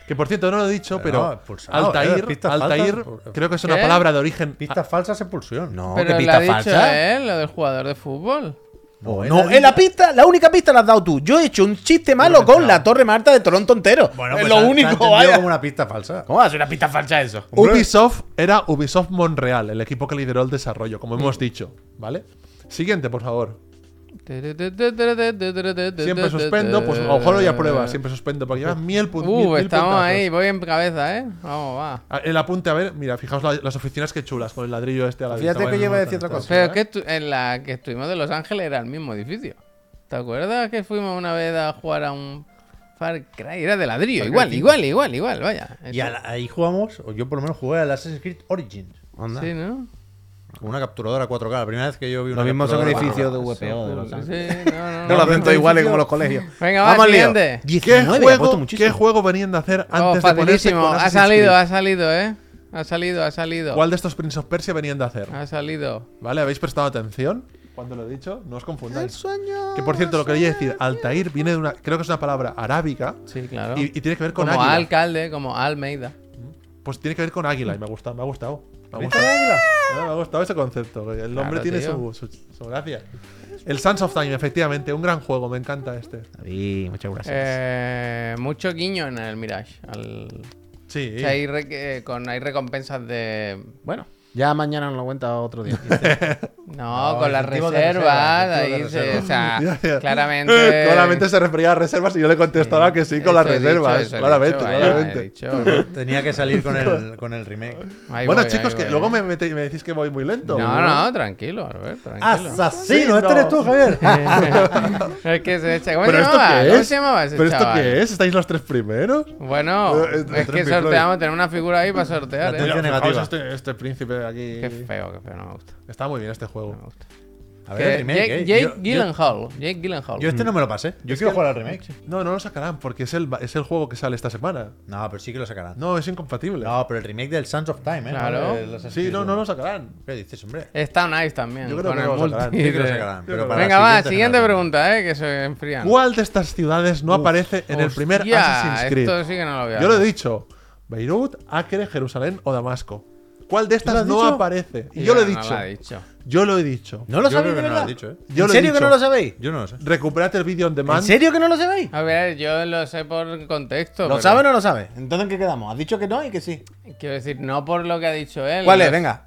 Speaker 4: Que por cierto, no lo he dicho,
Speaker 3: Pero no,
Speaker 4: pero
Speaker 3: expulsado, ¿eh?
Speaker 4: Altair,
Speaker 3: Pistas
Speaker 4: Altair
Speaker 3: falsas.
Speaker 4: creo que es una
Speaker 2: ¿Qué?
Speaker 4: palabra de origen.
Speaker 3: Pistas falsas, expulsión.
Speaker 1: No, que
Speaker 2: Pero lo
Speaker 1: pista
Speaker 2: ha dicho
Speaker 1: falsa.
Speaker 2: él, lo del jugador de fútbol.
Speaker 1: No,
Speaker 3: él
Speaker 1: no,
Speaker 3: ha
Speaker 1: en
Speaker 3: dicho-
Speaker 1: la pista, la única pista la has dado tú. Yo he hecho un chiste malo con la Torre Marta de Toronto entero.
Speaker 3: Bueno,
Speaker 1: es
Speaker 3: pues
Speaker 1: lo
Speaker 3: se ha- se ha
Speaker 1: único,
Speaker 3: entendido
Speaker 1: vaya.
Speaker 3: como una pista falsa.
Speaker 1: ¿Cómo va a ser una pista falsa eso?
Speaker 3: Hombre.
Speaker 4: Ubisoft era Ubisoft Montreal, el equipo que lideró el desarrollo, como
Speaker 3: Mm.
Speaker 4: hemos dicho, ¿vale? Siguiente, por favor. Siempre
Speaker 2: Siempre
Speaker 4: suspendo, pues ojo y a prueba, siempre suspendo, porque llevas mil, pun- mil-
Speaker 2: Uh,
Speaker 4: mil
Speaker 2: estamos
Speaker 4: puntazos.
Speaker 2: ahí, voy en cabeza, ¿eh? Vamos, va.
Speaker 4: Ah, El apunte, a ver, mira, fijaos la- las oficinas que chulas con el ladrillo este a la vista.
Speaker 1: Fíjate que
Speaker 4: Bueno,
Speaker 1: yo iba a
Speaker 4: no,
Speaker 1: decir
Speaker 4: no,
Speaker 1: otra
Speaker 4: no.
Speaker 1: cosa.
Speaker 3: ¿eh?
Speaker 2: Pero es que estu- en la que estuvimos de Los Ángeles era el mismo edificio. ¿Te acuerdas que fuimos una vez a jugar a un Far Cry? Era de ladrillo, igual, igual, igual, igual, vaya.
Speaker 3: Y al- ahí jugamos, o yo por lo menos jugué al Assassin's Creed Origins.
Speaker 1: Onda.
Speaker 2: Sí, ¿no?
Speaker 3: Con una capturadora 4K. La primera vez que yo vi una
Speaker 1: Lo mismo son
Speaker 3: capturadora
Speaker 1: edificios
Speaker 3: 4K.
Speaker 1: de VPO de los Ángeles.
Speaker 2: Sí, no, no,
Speaker 1: No
Speaker 2: no.
Speaker 1: lo hacen todos iguales como los colegios.
Speaker 2: Venga, va,
Speaker 1: al lío.
Speaker 2: siguiente.
Speaker 4: ¿Qué
Speaker 1: 19, ha puesto
Speaker 4: juego,
Speaker 1: muchísimo.
Speaker 4: ¿Qué juego venían de hacer
Speaker 2: Oh,
Speaker 4: antes de ponerse
Speaker 2: facilísimo.
Speaker 4: con
Speaker 2: Ha
Speaker 4: Assassin's
Speaker 2: salido,
Speaker 4: Creed?
Speaker 2: ha salido, ¿eh? Ha salido, ha salido.
Speaker 4: ¿Cuál de estos Prince of Persia venían de hacer?
Speaker 2: Ha salido.
Speaker 4: ¿Vale? ¿Habéis prestado atención? Cuando lo he dicho, no os confundáis.
Speaker 1: sueño.
Speaker 4: Que por cierto, lo que quería decir, Altair viene de una. Creo que es una palabra arábica.
Speaker 2: Sí, claro.
Speaker 4: Y, y tiene que ver con
Speaker 2: Ah. como
Speaker 4: águila.
Speaker 2: alcalde, como Almeida.
Speaker 4: Pues tiene que ver con águila y me ha gustado, me ha gustado. Me ha
Speaker 3: ¿Viste el
Speaker 4: gustado.
Speaker 3: águila?
Speaker 4: Ah, me ha gustado ese concepto. güey. El nombre
Speaker 2: Claro,
Speaker 4: tiene
Speaker 2: tío.
Speaker 4: su, su, su gracia. El Sons of Time, efectivamente. Un gran juego. Me encanta este.
Speaker 1: David, muchas gracias.
Speaker 2: Eh, mucho guiño en el Mirage. al-
Speaker 4: Sí.
Speaker 2: que hay, re- eh, con, hay recompensas de.
Speaker 1: Bueno, ya mañana nos lo cuenta otro día.
Speaker 2: No,
Speaker 3: No,
Speaker 2: con las
Speaker 3: incentivo
Speaker 2: reservas.
Speaker 3: de reserva, incentivo de
Speaker 2: ahí se.
Speaker 3: reserva.
Speaker 2: O sea,
Speaker 4: Ya, ya.
Speaker 2: claramente.
Speaker 4: Claramente se refería a reservas y yo le contestaba que sí con las
Speaker 2: Eso he dicho,
Speaker 4: reservas.
Speaker 2: eso he
Speaker 4: claramente,
Speaker 2: dicho, vaya,
Speaker 4: claramente.
Speaker 2: he dicho.
Speaker 3: Tenía que salir con el, con el remake.
Speaker 2: Ahí
Speaker 4: bueno,
Speaker 2: voy,
Speaker 4: chicos,
Speaker 2: ahí
Speaker 4: que
Speaker 2: voy.
Speaker 4: luego me, mete- me decís que voy muy lento.
Speaker 2: No, no, tranquilo, Albert,
Speaker 4: Ah,
Speaker 2: tranquilo.
Speaker 3: ¡Asesino! ¡Este eres tú, Javier!
Speaker 2: es que se echa. ¿Cómo
Speaker 4: ¿Pero
Speaker 2: se
Speaker 4: esto
Speaker 2: llamaba?
Speaker 4: qué
Speaker 2: ¿Cómo
Speaker 4: es?
Speaker 2: se llamaba ese
Speaker 4: ¿Pero esto
Speaker 2: chaval?
Speaker 4: qué es? ¿Estáis los tres primeros?
Speaker 2: Bueno,
Speaker 4: Eh, eh,
Speaker 2: es que
Speaker 4: Trumpi
Speaker 2: sorteamos, tenemos una figura ahí para sortear.
Speaker 3: La
Speaker 2: ¿eh?
Speaker 3: Atención
Speaker 4: Mira,
Speaker 3: negativa.
Speaker 4: fijaos Este, este príncipe de aquí.
Speaker 2: Qué feo, qué feo, no me gusta.
Speaker 4: Está muy bien este juego.
Speaker 2: No me gusta.
Speaker 3: A
Speaker 2: Que
Speaker 3: ver, el remake.
Speaker 2: Jake,
Speaker 3: eh.
Speaker 2: Jake
Speaker 3: Yo- yo-
Speaker 2: Gyllenhaal. Jake Gyllenhaal.
Speaker 3: Yo este no me lo pasé. Yo quiero jugar al remake.
Speaker 4: No, no lo sacarán porque es el, es el juego que sale esta semana.
Speaker 3: No, pero sí que lo sacarán. No,
Speaker 4: No, es incompatible.
Speaker 3: pero el remake del Sons of Time, ¿eh?
Speaker 2: Claro.
Speaker 3: No, el Assassin's
Speaker 4: sí,
Speaker 3: Creed
Speaker 4: no, no
Speaker 3: uno.
Speaker 4: lo sacarán.
Speaker 3: ¿Qué dices, hombre?
Speaker 2: Está nice también.
Speaker 4: Yo creo
Speaker 2: con
Speaker 4: que
Speaker 2: el
Speaker 4: lo sacarán,
Speaker 2: multi
Speaker 4: yo creo
Speaker 3: que lo
Speaker 2: de-
Speaker 3: sacarán, pero
Speaker 4: Venga,
Speaker 3: para la
Speaker 2: Venga, va,
Speaker 3: siguiente
Speaker 2: siguiente
Speaker 3: generación.
Speaker 2: pregunta, eh, que se enfrían.
Speaker 4: ¿Cuál de estas ciudades no aparece en el
Speaker 2: Hostia,
Speaker 4: primer Assassin's Creed?
Speaker 2: Esto sí que no lo veo.
Speaker 4: Yo lo he dicho. Beirut, Acre, Jerusalén o Damasco. ¿Cuál de
Speaker 3: lo
Speaker 4: estas
Speaker 3: has
Speaker 4: no
Speaker 3: dicho?
Speaker 4: aparece? Y yo lo he dicho.
Speaker 2: No lo he dicho.
Speaker 4: Yo lo he dicho.
Speaker 1: ¿No lo
Speaker 3: Yo
Speaker 1: sabéis,
Speaker 3: creo que no
Speaker 1: verdad?
Speaker 3: lo has dicho, ¿eh?
Speaker 4: Yo
Speaker 1: ¿En
Speaker 4: lo he
Speaker 1: serio que
Speaker 4: dicho.
Speaker 1: no lo sabéis?
Speaker 3: Yo no lo sé.
Speaker 4: Recuperate el vídeo on
Speaker 1: ¿En
Speaker 4: demand.
Speaker 1: serio que no lo sabéis?
Speaker 2: A ver, yo lo sé por contexto.
Speaker 1: ¿Lo
Speaker 2: pero-
Speaker 1: sabe o no lo sabe? Entonces, ¿en qué quedamos? ¿Has dicho que no y que sí?
Speaker 2: Quiero decir, no por lo que ha dicho él.
Speaker 1: ¿Cuál es?
Speaker 2: lo-
Speaker 1: Venga.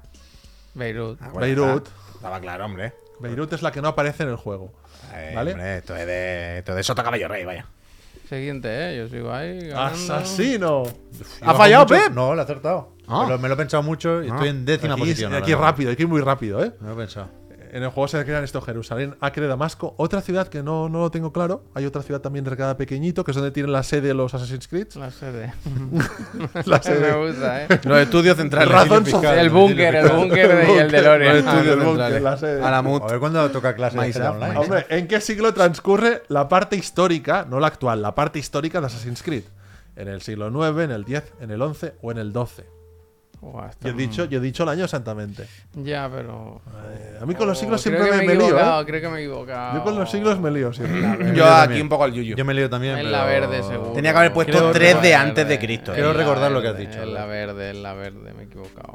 Speaker 2: Beirut.
Speaker 4: Beirut.
Speaker 1: Estaba claro, hombre.
Speaker 4: Beirut es la que no aparece en el juego.
Speaker 1: Ay,
Speaker 4: ¿Vale?
Speaker 1: hombre, esto es de, esto es de Sota Caballo Rey, vaya.
Speaker 2: Siguiente, eh. Yo sigo ahí. ganando.
Speaker 4: ¡Asesino!
Speaker 1: ¿Ha fallado,
Speaker 3: mucho-
Speaker 1: Pep?
Speaker 3: No, lo he acertado.
Speaker 1: Ah.
Speaker 3: Pero me lo he pensado mucho y estoy en décima
Speaker 4: Aquí,
Speaker 3: posición. ahora
Speaker 4: aquí
Speaker 3: mismo.
Speaker 4: rápido, aquí muy rápido, ¿eh?
Speaker 3: Me lo he pensado.
Speaker 4: En el juego se recrean esto, Jerusalén, Acre, Damasco. Otra ciudad que no, no lo tengo claro. Hay otra ciudad también recreada pequeñito, que es donde tienen la sede los Assassin's Creed.
Speaker 2: La sede.
Speaker 4: La sede.
Speaker 2: Me gusta, eh.
Speaker 1: Los estudios centrales.
Speaker 4: Razón
Speaker 1: Silvia.
Speaker 4: social.
Speaker 2: El búnker, el búnker de- y el de
Speaker 4: Los
Speaker 2: Lore.
Speaker 4: estudios, el
Speaker 1: Ah,
Speaker 4: búnker,
Speaker 1: centrales.
Speaker 4: la sede.
Speaker 1: A la
Speaker 3: A ver cuándo toca clase de
Speaker 1: Mice
Speaker 3: GTA
Speaker 1: up,
Speaker 3: online.
Speaker 1: mice
Speaker 4: Hombre, ¿en qué siglo transcurre la parte histórica, no la actual, la parte histórica de Assassin's Creed? ¿En el siglo IX, en el X, en el XI o en el XII? Yo
Speaker 2: Mm.
Speaker 4: he dicho, yo he dicho el año exactamente.
Speaker 2: Ya, pero.
Speaker 4: Eh, a mí con los
Speaker 2: Oh,
Speaker 4: siglos
Speaker 2: creo
Speaker 4: siempre
Speaker 2: que
Speaker 4: me,
Speaker 2: he
Speaker 4: me lío,
Speaker 2: equivocado,
Speaker 4: ¿eh?
Speaker 2: Creo que me he equivocado.
Speaker 4: Yo con los siglos me lío siempre.
Speaker 1: Yo aquí un poco al yuyu.
Speaker 3: Yo me leo también.
Speaker 2: En
Speaker 3: pero-
Speaker 2: la verde, seguro.
Speaker 1: Tenía que haber puesto
Speaker 2: Creo
Speaker 1: tres
Speaker 2: que
Speaker 1: de
Speaker 2: la
Speaker 1: antes de
Speaker 2: verde,
Speaker 1: Cristo.
Speaker 2: en
Speaker 1: Quiero
Speaker 2: la
Speaker 3: recordar lo que has
Speaker 2: verde,
Speaker 3: dicho,
Speaker 2: En la
Speaker 3: Albert.
Speaker 2: verde, en la verde, me he equivocado.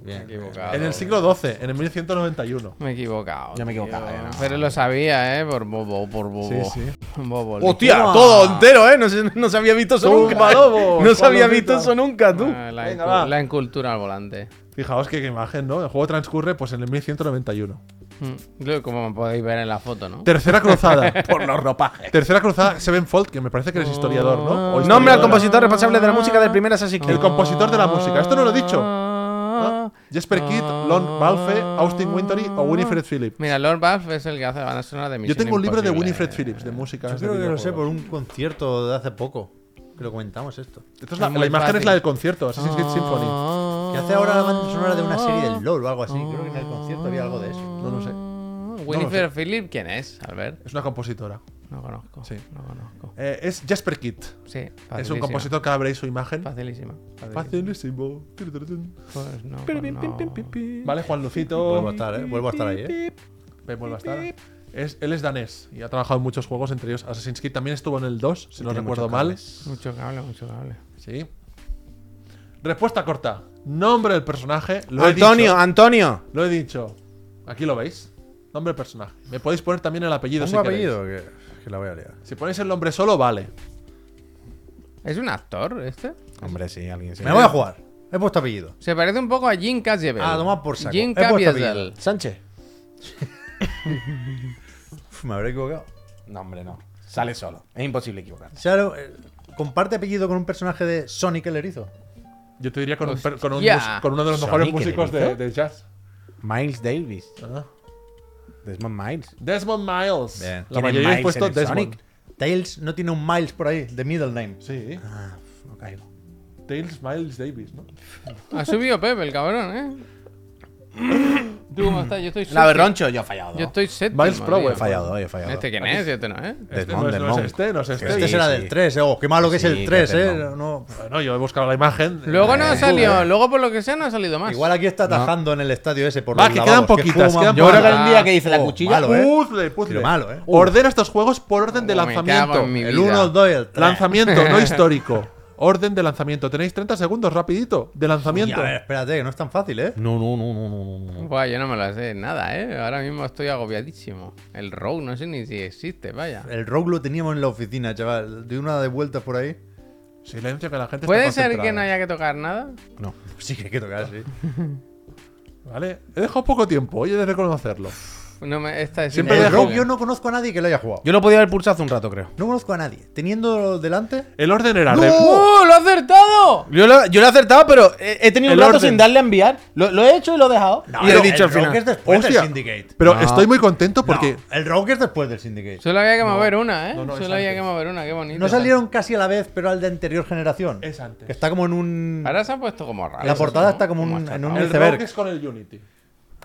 Speaker 3: Bien.
Speaker 2: Me he equivocado.
Speaker 4: En el siglo XII, en el 1191.
Speaker 2: Me he equivocado.
Speaker 1: Ya me he
Speaker 2: tío.
Speaker 1: equivocado, ya no.
Speaker 2: Pero lo sabía, ¿eh? Por bobo, por bobo.
Speaker 1: Oh.
Speaker 4: Sí, sí.
Speaker 2: Bobo.
Speaker 1: Hostia,
Speaker 2: Licua.
Speaker 1: todo entero, ¿eh? No se, no se había visto eso
Speaker 4: Tumba
Speaker 1: nunca.
Speaker 4: lobos,
Speaker 1: no se había
Speaker 4: palomita.
Speaker 1: visto eso nunca, tú.
Speaker 2: Ah, la,
Speaker 4: Venga,
Speaker 2: incu-
Speaker 4: va.
Speaker 2: la incultura al volante.
Speaker 4: Fijaos qué, qué imagen, ¿no? El juego transcurre pues en el 1191.
Speaker 2: Mm. Yo, Como podéis ver en la foto, ¿no?
Speaker 4: Tercera cruzada.
Speaker 1: Por los ropajes.
Speaker 4: Tercera cruzada, Sevenfold, que me parece que eres historiador, ¿no? O
Speaker 1: Nombre al
Speaker 4: historiadora.
Speaker 1: compositor responsable de la música del primer Assassin's Creed.
Speaker 4: El compositor de la música. Esto no lo he dicho.
Speaker 2: Ah.
Speaker 4: ¿no? Jesper Kidd, Lon Balfe, Austin Wintory o Winifred Phillips.
Speaker 2: Mira, Lord Buff es el que hace la banda sonora de
Speaker 4: Yo
Speaker 2: Misión
Speaker 4: tengo un libro de
Speaker 2: Imposible.
Speaker 1: eh.
Speaker 4: Winifred Phillips, de música. este
Speaker 3: Yo creo que lo sé por un concierto de hace poco. Que lo comentamos esto.
Speaker 4: Entonces, la,
Speaker 2: Es muy
Speaker 4: la imagen
Speaker 2: fácil.
Speaker 4: es la del concierto, Assassin's
Speaker 1: Ah.
Speaker 2: Ah.
Speaker 4: Creed Symphony.
Speaker 3: Que hace ahora la banda sonora de una serie del LOL o algo así. Creo que en el concierto había algo de eso.
Speaker 4: No lo sé.
Speaker 2: Ah. Winifred Phillips, ¿quién es? Albert.
Speaker 4: Es una compositora.
Speaker 2: No conozco.
Speaker 4: Sí.
Speaker 2: No conozco.
Speaker 4: Eh, es Jasper Kidd.
Speaker 2: Sí,
Speaker 4: Es un
Speaker 2: facilísima,
Speaker 4: compositor que abre su imagen.
Speaker 2: Facilísima. facilísima.
Speaker 4: Facilísimo.
Speaker 2: Pues no,
Speaker 1: Pim, pim, pim,
Speaker 2: pues
Speaker 1: pim,
Speaker 2: no.
Speaker 1: pim, pim.
Speaker 4: Vale, Juan
Speaker 3: Vuelvo a
Speaker 1: Oh.
Speaker 4: Lucito.
Speaker 3: estar, ¿eh? Vuelvo a estar ahí, ¿eh?
Speaker 4: Me vuelvo a estar. Es, él es danés y ha trabajado en muchos juegos, entre ellos Assassin's Creed. También estuvo en el 2, si no
Speaker 1: Tiene
Speaker 4: recuerdo
Speaker 1: muchos
Speaker 4: mal.
Speaker 1: cables.
Speaker 2: Mucho cable, mucho cable.
Speaker 4: Sí. Respuesta corta. Nombre del personaje. Lo he
Speaker 1: Antonio,
Speaker 4: dicho.
Speaker 1: Antonio.
Speaker 4: Lo he dicho. Aquí lo veis. Nombre del personaje. Me podéis poner también el apellido si
Speaker 3: ¿Tengo
Speaker 4: queréis.
Speaker 3: apellido? Que, que la voy a liar.
Speaker 4: Si ponéis el nombre solo, vale.
Speaker 2: ¿Es un actor este?
Speaker 1: Hombre, sí, alguien sí.
Speaker 3: Me la voy a jugar. He puesto apellido.
Speaker 2: Se parece un poco a Jim Caviezel.
Speaker 3: Ah, toma por saco.
Speaker 2: Jim
Speaker 3: He puesto
Speaker 2: Caviezel.
Speaker 1: Sánchez.
Speaker 3: Uf, me habré equivocado.
Speaker 1: No, hombre, no. Sale solo. Es imposible equivocarse.
Speaker 3: Claro, eh, comparte apellido con un personaje de Sonic el Erizo.
Speaker 4: Yo te diría con, un, per- con, un
Speaker 2: Hostia.
Speaker 4: mus- con uno de los
Speaker 1: Sonic
Speaker 4: mejores
Speaker 1: el
Speaker 4: músicos de,
Speaker 1: erizo.
Speaker 4: de jazz.
Speaker 1: Miles Davis.
Speaker 4: Ah.
Speaker 1: Desmond Miles.
Speaker 4: Desmond Miles.
Speaker 3: Bien.
Speaker 4: La
Speaker 1: ¿Tiene
Speaker 4: mayoría
Speaker 1: Miles
Speaker 4: habéis puesto
Speaker 1: en el
Speaker 4: Desmond.
Speaker 1: Sonic?
Speaker 3: Tails no tiene un Miles por ahí, de middle name.
Speaker 4: Sí.
Speaker 1: Ah, no caigo.
Speaker 4: Tails Miles Davis, ¿no?
Speaker 2: Ha subido Pepe, el cabrón, ¿eh? Tú, ¿cómo estás? Yo estoy
Speaker 1: La
Speaker 2: séptimo.
Speaker 1: berroncho, yo he fallado.
Speaker 2: Yo estoy séptimo.
Speaker 4: Miles Brower.
Speaker 1: He fallado, he fallado.
Speaker 2: ¿Este quién es? Este no, ¿eh?
Speaker 4: Este
Speaker 1: Desmond,
Speaker 4: no, es, no es
Speaker 1: Desmond.
Speaker 4: este, no es este.
Speaker 3: Este
Speaker 1: Sí,
Speaker 3: será
Speaker 1: sí.
Speaker 3: del 3, ¿eh? Oh, qué malo que
Speaker 1: Sí,
Speaker 3: es el 3,
Speaker 1: que es
Speaker 3: ¿eh?
Speaker 1: el
Speaker 3: No,
Speaker 4: Bueno, yo he buscado la imagen.
Speaker 2: Luego no
Speaker 4: Eh,
Speaker 2: salió, luego por lo que sea no ha salido más.
Speaker 3: Igual aquí está atajando en el estadio ese por
Speaker 4: Va,
Speaker 3: los
Speaker 4: que quedan
Speaker 3: lavabos,
Speaker 4: poquitas,
Speaker 3: fuman
Speaker 4: quedan
Speaker 1: Yo creo que
Speaker 2: Ah,
Speaker 1: el día que hice la
Speaker 3: oh,
Speaker 1: cuchilla.
Speaker 3: malo, ¿eh?
Speaker 4: Puzzle, puzzle.
Speaker 3: Pero malo, ¿eh?
Speaker 4: Ordena estos juegos por orden de
Speaker 2: Como Oh, me cago
Speaker 4: lanzamiento.
Speaker 2: en mi
Speaker 3: El
Speaker 2: vida.
Speaker 3: 1, el 2 y el 3.
Speaker 4: Lanzamiento, no histórico. Orden de lanzamiento. Tenéis 30 segundos, rapidito, de
Speaker 3: Y
Speaker 4: lanzamiento.
Speaker 3: a ver, espérate, que no es tan fácil, ¿eh?
Speaker 1: No, no, no, no, no, no, no.
Speaker 2: Buah, yo no me la sé nada, ¿eh? Ahora mismo estoy agobiadísimo. El Rogue no sé ni si existe, vaya.
Speaker 3: El rogue lo teníamos en la oficina, chaval. De una de vueltas por ahí.
Speaker 4: Silencio, que la gente
Speaker 2: ¿Puede
Speaker 4: está
Speaker 2: ser que no
Speaker 4: concentrada.
Speaker 2: haya que tocar nada?
Speaker 1: No.
Speaker 3: Sí que hay que tocar, sí.
Speaker 4: ¿Vale? He dejado poco tiempo, hoy he de reconocerlo.
Speaker 2: No me, esta es
Speaker 4: Siempre
Speaker 3: El
Speaker 4: dejo-
Speaker 3: rogue yo no conozco a nadie que lo haya jugado.
Speaker 1: Yo lo podía haber pulsado hace un rato, creo.
Speaker 3: No conozco a nadie. Teniendo delante.
Speaker 4: El orden era.
Speaker 3: ¡No!
Speaker 4: re-
Speaker 2: ¡Uh! ¡Lo he acertado!
Speaker 1: Yo lo, yo lo he acertado, pero he, he tenido
Speaker 4: El
Speaker 1: un rato
Speaker 4: orden.
Speaker 1: sin darle a enviar. Lo, lo he hecho y lo he dejado. y
Speaker 3: el-
Speaker 1: he dicho
Speaker 3: el
Speaker 1: al final.
Speaker 3: rogue es después
Speaker 4: Hostia,
Speaker 3: del Syndicate.
Speaker 4: Pero
Speaker 1: No.
Speaker 4: estoy muy contento porque.
Speaker 3: No, el rogue es después del Syndicate.
Speaker 2: Solo había que mover una, ¿eh?
Speaker 4: no, no, es
Speaker 2: Solo había
Speaker 4: antes.
Speaker 2: que mover una, qué bonito.
Speaker 3: No salieron casi a la vez, pero al de anterior generación.
Speaker 4: Es antes.
Speaker 3: Que está como en un.
Speaker 2: Ahora se ha puesto como raro.
Speaker 3: La portada
Speaker 2: ¿no?
Speaker 3: está como un-
Speaker 2: achatado.
Speaker 3: en un-
Speaker 4: El
Speaker 3: iceberg.
Speaker 4: rock es con el Unity.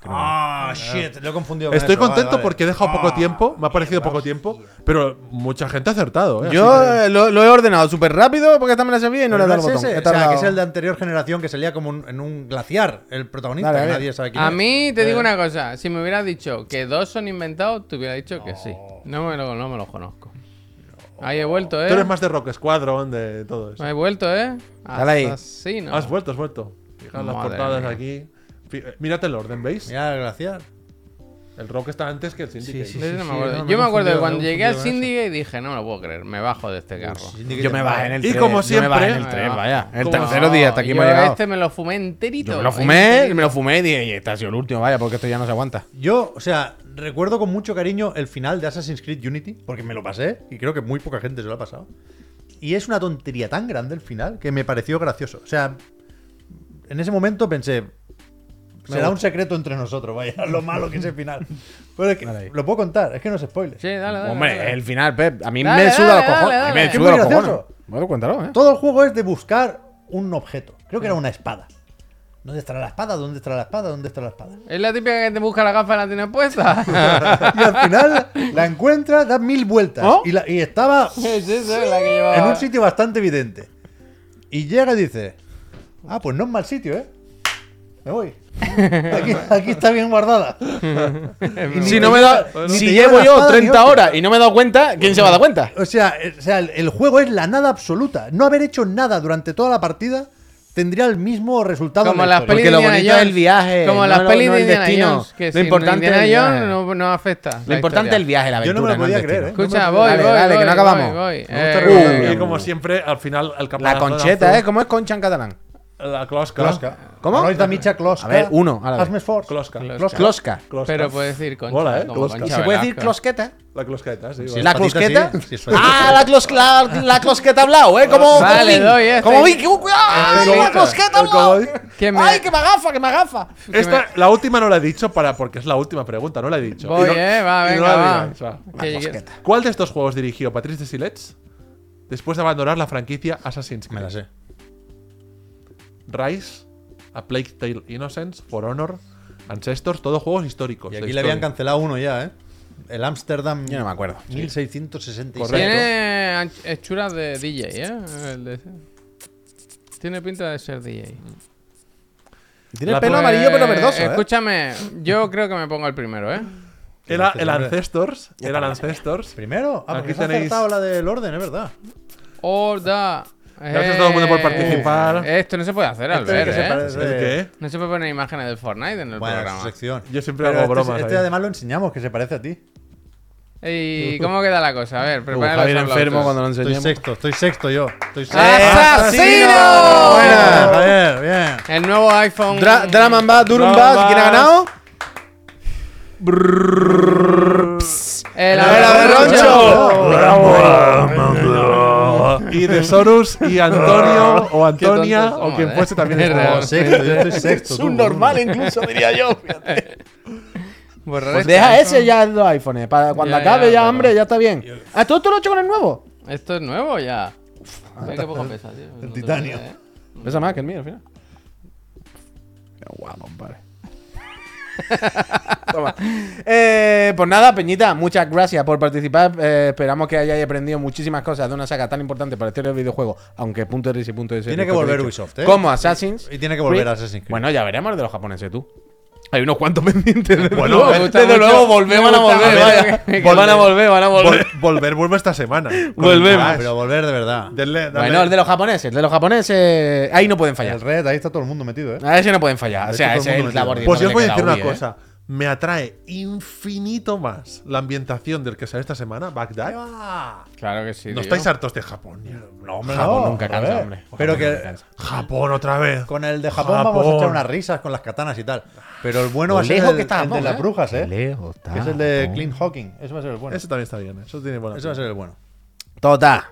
Speaker 3: Ah, shit, lo he confundido con
Speaker 4: Estoy
Speaker 3: eso, vale,
Speaker 4: contento
Speaker 3: vale.
Speaker 4: porque he dejado poco
Speaker 3: Ah,
Speaker 4: tiempo, me ha parecido poco tiempo, pero mucha gente ha acertado. ¿eh?
Speaker 1: Yo
Speaker 4: Así que-
Speaker 1: eh, lo, lo he ordenado súper rápido porque esta me la servía y no
Speaker 3: pero
Speaker 1: le he
Speaker 3: no
Speaker 1: dado el
Speaker 3: es
Speaker 1: botón.
Speaker 3: ese,
Speaker 1: He
Speaker 3: o sea, que
Speaker 1: tardado.
Speaker 3: es el de anterior generación que salía como un- en un glaciar el protagonista.
Speaker 1: Dale, a
Speaker 3: que
Speaker 1: ver.
Speaker 3: nadie sabe quién
Speaker 2: A
Speaker 3: es.
Speaker 2: mí te digo una cosa, si me hubieras dicho que dos son inventados, te hubiera dicho que sí. No me lo, no me los conozco. Ahí he vuelto, ¿eh?
Speaker 4: Tú eres más de Rock Squadron, de todo eso.
Speaker 2: Ahí he vuelto, ¿eh?
Speaker 1: Dale ahí.
Speaker 2: Asesino.
Speaker 4: Has vuelto, has vuelto. Fijad las
Speaker 2: Madre
Speaker 4: portadas
Speaker 2: mía.
Speaker 4: aquí. Fi- eh, Mírate el orden, ¿veis?
Speaker 3: Mira el glaciar.
Speaker 4: El Rock está antes que el Syndicate.
Speaker 3: Sí, sí,
Speaker 2: Yo no
Speaker 3: sí,
Speaker 2: me acuerdo.
Speaker 3: no, me
Speaker 2: Yo
Speaker 3: he
Speaker 2: me acuerdo
Speaker 3: confundido,
Speaker 2: que cuando
Speaker 3: me he
Speaker 2: llegué al
Speaker 3: confundido con
Speaker 2: Syndicate dije, no me lo puedo creer, me bajo de este carro.
Speaker 3: Syndicate
Speaker 1: Yo me
Speaker 3: te
Speaker 1: bajé
Speaker 3: mola.
Speaker 1: en el
Speaker 4: Y
Speaker 1: tres,
Speaker 4: como
Speaker 1: yo me bajé en el
Speaker 4: siempre-
Speaker 1: tres, vaya. El
Speaker 4: Como-
Speaker 1: tercero día, hasta aquí
Speaker 2: yo
Speaker 1: me ha llegado.
Speaker 2: Este me lo fumé enterito.
Speaker 1: Yo me lo fumé,
Speaker 2: enterito.
Speaker 1: me lo fumé y dije, "Y este ha sido el último, vaya, porque esto ya no se aguanta.
Speaker 3: Yo, o sea, recuerdo con mucho cariño el final de Assassin's Creed Unity, porque me lo pasé y creo que muy poca gente se lo ha pasado. Y es una tontería tan grande el final que me pareció gracioso. O sea, en ese momento pensé, será un secreto entre nosotros, vaya, lo malo que es el final. Pero es que
Speaker 1: Vale.
Speaker 3: lo puedo contar, es que no es spoiler.
Speaker 2: Sí, dale, dale.
Speaker 1: Hombre,
Speaker 2: dale.
Speaker 1: el final, Pep, a mí
Speaker 2: Dale,
Speaker 1: me suda
Speaker 2: dale,
Speaker 1: los cojones.
Speaker 2: dale,
Speaker 1: A mí me suda
Speaker 2: dale.
Speaker 3: Es
Speaker 1: los
Speaker 3: muy
Speaker 1: cojones.
Speaker 3: gracioso.
Speaker 1: Bueno, cuéntalo, eh.
Speaker 3: Todo el juego es de buscar un objeto. Creo
Speaker 1: Mm.
Speaker 3: que era una espada. ¿Dónde estará la espada? ¿Dónde estará la espada? ¿Dónde estará la espada?
Speaker 2: Es la típica que te busca la gafa y la tiene puesta.
Speaker 3: Y al final la encuentra, da mil vueltas.
Speaker 1: ¿Oh?
Speaker 3: Y, la- y estaba
Speaker 2: es esa la que llevaba.
Speaker 3: en un sitio bastante evidente. Y llega y dice: Ah, pues no es mal sitio, ¿eh? Me voy. Aquí, aquí está bien guardada. Y ni
Speaker 1: Si,
Speaker 3: te
Speaker 1: no me
Speaker 3: lleva-
Speaker 1: da,
Speaker 3: ni
Speaker 1: si
Speaker 3: te lleva
Speaker 1: llevo
Speaker 3: la
Speaker 1: yo
Speaker 3: espada ni
Speaker 1: 30
Speaker 3: hostia.
Speaker 1: horas y no me he dado cuenta, ¿quién se va a dar cuenta?
Speaker 3: O sea, eh, o sea, el- el juego es la nada absoluta. No haber hecho nada durante toda la partida tendría el mismo resultado.
Speaker 2: Como
Speaker 3: en la
Speaker 2: las
Speaker 3: historia.
Speaker 2: pelis
Speaker 1: Porque
Speaker 2: de
Speaker 1: lo
Speaker 2: Indiana
Speaker 1: bonito
Speaker 2: Jones.
Speaker 1: es el viaje,
Speaker 2: Como
Speaker 1: no
Speaker 2: las
Speaker 1: lo-
Speaker 2: pelis
Speaker 1: no
Speaker 2: de
Speaker 1: el
Speaker 2: Indiana
Speaker 1: destino.
Speaker 2: Jones. Que
Speaker 1: Lo
Speaker 2: sin
Speaker 1: importante es el
Speaker 2: Indiana Jones
Speaker 1: viaje.
Speaker 2: no, no afecta.
Speaker 1: Lo
Speaker 2: la
Speaker 1: importante
Speaker 2: historia.
Speaker 1: es el viaje, la
Speaker 3: Yo
Speaker 1: aventura.
Speaker 3: no me lo podía
Speaker 1: el destino.
Speaker 3: creer, ¿eh?
Speaker 2: Escucha,
Speaker 3: No me lo
Speaker 2: voy,
Speaker 1: podía-
Speaker 2: voy.
Speaker 1: Dale, dale,
Speaker 2: voy,
Speaker 1: que no
Speaker 2: voy,
Speaker 1: acabamos.
Speaker 2: voy.
Speaker 4: Me gusta
Speaker 2: Eh,
Speaker 4: recordar
Speaker 1: uh.
Speaker 4: que, como siempre, al final, al
Speaker 1: La concheta, ¿eh? ¿Cómo es concha en catalán?
Speaker 3: ¿eh?
Speaker 4: La closca.
Speaker 3: Kloska.
Speaker 1: ¿Cómo?
Speaker 3: Ahorita Micha Kloska.
Speaker 1: A ver, uno, a la vez.
Speaker 3: Hazme esfuerzo.
Speaker 4: Kloska.
Speaker 2: Kloska.
Speaker 1: Closca.
Speaker 2: Pero pues, puede decir concha.
Speaker 4: Mola, ¿eh?
Speaker 2: como
Speaker 4: Closca.
Speaker 2: concha
Speaker 4: Y
Speaker 1: Se puede decir
Speaker 2: Velasco.
Speaker 1: closqueta.
Speaker 4: La closqueta, sí.
Speaker 3: Sí,
Speaker 4: vale.
Speaker 1: ¿La
Speaker 3: patita,
Speaker 1: closqueta?
Speaker 3: sí, sí, es patita.
Speaker 1: Ah, la, clos, la, la closqueta blau, ¿eh? Como
Speaker 2: Vale,
Speaker 1: como Vink.
Speaker 2: doy, eh,
Speaker 1: Como
Speaker 2: estoy-
Speaker 1: Vink. ¡Uh, cuidado! ¡Ay,
Speaker 4: comodín.
Speaker 1: la closqueta
Speaker 4: El
Speaker 1: blau!
Speaker 4: comodín.
Speaker 2: Que me-
Speaker 1: ¡Ay, que me agafa, que me agafa!
Speaker 4: Esta, la última no la he dicho para, porque es la última pregunta, no la he dicho.
Speaker 2: Voy,
Speaker 4: Y no-
Speaker 2: eh, va,
Speaker 4: y no
Speaker 2: venga,
Speaker 4: la
Speaker 2: va.
Speaker 4: digáis, va.
Speaker 1: La
Speaker 2: Que llegue-
Speaker 1: closqueta.
Speaker 4: ¿Cuál de estos juegos dirigió Patrice Desilets después de abandonar la franquicia Assassin's Creed?
Speaker 3: Me la sé.
Speaker 4: Rise, A Plague Tale Innocence, For Honor, Ancestors, todos juegos históricos.
Speaker 3: Y
Speaker 4: de
Speaker 3: aquí le habían
Speaker 4: historia.
Speaker 3: cancelado uno ya, ¿eh? El Amsterdam.
Speaker 1: pues Yo no me acuerdo. Sí.
Speaker 3: 1666.
Speaker 4: Correcto.
Speaker 2: Tiene anch- hechuras de DJ, ¿eh? El de- Tiene pinta de ser DJ.
Speaker 1: Tiene
Speaker 4: La
Speaker 1: el pelo
Speaker 4: pro-
Speaker 1: amarillo, pero
Speaker 2: Eh,
Speaker 1: verdoso, ¿eh?
Speaker 2: Escúchame, yo creo que me pongo el primero, ¿eh?
Speaker 4: Era
Speaker 3: Gracias,
Speaker 4: el
Speaker 3: hombre.
Speaker 4: Ancestors, era el Ancestors.
Speaker 3: Primero, ah, porque
Speaker 4: Aquí
Speaker 3: se ha
Speaker 4: tenéis-
Speaker 3: acertado la del orden, es verdad.
Speaker 2: Horda.
Speaker 4: Gracias a todo el mundo por participar.
Speaker 2: eh, Esto no se puede hacer,
Speaker 3: Este
Speaker 2: Albert,
Speaker 3: que se
Speaker 2: ¿eh?
Speaker 4: ¿El
Speaker 3: parece-
Speaker 4: qué?
Speaker 2: No se puede poner imágenes del Fortnite en el
Speaker 3: Bueno, su
Speaker 2: programa.
Speaker 3: sección.
Speaker 4: Yo siempre
Speaker 3: Pero
Speaker 4: hago
Speaker 3: este-
Speaker 4: bromas
Speaker 3: Este
Speaker 4: ahí.
Speaker 3: además lo enseñamos, que se parece a ti.
Speaker 2: ¿Y cómo queda la cosa? A ver, prepara
Speaker 1: Uh, Javier enfermo cuando lo
Speaker 3: Estoy
Speaker 1: enseñamos.
Speaker 3: sexto, estoy sexto yo. Estoy sexto. oh.
Speaker 2: ¡Asesino!
Speaker 1: Buena.
Speaker 3: A ver, bien.
Speaker 2: El nuevo iPhone.
Speaker 1: Dra Draman va, Durum
Speaker 4: Draman
Speaker 1: va, ¿quién ha
Speaker 4: Bass.
Speaker 1: ganado?
Speaker 2: El
Speaker 1: A ver, a ver, Roncho.
Speaker 4: Y de Sorus y Antonio o Antonia
Speaker 2: tontos
Speaker 4: o
Speaker 2: somos,
Speaker 4: quien
Speaker 2: eh.
Speaker 4: fuese también
Speaker 2: Es
Speaker 4: está.
Speaker 2: real.
Speaker 3: No, sexto, yo estoy sexto. tú, Ah,
Speaker 1: incluso, diría yo.
Speaker 2: Borrar
Speaker 1: Pues
Speaker 2: este
Speaker 1: deja
Speaker 2: iPhone.
Speaker 1: ese ya los iPhones. Para cuando
Speaker 2: Ya,
Speaker 1: acabe,
Speaker 2: ya,
Speaker 1: ya,
Speaker 2: pero-
Speaker 1: hombre, ya está bien. ¿A todo esto lo he hecho con el nuevo?
Speaker 2: Esto es nuevo ya. Mira qué poco pesa, tío. Eh, El
Speaker 3: titanio.
Speaker 1: Pesa más que el mío, al final. Qué guapo, compadre. Toma. Eh, pues nada, Peñita, muchas gracias por participar. Eh, esperamos que hayáis aprendido muchísimas cosas de una saga tan importante para la historia del videojuego, aunque punto .rs y punto .es
Speaker 3: Tiene que volver Ubisoft, ¿eh?
Speaker 1: Como Assassin's.
Speaker 3: Y tiene que volver
Speaker 1: Creed.
Speaker 3: Assassin's Creed.
Speaker 1: Bueno, ya veremos de los japoneses, tú.
Speaker 5: Hay unos cuantos pendientes. desde
Speaker 4: Bueno,
Speaker 5: luego.
Speaker 4: me
Speaker 2: gusta
Speaker 5: desde
Speaker 2: mucho-
Speaker 5: luego, volver,
Speaker 2: me
Speaker 5: van a
Speaker 2: gusta-
Speaker 5: volver,
Speaker 2: a ver,
Speaker 5: vaya.
Speaker 2: que-
Speaker 5: Van a volver, van a volver.
Speaker 4: Vol- volver vuelve esta semana. Con el
Speaker 5: Volvemos.
Speaker 4: Crash.
Speaker 3: Pero volver de verdad.
Speaker 4: Denle- dale-
Speaker 1: Bueno, el de los japoneses, el de los japoneses. Ahí no pueden fallar.
Speaker 3: El red, ahí está todo el mundo metido, ¿eh?
Speaker 1: A ese no pueden fallar. O sea,
Speaker 3: Ahí está todo
Speaker 1: ese
Speaker 3: el
Speaker 1: es
Speaker 3: mundo
Speaker 1: el labor
Speaker 3: metido.
Speaker 4: Pues yo os voy a
Speaker 1: de
Speaker 4: decir
Speaker 1: cada
Speaker 4: una
Speaker 1: Wii, ¿eh?
Speaker 4: cosa. Me atrae infinito más la ambientación del que sale esta semana, Bagdad.
Speaker 2: Claro que sí.
Speaker 4: No
Speaker 2: tío.
Speaker 4: estáis hartos de Japón. ya.
Speaker 3: No, hombre,
Speaker 1: Japón
Speaker 3: no,
Speaker 1: nunca
Speaker 3: a
Speaker 1: cansa,
Speaker 3: ver.
Speaker 1: hombre.
Speaker 3: Pero
Speaker 1: Japón
Speaker 3: que
Speaker 1: nunca cansa.
Speaker 4: Japón otra vez.
Speaker 3: con el de Japón, vamos a
Speaker 4: Japón.
Speaker 3: echar unas risas con las katanas y tal. Pero el bueno va a
Speaker 1: Lo
Speaker 3: ser
Speaker 1: lejos
Speaker 3: el,
Speaker 1: que está
Speaker 3: el de
Speaker 1: Japón,
Speaker 3: las
Speaker 1: ¿eh?
Speaker 3: brujas,
Speaker 1: Qué
Speaker 3: ¿eh?
Speaker 1: lejos
Speaker 3: Que es
Speaker 1: está
Speaker 3: el de
Speaker 1: Japón.
Speaker 3: Clint Hawking. Eso va a ser el bueno.
Speaker 4: Eso también está bien. ¿eh? Eso tiene buena.
Speaker 3: Eso va a
Speaker 4: pinta.
Speaker 3: ser el bueno. Tota.
Speaker 1: Total.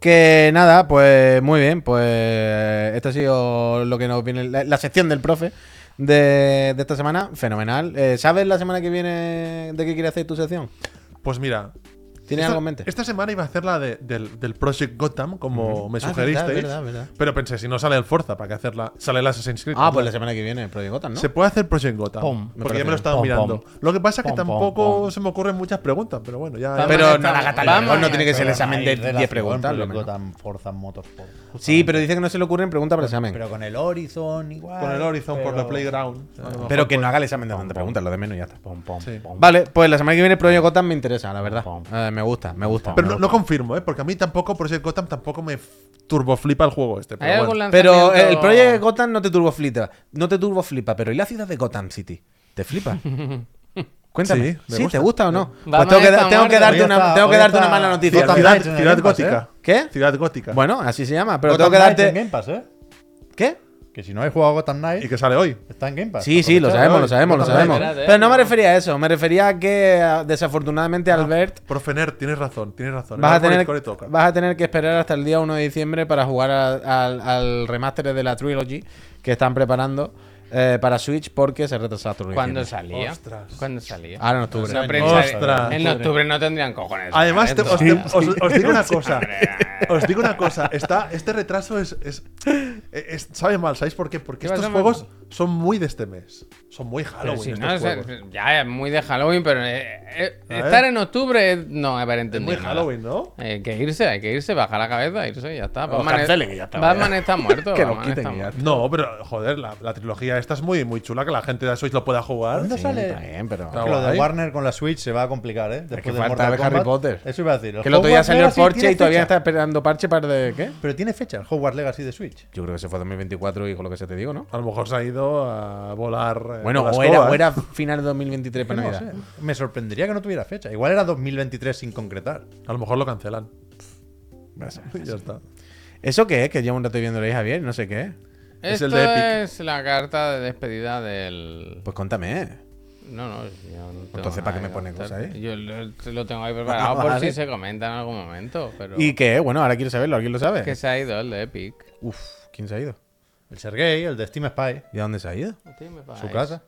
Speaker 1: Que nada, pues muy bien, pues esto ha sido lo que nos viene, la, la sección del profe de, de esta semana, fenomenal. Eh, ¿Sabes la semana que viene de qué quiere hacer tu sección?
Speaker 4: Pues mira.
Speaker 1: ¿Tienes
Speaker 4: esta,
Speaker 1: algo en mente?
Speaker 4: Esta semana iba a hacer la de- del, del Project Gotham, como me
Speaker 1: Ah,
Speaker 4: sugeristeis.
Speaker 1: verdad, verdad, verdad.
Speaker 4: Pero pensé, si no sale el Forza, ¿para qué hacerla? Sale el Assassin's Creed.
Speaker 1: Ah, pues la semana que viene, el Project Gotham, ¿no?
Speaker 4: Se puede hacer Project Gotham.
Speaker 2: Pom.
Speaker 1: Me
Speaker 4: porque
Speaker 1: parece
Speaker 4: ya me lo he
Speaker 1: bien.
Speaker 4: estado
Speaker 2: Pom,
Speaker 4: mirando.
Speaker 2: pom.
Speaker 4: Lo que pasa es que
Speaker 2: Pom, pom,
Speaker 4: tampoco
Speaker 2: pom.
Speaker 4: se me ocurren muchas preguntas, pero bueno, ya. ya-
Speaker 1: Pero no
Speaker 2: Vamos a
Speaker 1: la haga tan
Speaker 2: estar-
Speaker 1: lejos, no
Speaker 2: vamos a
Speaker 1: tiene que ser el
Speaker 2: estar-
Speaker 1: examen de 10 preguntas. lo menos.
Speaker 3: tan Forza Motorsport.
Speaker 1: Sí, pero dice que no se le ocurren preguntas para el examen.
Speaker 3: Pero con el Horizon igual.
Speaker 4: Con el Horizon por la
Speaker 3: pero-
Speaker 4: Playground. a lo mejor.
Speaker 1: Pero que no haga el examen de tantas preguntas, lo de menos y ya está.
Speaker 4: Sí.
Speaker 1: Vale, pues la semana que viene el Project Gotham me interesa, la verdad. Eh, me gusta, me gusta.
Speaker 4: Pero
Speaker 1: me
Speaker 4: no, no confirmo, ¿eh? Porque a mí tampoco Project Gotham tampoco me turboflipa el juego este.
Speaker 2: ¿Hay
Speaker 4: Pero
Speaker 2: algún
Speaker 4: bueno.
Speaker 2: lanzamiento-
Speaker 1: Pero el Project Gotham no te turboflipa. No te turboflipa, pero ¿y la ciudad de Gotham City? ¿Te flipa? Cuéntame.
Speaker 4: Sí, me
Speaker 1: Sí,
Speaker 4: gusta.
Speaker 1: ¿te gusta o no? Pues
Speaker 2: Batman
Speaker 1: tengo que,
Speaker 2: está
Speaker 1: tengo que
Speaker 2: muerto.
Speaker 1: darte
Speaker 3: Hoy
Speaker 1: una,
Speaker 3: está-
Speaker 1: tengo que
Speaker 3: hoy
Speaker 1: darte
Speaker 3: está-
Speaker 1: una mala noticia.
Speaker 3: Gotham
Speaker 4: Ciudad,
Speaker 3: Knights en el
Speaker 4: ciudad
Speaker 3: Game Pass,
Speaker 4: gótica.
Speaker 1: ¿Qué?
Speaker 4: Ciudad gótica.
Speaker 1: Bueno, así se llama. Pero
Speaker 3: Gotham
Speaker 1: tengo que
Speaker 3: Knights en
Speaker 1: darte.
Speaker 3: Game Pass, ¿eh?
Speaker 1: ¿Qué?
Speaker 3: Que si no he jugado a Gotham
Speaker 4: Y
Speaker 3: Knight,
Speaker 4: que sale hoy.
Speaker 3: está en Game Pass.
Speaker 1: Sí, sí, lo
Speaker 3: Aprovechad,
Speaker 1: sabemos,
Speaker 3: ¿eh?
Speaker 1: lo sabemos, lo
Speaker 3: Gotham
Speaker 1: sabemos.
Speaker 3: Knights.
Speaker 2: Espérate,
Speaker 1: Pero no me
Speaker 2: espérate.
Speaker 1: refería a eso. Me refería a que ah, desafortunadamente Albert
Speaker 4: Profener, tienes razón, tienes razón.
Speaker 1: Vas
Speaker 4: Era
Speaker 1: a, tener,
Speaker 4: Core Toca.
Speaker 1: vas a tener que esperar hasta el día 1 de diciembre para jugar a- al, al remaster de la Trilogy que están preparando eh, para Switch porque se retrasa hasta el
Speaker 2: ¿Cuándo
Speaker 1: diciembre.
Speaker 2: salía?
Speaker 4: Ostras.
Speaker 2: ¿Cuándo salía?
Speaker 1: Ahora en octubre.
Speaker 2: La prensa-
Speaker 4: Ah, Ostras.
Speaker 2: en octubre no tendrían cojones.
Speaker 4: Además, te-
Speaker 2: Esto.
Speaker 4: os, te- os- os digo una cosa. Os digo una cosa. Está, este retraso es, es, es- Sabe mal, ¿sabéis por qué? Porque
Speaker 2: ¿Qué
Speaker 4: estos
Speaker 2: pasa,
Speaker 4: juegos son muy de este mes. Son muy
Speaker 2: Pero
Speaker 4: Halloween.
Speaker 2: si
Speaker 4: estos
Speaker 2: no, es-
Speaker 4: juegos.
Speaker 2: ya es muy de Halloween, pero eh, eh,
Speaker 4: pues, este A
Speaker 2: estar
Speaker 4: ver.
Speaker 2: en octubre es no haber
Speaker 4: es muy
Speaker 2: entendido. nada.
Speaker 4: Halloween, ¿no?
Speaker 2: Hay Eh, que irse, hay que irse, bajar la cabeza, irse y ya está.
Speaker 1: Los
Speaker 2: Batman, es-
Speaker 1: cancelen y ya está,
Speaker 2: Batman
Speaker 1: vaya.
Speaker 2: está muerto.
Speaker 1: Que lo
Speaker 2: Batman
Speaker 1: quiten
Speaker 2: está
Speaker 1: y ya
Speaker 2: muerto.
Speaker 4: No, pero joder, la, la trilogía esta es muy, muy chula, que la gente de Switch lo pueda jugar.
Speaker 3: ¿Cuándo
Speaker 1: Sí, está
Speaker 3: sale?
Speaker 1: bien, pero-
Speaker 3: Que lo de
Speaker 4: Guay.
Speaker 3: Warner con la Switch se va a complicar, ¿eh? Después
Speaker 1: que
Speaker 3: del
Speaker 1: falta
Speaker 3: Mortal
Speaker 1: ver Harry
Speaker 3: Kombat.
Speaker 1: Potter.
Speaker 3: Eso iba a decir.
Speaker 1: Que el otro día
Speaker 3: Hogwarts
Speaker 1: salió el
Speaker 3: Legacy
Speaker 1: Porsche
Speaker 3: tiene
Speaker 1: y todavía está
Speaker 3: fecha.
Speaker 1: esperando parche para de qué?
Speaker 3: Pero tiene fecha el Hogwarts Legacy de Switch.
Speaker 1: Yo creo que se fue 2024 y con lo que se te digo, ¿no?
Speaker 4: A lo mejor se ha ido a volar. eh,
Speaker 1: Bueno,
Speaker 4: con las
Speaker 1: o era,
Speaker 4: cobas.
Speaker 1: o era final de 2023
Speaker 3: Que
Speaker 1: para
Speaker 3: no
Speaker 1: Navidad.
Speaker 3: sé. Me sorprendería que no tuviera fecha. Igual era 2023 sin concretar.
Speaker 4: A lo mejor lo cancelan. Y ya está.
Speaker 1: ¿Eso qué es? Que llevo un rato viéndolo ahí, Javier, no sé qué es.
Speaker 4: Es
Speaker 2: Esto
Speaker 4: el
Speaker 2: es,
Speaker 4: de Epic.
Speaker 2: la carta de despedida del.
Speaker 1: Pues contame, ¿eh?
Speaker 2: No, no, yo no tengo
Speaker 1: Entonces, ¿para
Speaker 2: nada
Speaker 1: qué me
Speaker 2: que
Speaker 1: pone eh?
Speaker 2: contar.
Speaker 1: cosas ahí?
Speaker 2: Yo lo, te lo tengo ahí preparado por si se comenta en algún momento. Pero
Speaker 1: ¿Y qué es? Bueno, ahora quiero saberlo, ¿alguien lo sabe?
Speaker 2: que se ha ido el de Epic.
Speaker 1: Uf, ¿quién se ha ido?
Speaker 3: El Sergei, el de Steam Spy,
Speaker 1: ¿Y a dónde se ha ido?
Speaker 3: su casa.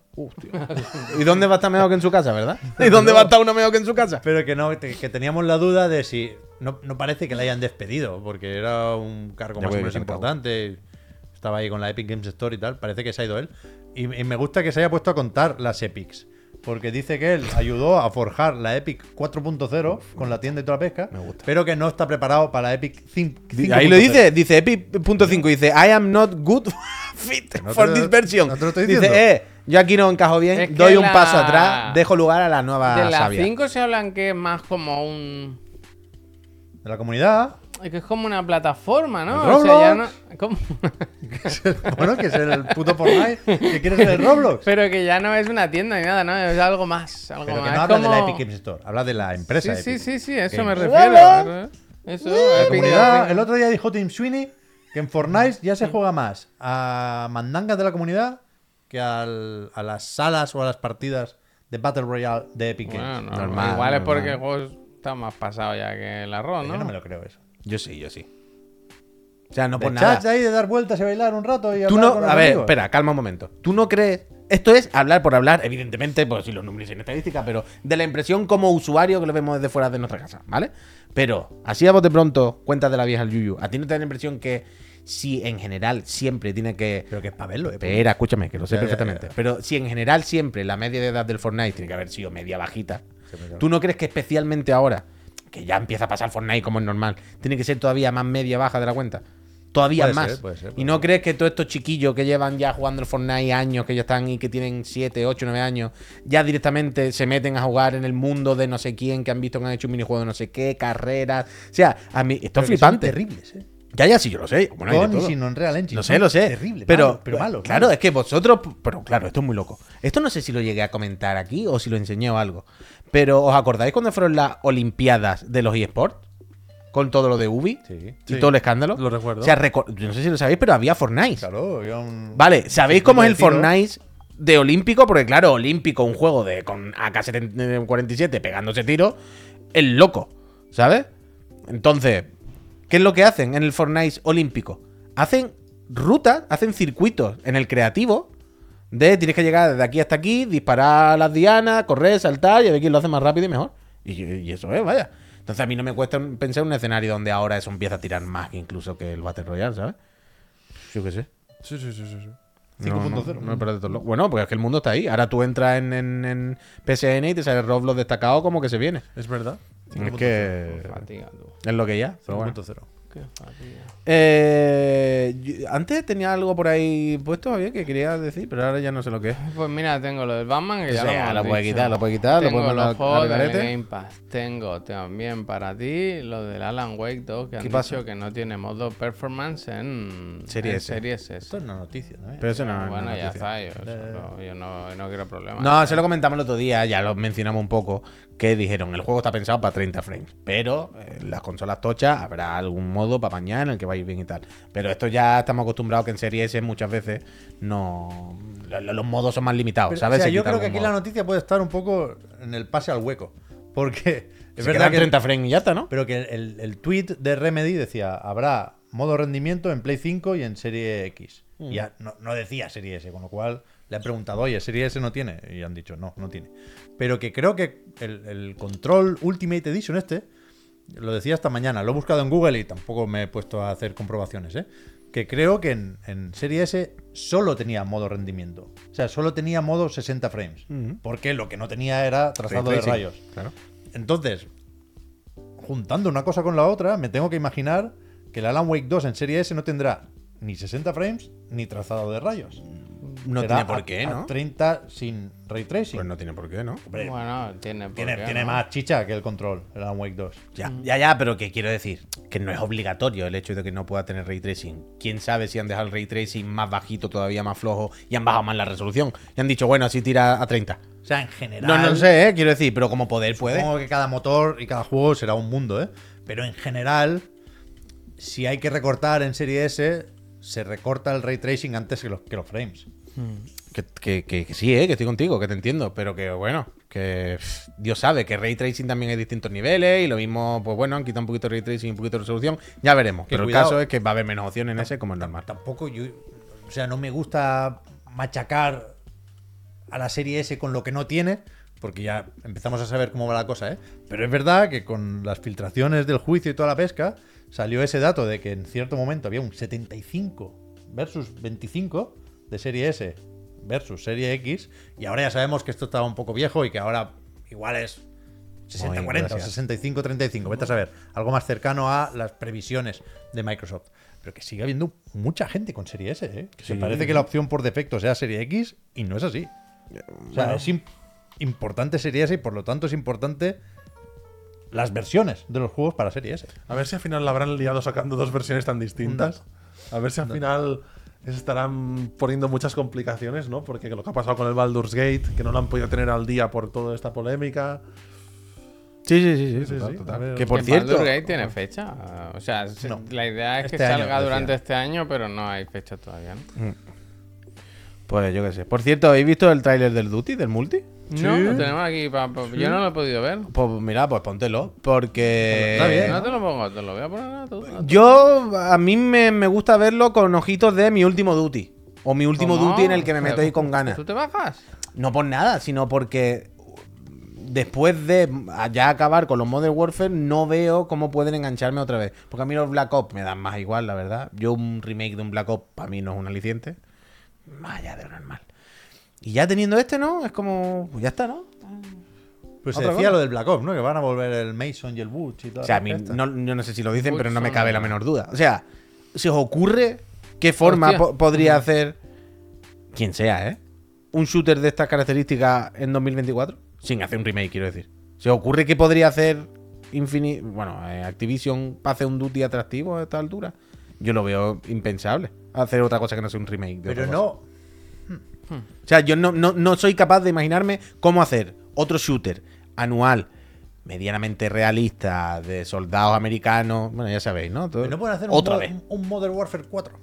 Speaker 1: ¿Y dónde va a estar mejor que en su casa, verdad? ¿Y dónde va a estar uno mejor que en su casa?
Speaker 3: Pero que no, te- que teníamos la duda de si. No, no parece que la hayan despedido, porque era un cargo
Speaker 1: Ya
Speaker 3: más
Speaker 1: voy
Speaker 3: o
Speaker 1: a
Speaker 3: menos
Speaker 1: quitar el
Speaker 3: importante. Estaba ahí con la Epic Games Store y tal. Parece que se ha ido él. Y, y me gusta que se haya puesto a contar las Epics. Porque dice que él ayudó a forjar la Epic 4.0 con la tienda y toda la pesca.
Speaker 1: Me gusta.
Speaker 3: Pero que no está preparado para la Epic cin- 5.0.
Speaker 1: Ahí lo dice, dice Epic.5, dice I am not good fit
Speaker 3: No te
Speaker 1: for
Speaker 3: lo-
Speaker 1: this version.
Speaker 3: no te lo estoy
Speaker 1: dice,
Speaker 3: diciendo.
Speaker 1: eh, yo aquí no encajo bien,
Speaker 2: Es que
Speaker 1: doy un
Speaker 2: la-
Speaker 1: paso atrás, dejo lugar a la nueva
Speaker 2: De las
Speaker 1: sabia.
Speaker 2: 5 se hablan que es más como un.
Speaker 3: De la comunidad.
Speaker 2: Es que es como una plataforma, ¿no?
Speaker 3: El
Speaker 2: O sea, ya no.
Speaker 3: Roblox.
Speaker 2: ¿Cómo?
Speaker 3: Bueno, que es el puto Fortnite. Que quieres ser el Roblox.
Speaker 2: Pero que ya no es una tienda ni nada, ¿no? Es algo más. Algo
Speaker 3: Pero que
Speaker 2: más.
Speaker 3: no
Speaker 2: Es
Speaker 3: habla de la
Speaker 2: como-
Speaker 3: Epic Games Store, habla de la
Speaker 2: Sí,
Speaker 3: empresa.
Speaker 2: sí,
Speaker 3: Epic.
Speaker 2: sí, sí, a eso
Speaker 3: Games.
Speaker 2: me refiero. Eso,
Speaker 3: La
Speaker 2: Epic
Speaker 3: comunidad,
Speaker 2: Games.
Speaker 3: el otro día dijo Tim Sweeney que en Fortnite ya se juega más a mandangas de la comunidad que al- a las salas o a las partidas de Battle Royale de Epic
Speaker 2: Bueno,
Speaker 3: Games.
Speaker 2: no,
Speaker 1: Normal, Eh,
Speaker 2: igual es porque el
Speaker 1: normal.
Speaker 2: juego está más pasado ya que el arroz, ¿no?
Speaker 3: Yo no me lo creo eso.
Speaker 1: Yo sí, yo sí. O sea, no por
Speaker 3: de chats de
Speaker 1: nada.
Speaker 3: ahí de dar vueltas y bailar un rato y
Speaker 1: Tú
Speaker 3: hablar
Speaker 1: no,
Speaker 3: con los
Speaker 1: a ver,
Speaker 3: amigos.
Speaker 1: espera, calma un momento. Tú no crees, esto es hablar por hablar, evidentemente, pues si los números en estadística, pero de la impresión como usuario que lo vemos desde fuera de nuestra casa, ¿vale? Pero, así a bote pronto, cuentas de la vieja al yuyu, ¿a ti no te da la impresión que si en general siempre tiene que
Speaker 3: Pero que es para verlo, eh,
Speaker 1: Espera, escúchame, que lo sé
Speaker 3: Ya, ya,
Speaker 1: perfectamente.
Speaker 3: ya.
Speaker 1: Pero si en general siempre la media de edad del Fortnite tiene que haber sido media bajita,
Speaker 3: pues, claro.
Speaker 1: ¿tú no crees que especialmente ahora, que ya empieza a pasar Fortnite como es normal, tiene que ser todavía más media baja de la cuenta? todavía
Speaker 3: Puede
Speaker 1: más.
Speaker 3: ser, puede ser, puede
Speaker 1: y no crees que todos estos chiquillos que llevan ya jugando el Fortnite años, que ya están y que tienen 7, 8, 9 años, ya directamente se meten a jugar en el mundo de no sé quién, que han visto que han hecho un minijuego de no sé qué, carreras. O sea, a mí, esto es
Speaker 3: Pero que son
Speaker 1: flipante.
Speaker 3: terribles, ¿eh?
Speaker 1: Ya, ya, sí, yo lo sé. Bueno, hay de
Speaker 3: Con y
Speaker 1: todo.
Speaker 3: sin Unreal Engine.
Speaker 1: Lo sé, lo sé.
Speaker 3: Terrible,
Speaker 1: pero,
Speaker 3: malo, pero malo.
Speaker 1: Claro, es que vosotros. Pero claro, esto es muy loco. Esto no sé si lo llegué a comentar aquí o si lo enseñé o algo. Pero ¿os acordáis cuando fueron las Olimpiadas de los eSports? Con todo lo de Ubi
Speaker 3: Sí.
Speaker 1: y
Speaker 4: Sí,
Speaker 1: todo el escándalo.
Speaker 4: lo recuerdo.
Speaker 1: O sea, reco- yo no sé si lo sabéis, pero había Fortnite.
Speaker 3: Claro, había un-
Speaker 1: Vale, ¿sabéis
Speaker 3: circuito
Speaker 1: cómo es
Speaker 3: de
Speaker 1: el
Speaker 3: tiro.
Speaker 1: Fortnite de Olímpico? Porque claro, Olímpico, un juego de con AK-47 pegándose tiro, el loco, ¿sabes? Entonces, ¿qué es lo que hacen en el Fortnite Olímpico? Hacen rutas, hacen circuitos en el creativo de tienes que llegar desde aquí hasta aquí, disparar a las dianas, correr, saltar y a ver quién lo hace más rápido y mejor. Y, y eso es, vaya. Entonces a mí no me cuesta un- pensar en un escenario donde ahora eso empieza a tirar más incluso que el Battle Royale, ¿sabes? Yo qué sé.
Speaker 4: Sí, sí, sí, sí, sí.
Speaker 1: No, No, no, pero de todos los- Bueno, porque es que el mundo está ahí. Ahora tú entras en, en, en PSN y te sale Roblox destacado como que se viene.
Speaker 4: Es verdad.
Speaker 1: Es que.
Speaker 2: Fatiga, tú.
Speaker 1: Es lo que ya. Mm, pero bueno.
Speaker 3: 5.0.
Speaker 2: Qué fatiga.
Speaker 1: Eh, yo- antes tenía algo por ahí puesto, Javier, que quería decir, pero ahora ya no sé lo que es.
Speaker 2: Pues mira, tengo lo del Batman que ya
Speaker 1: O sea,
Speaker 2: hemos
Speaker 1: ah, lo puedes
Speaker 2: dicho.
Speaker 1: quitar, lo puedes quitar, lo
Speaker 2: Tengo
Speaker 1: puedes mandar
Speaker 2: los
Speaker 1: al
Speaker 2: juegos del
Speaker 1: garete.
Speaker 2: Game Pass. Tengo también para ti lo del Alan Wake 2 que han
Speaker 1: ¿Qué pasa?
Speaker 2: dicho que no tiene modo performance en
Speaker 1: Serie
Speaker 2: en
Speaker 1: S.
Speaker 2: Series S.
Speaker 3: Esto es una noticia, ¿no?
Speaker 1: Pero eso no, no
Speaker 2: bueno,
Speaker 1: es
Speaker 2: ya
Speaker 1: noticia.
Speaker 2: está. Yo, solo- yo no, yo no quiero problemas.
Speaker 1: No, se lo comentamos el otro día, ya lo mencionamos un poco, que dijeron, el juego está pensado para 30 frames, pero eh, las consolas tochas habrá algún modo para mañana en el que va a ir bien y tal. Pero esto ya estamos acostumbrados que en Series S muchas veces no lo- lo- los modos son más limitados,
Speaker 3: Pero,
Speaker 1: ¿sabes?
Speaker 3: o sea,
Speaker 1: Se
Speaker 3: yo
Speaker 1: quita
Speaker 3: creo que aquí
Speaker 1: algún
Speaker 3: la
Speaker 1: modo.
Speaker 3: noticia puede estar un poco en el pase al hueco. Porque es
Speaker 1: Se
Speaker 3: verdad
Speaker 1: quedan
Speaker 3: que.
Speaker 1: 30 frames y ya está, ¿no?
Speaker 3: Pero que el, el tweet de Remedy decía: habrá modo rendimiento en Play 5 y en Serie X.
Speaker 1: Mm.
Speaker 3: Y ya no, no decía Serie S, con lo cual le han preguntado: oye, Serie S no tiene. Y han dicho: no, no tiene. Pero que creo que el, el Control Ultimate Edition este. Lo decía esta mañana, lo he buscado en Google y tampoco me he puesto a hacer comprobaciones, ¿eh? Que creo que en, en Serie S solo tenía modo rendimiento. O sea, solo tenía modo 60 frames. Porque lo que no tenía era trazado
Speaker 1: Ray
Speaker 3: de
Speaker 1: tracing,
Speaker 3: rayos.
Speaker 1: Claro.
Speaker 3: Entonces, juntando una cosa con la otra, me tengo que imaginar que el Alan Wake 2 en Serie S no tendrá ni 60 frames ni trazado de rayos.
Speaker 1: No
Speaker 3: Será
Speaker 1: tiene por
Speaker 3: a-
Speaker 1: qué,
Speaker 3: a
Speaker 1: ¿no?
Speaker 3: 30 sin ray tracing.
Speaker 1: Pues no tiene por qué, ¿no?
Speaker 3: Hombre,
Speaker 2: Bueno, tiene, por
Speaker 3: tiene
Speaker 2: qué,
Speaker 3: tiene
Speaker 2: ¿no?
Speaker 3: más chicha que el control, el Alan Wake 2.
Speaker 1: Ya, ya, ya, pero que quiero decir que no es obligatorio el hecho de que no pueda tener ray tracing. Quién sabe si han dejado el ray tracing más bajito, todavía más flojo, y han bajado más la resolución. Y han dicho, bueno, así tira a 30.
Speaker 3: O sea, en general.
Speaker 1: No, no lo sé, ¿eh? quiero decir, pero como poder puede.
Speaker 3: Supongo que cada motor y cada juego será un mundo, ¿eh? Pero en general, si hay que recortar en Serie S, se recorta el ray tracing antes que los, que los frames.
Speaker 1: Que, que- que- que sí, ¿eh? que estoy contigo, que te entiendo, pero que bueno, que pff, Dios sabe que ray tracing también hay distintos niveles y lo mismo, pues bueno, han quitado un poquito de ray tracing y un poquito de resolución. Ya veremos.
Speaker 3: Que
Speaker 1: Pero el
Speaker 3: cuidado.
Speaker 1: caso es que va a haber menos opciones en ese como en normal.
Speaker 3: Tampoco yo. O sea, no me gusta machacar a la Serie S con lo que no tiene, porque ya empezamos a saber cómo va la cosa, ¿eh? Pero es verdad que con las filtraciones del juicio y toda la pesca, salió ese dato de que en cierto momento había un 75 versus 25 de Serie S versus Serie X, y ahora ya sabemos que esto estaba un poco viejo y que ahora igual es 60-40 o
Speaker 1: gracias.
Speaker 3: 65-35, vete a saber, algo más cercano a las previsiones de Microsoft. Pero que sigue habiendo mucha gente con Serie S, ¿eh? Que se parece que la opción por defecto sea Serie X y no es así. O sea, es im- importante Serie S y por lo tanto es importante las versiones de los juegos para Serie S.
Speaker 4: A ver si al final la habrán liado sacando dos versiones tan distintas. A ver si al final se estarán poniendo muchas complicaciones, ¿no? Porque lo que ha pasado con el Baldur's Gate, que no lo han podido tener al día por toda esta polémica.
Speaker 1: Sí, sí, sí, sí.
Speaker 4: Sí, sí, a ver.
Speaker 1: Que por
Speaker 2: Que
Speaker 1: cierto,
Speaker 2: Baldur's Gate tiene fecha. O sea, se-
Speaker 3: No.
Speaker 2: la idea es que
Speaker 3: Este año,
Speaker 2: salga
Speaker 3: decía.
Speaker 2: durante este año, pero no hay fecha todavía. ¿no?
Speaker 1: pues yo qué sé. Por cierto, ¿habéis visto el tráiler del Duty, del multi?
Speaker 2: No, lo tenemos aquí. pa- pa- Yo no lo he podido ver. Eh,
Speaker 1: Pues mira, pues póntelo, porque...
Speaker 3: Está bien,
Speaker 2: no te lo pongo, te lo voy a poner a tu- a tu-
Speaker 1: Yo, a mí me, me gusta verlo con ojitos de mi último duty. O mi último
Speaker 2: ¿Cómo?
Speaker 1: duty en el que me meto ahí con ganas.
Speaker 2: ¿Tú te bajas?
Speaker 1: No por nada, sino porque después de ya acabar con los Modern Warfare, no veo cómo pueden engancharme otra vez. Porque a mí los Black Ops me dan más igual, la verdad. Yo un remake de un Black Ops para mí no es un aliciente. Más allá de lo normal. Y ya teniendo este, ¿no? Es como... Pues ya está, ¿no?
Speaker 3: Pues se
Speaker 1: Otra
Speaker 3: decía
Speaker 1: cosa.
Speaker 3: lo del Black Ops, ¿no? Que van a volver el Mason y el Butch y todo.
Speaker 1: O sea, a mí no, yo no sé si lo dicen, pero no me cabe la menor duda. O sea, se os ocurre qué forma
Speaker 2: Hostia.
Speaker 1: po- podría hacer quien sea, ¿eh? Un shooter de estas características en 2024? Sin hacer un remake, quiero decir. ¿Se os ocurre qué podría hacer Infini- bueno, eh, Activision para hacer un duty atractivo a esta altura? Yo lo veo impensable. Hacer otra cosa que no sea un remake. de
Speaker 3: Pero
Speaker 1: otra
Speaker 3: no.
Speaker 1: o sea, yo no, no- no soy capaz de imaginarme cómo hacer otro shooter anual, medianamente realista, de soldados americanos. Bueno, ya sabéis, ¿no? Todo-
Speaker 3: pero no pueden hacer un,
Speaker 1: otra
Speaker 3: mod-
Speaker 1: vez.
Speaker 3: un Modern Warfare 4.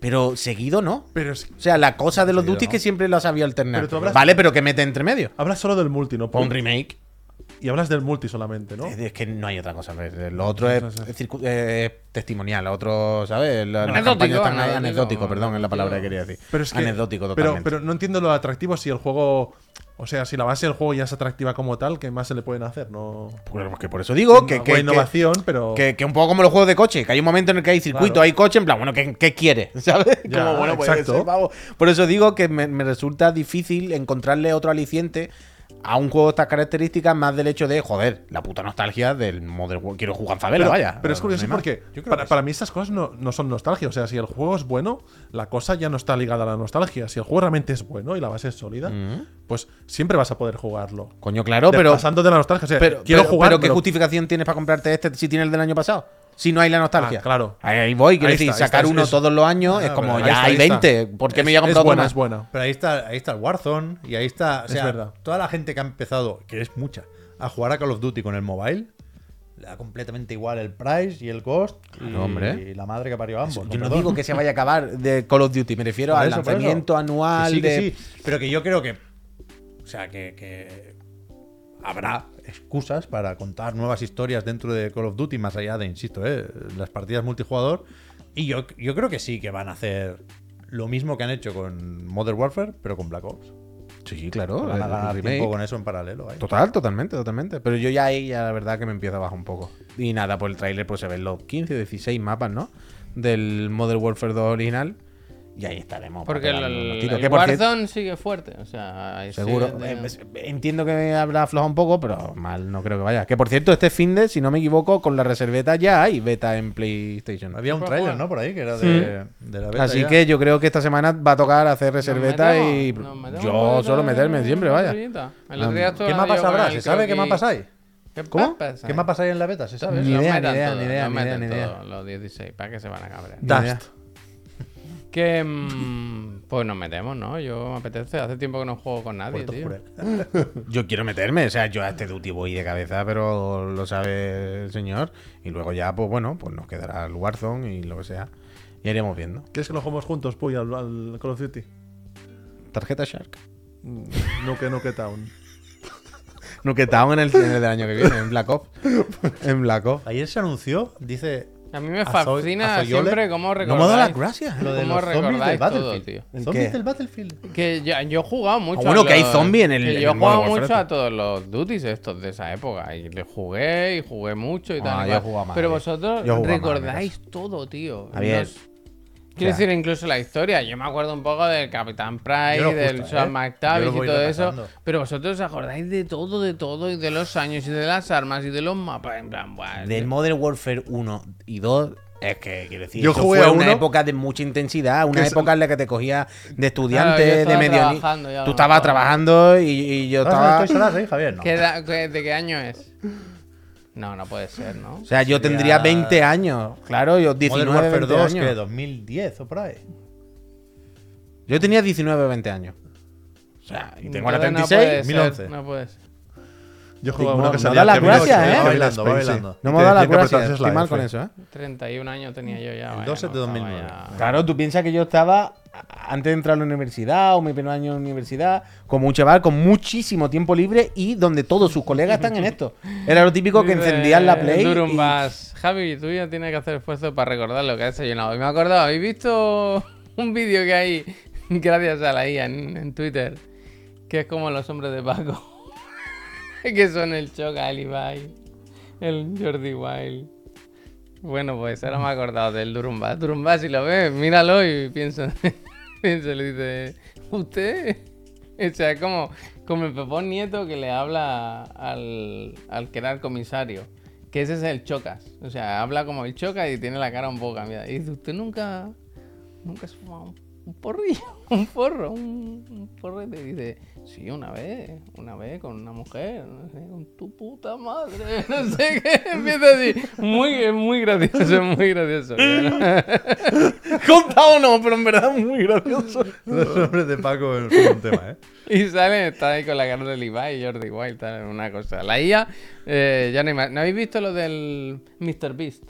Speaker 1: Pero seguido no.
Speaker 4: Pero es-
Speaker 1: O sea, la cosa de los
Speaker 4: Seguido
Speaker 1: duties
Speaker 4: no.
Speaker 1: que siempre lo sabía alternar.
Speaker 4: Pero tú hablas-
Speaker 1: Vale, pero que mete entre medio.
Speaker 4: hablas solo del multi, ¿no?
Speaker 1: Pon un remake.
Speaker 4: Y hablas del multi solamente, ¿no?
Speaker 1: Es, es que no hay otra cosa. ¿ves? Lo otro es,
Speaker 4: Sí, sí, sí.
Speaker 1: es circu- eh, testimonial. Lo otro, ¿sabes? La- las
Speaker 2: Anecdótico,
Speaker 1: campañas están
Speaker 2: anecdótico,
Speaker 1: anecdótico, perdón, es la palabra que quería decir.
Speaker 4: Pero es que,
Speaker 1: anecdótico
Speaker 4: pero,
Speaker 1: totalmente.
Speaker 4: pero no entiendo lo atractivo si el juego. O sea, si la base del juego ya es atractiva como tal, ¿qué más se le pueden hacer? No.
Speaker 1: Pues que por eso digo que,
Speaker 4: Una
Speaker 1: que-
Speaker 4: buena
Speaker 1: que-
Speaker 4: innovación, pero.
Speaker 1: Que, que un poco como los juegos de coche, que hay un momento en el que hay circuito,
Speaker 4: Claro.
Speaker 1: hay coche, en plan, bueno, ¿qué, qué quiere? ¿Sabes?
Speaker 4: Ya,
Speaker 1: como, bueno, pues,
Speaker 4: exacto.
Speaker 1: ese pavo. Por eso digo que me, me resulta difícil encontrarle otro aliciente a un juego de estas características, más del hecho de, joder, la puta nostalgia del Modern Warfare. Quiero jugar en favela,
Speaker 4: pero,
Speaker 1: vaya.
Speaker 4: pero es
Speaker 1: No
Speaker 4: curioso
Speaker 1: hay más.
Speaker 4: porque para, para mí estas cosas no, no son nostalgia. O sea, si el juego es bueno, la cosa ya no está ligada a la nostalgia. Si el juego realmente es bueno y la base es sólida, pues siempre vas a poder jugarlo.
Speaker 1: Coño, claro,
Speaker 4: De-
Speaker 1: Mm. pero.
Speaker 4: pasando de la nostalgia. O sea,
Speaker 1: pero,
Speaker 4: quiero
Speaker 1: pero-
Speaker 4: jugar.
Speaker 1: pero ¿qué
Speaker 4: pero-
Speaker 1: justificación tienes para comprarte este si tienes el del año pasado? Si no hay la nostalgia.
Speaker 4: Ah, claro.
Speaker 1: Ahí, ahí voy, quiero
Speaker 4: Ahí
Speaker 1: decir,
Speaker 4: está, ahí
Speaker 1: sacar
Speaker 4: está, es-
Speaker 1: uno
Speaker 4: es-
Speaker 1: todos los años es como,
Speaker 4: Ah, Ahí
Speaker 1: ya
Speaker 4: está,
Speaker 1: hay
Speaker 4: ahí está.
Speaker 1: 20. ¿Por qué me voy a
Speaker 4: Es-
Speaker 1: comprar
Speaker 4: Es
Speaker 1: otro
Speaker 4: buena,
Speaker 1: más?
Speaker 4: es buena.
Speaker 3: Pero ahí está, ahí está el Warzone y ahí está. O
Speaker 4: Es
Speaker 3: sea,
Speaker 4: verdad.
Speaker 3: toda la gente que ha empezado, que es mucha, a jugar a Call of Duty con el mobile, le da completamente igual el Price y el Ghost y,
Speaker 1: Claro, hombre.
Speaker 3: y la madre que parió a ambos.
Speaker 1: Yo no
Speaker 3: perdón.
Speaker 1: digo que se vaya a acabar de Call of Duty, me refiero
Speaker 3: Por
Speaker 1: al
Speaker 3: eso, por eso.
Speaker 1: lanzamiento anual
Speaker 3: Que sí, que
Speaker 1: de.
Speaker 3: sí, pero que yo creo que. O sea, que, que habrá excusas para contar nuevas historias dentro de Call of Duty, más allá de, insisto, eh, las partidas multijugador. Y yo, yo creo que sí que van a hacer lo mismo que han hecho con Modern Warfare, pero con Black Ops.
Speaker 1: Sí, claro.
Speaker 3: Van a
Speaker 1: el
Speaker 3: ganar
Speaker 1: remake.
Speaker 3: tiempo con eso en paralelo. ahí.
Speaker 1: Total, totalmente, totalmente. Pero yo ya ahí, ya la verdad que me empieza a bajar un poco. Y nada, por el tráiler pues se ven los 15 o 16 mapas, ¿no? Del Modern Warfare 2 original. Y ahí estaremos. para
Speaker 2: Porque el,
Speaker 1: pegarnos unos
Speaker 2: el-
Speaker 1: tiros.
Speaker 2: el
Speaker 1: Que, por cierto,
Speaker 2: Warzone sigue fuerte. O sea, ahí
Speaker 1: Seguro.
Speaker 2: sigue
Speaker 1: Eh,
Speaker 2: teniendo-
Speaker 1: pues, Entiendo que habrá aflojado un poco, pero mal no creo que vaya. Que por cierto, este fin de, si no me equivoco, con la reserveta ya hay beta en PlayStation.
Speaker 3: Había un
Speaker 2: Para
Speaker 3: trailer,
Speaker 2: jugar.
Speaker 3: ¿no? Por ahí, que era de, de la beta
Speaker 1: Así
Speaker 3: ya.
Speaker 1: que yo creo que esta semana va a tocar hacer reserveta
Speaker 2: Nos
Speaker 1: y
Speaker 2: metemos, nos metemos en
Speaker 1: yo
Speaker 2: la
Speaker 1: solo meterme
Speaker 2: otra
Speaker 1: siempre, vaya.
Speaker 2: partidita. El
Speaker 1: Ah,
Speaker 2: otro día estuve
Speaker 3: ¿Qué
Speaker 2: hablando
Speaker 3: mapas
Speaker 2: yo con
Speaker 3: habrá?
Speaker 2: el
Speaker 3: ¿Se sabe qué
Speaker 2: croquis.
Speaker 3: mapas hay?
Speaker 2: ¿Qué
Speaker 1: ¿Cómo?
Speaker 2: mapas
Speaker 3: ¿Qué mapas hay en la beta? ¿Se sabe?
Speaker 1: Ni
Speaker 2: Los
Speaker 1: idea,
Speaker 2: meten
Speaker 1: ni idea,
Speaker 2: todos,
Speaker 1: ni idea,
Speaker 2: los
Speaker 1: ni idea,
Speaker 2: meten
Speaker 1: ni idea.
Speaker 2: todos, Los 16, ¿para qué se van a cabrear?
Speaker 4: Dust.
Speaker 2: Que. mm, pues nos metemos, ¿no? Yo me apetece. Hace tiempo que no juego con nadie,
Speaker 3: Puerto
Speaker 2: tío.
Speaker 3: Jurel.
Speaker 1: Yo quiero meterme, o sea, yo a este duty voy de cabeza, pero lo sabe el señor. Y luego ya, pues bueno, pues nos quedará el Warzone y lo que sea. Y iremos viendo.
Speaker 4: ¿Quieres que lo juguemos juntos, Puy, al, al Call of Duty?
Speaker 1: Tarjeta Shark.
Speaker 4: Mm, No que no que town.
Speaker 1: No que en el, en el del año que viene, en Black Ops. En Black Ops.
Speaker 3: Ayer se anunció, dice.
Speaker 2: A mí me
Speaker 3: Azo-
Speaker 2: fascina
Speaker 3: Azoyole.
Speaker 2: siempre
Speaker 1: No
Speaker 2: cómo
Speaker 1: me ha
Speaker 2: recordáis.
Speaker 1: dado las gracias.
Speaker 3: Lo de
Speaker 2: ¿Cómo
Speaker 3: los zombies del
Speaker 2: recordáis todo,
Speaker 3: Battlefield.
Speaker 2: tío?
Speaker 1: ¿El
Speaker 3: zombies
Speaker 1: qué?
Speaker 3: del Battlefield.
Speaker 2: Que ya- yo he jugado mucho.
Speaker 1: Ah, bueno,
Speaker 2: a
Speaker 1: que hay
Speaker 2: los-
Speaker 1: zombie en el-
Speaker 2: que
Speaker 1: en
Speaker 2: yo he
Speaker 1: el
Speaker 2: jugado
Speaker 1: Modern Warfare, este.
Speaker 2: mucho
Speaker 1: tío.
Speaker 2: a todos los duties estos de esa época. Y le jugué y jugué mucho y
Speaker 1: Ah,
Speaker 2: tal. y
Speaker 1: yo
Speaker 2: cual.
Speaker 1: he jugado más,
Speaker 2: Pero
Speaker 1: tío.
Speaker 2: vosotros
Speaker 1: Yo he jugado más,
Speaker 2: recordáis todo, tío.
Speaker 1: Javier,
Speaker 2: Nos- Quiero
Speaker 1: o sea.
Speaker 2: decir, incluso la historia. Yo me acuerdo un poco del Capitán Price,
Speaker 3: Yo lo
Speaker 2: del
Speaker 3: justo,
Speaker 2: Sean
Speaker 3: ¿eh?
Speaker 2: McTavish
Speaker 3: Yo
Speaker 2: y
Speaker 3: lo voy
Speaker 2: todo
Speaker 3: repasando.
Speaker 2: eso. Pero vosotros os acordáis de todo, de todo, y de los años, y de las armas, y de los mapas. En plan, buah,
Speaker 1: Del Modern Warfare 1 y 2. Es que, quiero decir,
Speaker 4: Yo
Speaker 1: eso
Speaker 4: jugué
Speaker 1: fue
Speaker 4: a
Speaker 1: una
Speaker 4: uno.
Speaker 1: época de mucha intensidad, una
Speaker 4: Que es-
Speaker 1: época en la que te cogía de
Speaker 2: Claro, Ah, yo
Speaker 1: estudiante, de
Speaker 2: estaba
Speaker 1: medio...
Speaker 2: trabajando ya,
Speaker 1: Tú
Speaker 2: lo
Speaker 1: estabas
Speaker 2: mejor.
Speaker 1: trabajando y, y yo
Speaker 3: ¿Vas a
Speaker 1: estaba...
Speaker 3: las tres horas, eh, Javier? No.
Speaker 2: ¿qué edad- qué- ¿De qué año es? No, no puede ser, ¿no?
Speaker 1: O sea, yo tendría 20 años, claro, yo 19,
Speaker 3: Modern Warfare
Speaker 1: 20
Speaker 3: 2,
Speaker 1: años.
Speaker 3: que 2010 o por ahí.
Speaker 1: Yo tenía 19 o 20 años. O sea, y tengo ahora
Speaker 2: Entonces no
Speaker 1: 36.
Speaker 2: puede ser,
Speaker 3: 1011.
Speaker 2: No puede ser.
Speaker 4: Yo jugaba
Speaker 1: No-
Speaker 4: uno que
Speaker 1: no
Speaker 4: salía
Speaker 1: da la
Speaker 4: Kevin
Speaker 1: gracia,
Speaker 4: Space-
Speaker 1: ¿eh?
Speaker 4: Kevin
Speaker 3: Bailando,
Speaker 4: Space, sí.
Speaker 3: bailando.
Speaker 1: No
Speaker 4: Y
Speaker 1: me
Speaker 4: te
Speaker 1: ha dado las
Speaker 4: decía que
Speaker 1: gracias.
Speaker 4: apretases la
Speaker 1: Estoy mal
Speaker 4: F.
Speaker 1: con eso, ¿eh?
Speaker 2: 31 años tenía yo ya.
Speaker 3: El
Speaker 2: vaya,
Speaker 3: 12 de
Speaker 2: no,
Speaker 3: 2009.
Speaker 2: vaya.
Speaker 1: Claro, tú piensas que yo estaba antes de entrar a la universidad o mi primer año en la universidad, como un chaval con muchísimo tiempo libre y donde todos sus colegas están en esto. Era lo típico que
Speaker 2: Dice
Speaker 1: encendían la Play. y-
Speaker 2: Durumbas, Javi, tú ya tienes que hacer esfuerzo para recordar lo que has desayunado. Y me he acordado, ¿habéis visto un vídeo que hay gracias a la IA en, en Twitter? Que es como los hombres de Paco. que son el Choca, el Ibai, el Jordi Wild. Bueno, pues ahora me he acordado del Durumbas. Durumbas, si lo ves, míralo y piensa. piensa, le dice, ¿usted? O sea, es como, como el Pepón Nieto que le habla al, al que era el comisario. que ese es el Chocas. O sea, habla como el Chocas y tiene la cara un poco cambiada. Y dice, ¿usted nunca, nunca has fumado un, un porrillo? Un porro, un, un porrete. Y dice, sí, una vez, una vez con una mujer, no sé, con tu puta madre, no sé qué. Empieza a decir, muy, es muy gracioso, es muy gracioso.
Speaker 1: Contado no, pero en verdad muy gracioso.
Speaker 3: Los nombres de Paco es un tema, ¿eh?
Speaker 2: Y sale, está ahí con la cara de Levi y Jordi Wild, tal, una cosa. La IA, eh, ya no, hay más. ¿No habéis visto lo del Mr. Beast?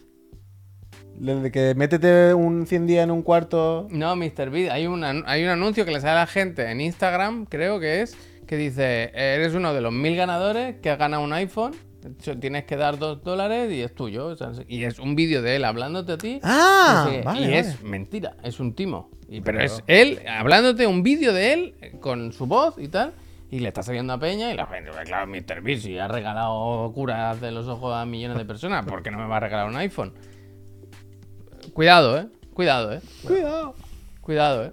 Speaker 1: Desde que métete un 100 días en un cuarto.
Speaker 2: No, Mr. Beast, hay, un an- hay un anuncio que le sale a la gente en Instagram, creo que es, que dice, eres uno de los mil ganadores que ha ganado un iPhone, so- tienes que dar dos dólares y es tuyo. o sea, y es un vídeo de él hablándote a ti.
Speaker 1: Ah,
Speaker 2: No sé,
Speaker 1: vale,
Speaker 2: y
Speaker 1: vale.
Speaker 2: es mentira, es un timo. Y, pero es él hablándote un vídeo de él eh, con su voz y tal. Y le está saliendo a Peña y la gente, pues, claro, Mr. Beast, si ha regalado curas de los ojos a millones de personas, ¿por qué no me va a regalar un iPhone? Cuidado, eh. Cuidado, eh.
Speaker 1: Cuidado.
Speaker 2: Cuidado, eh.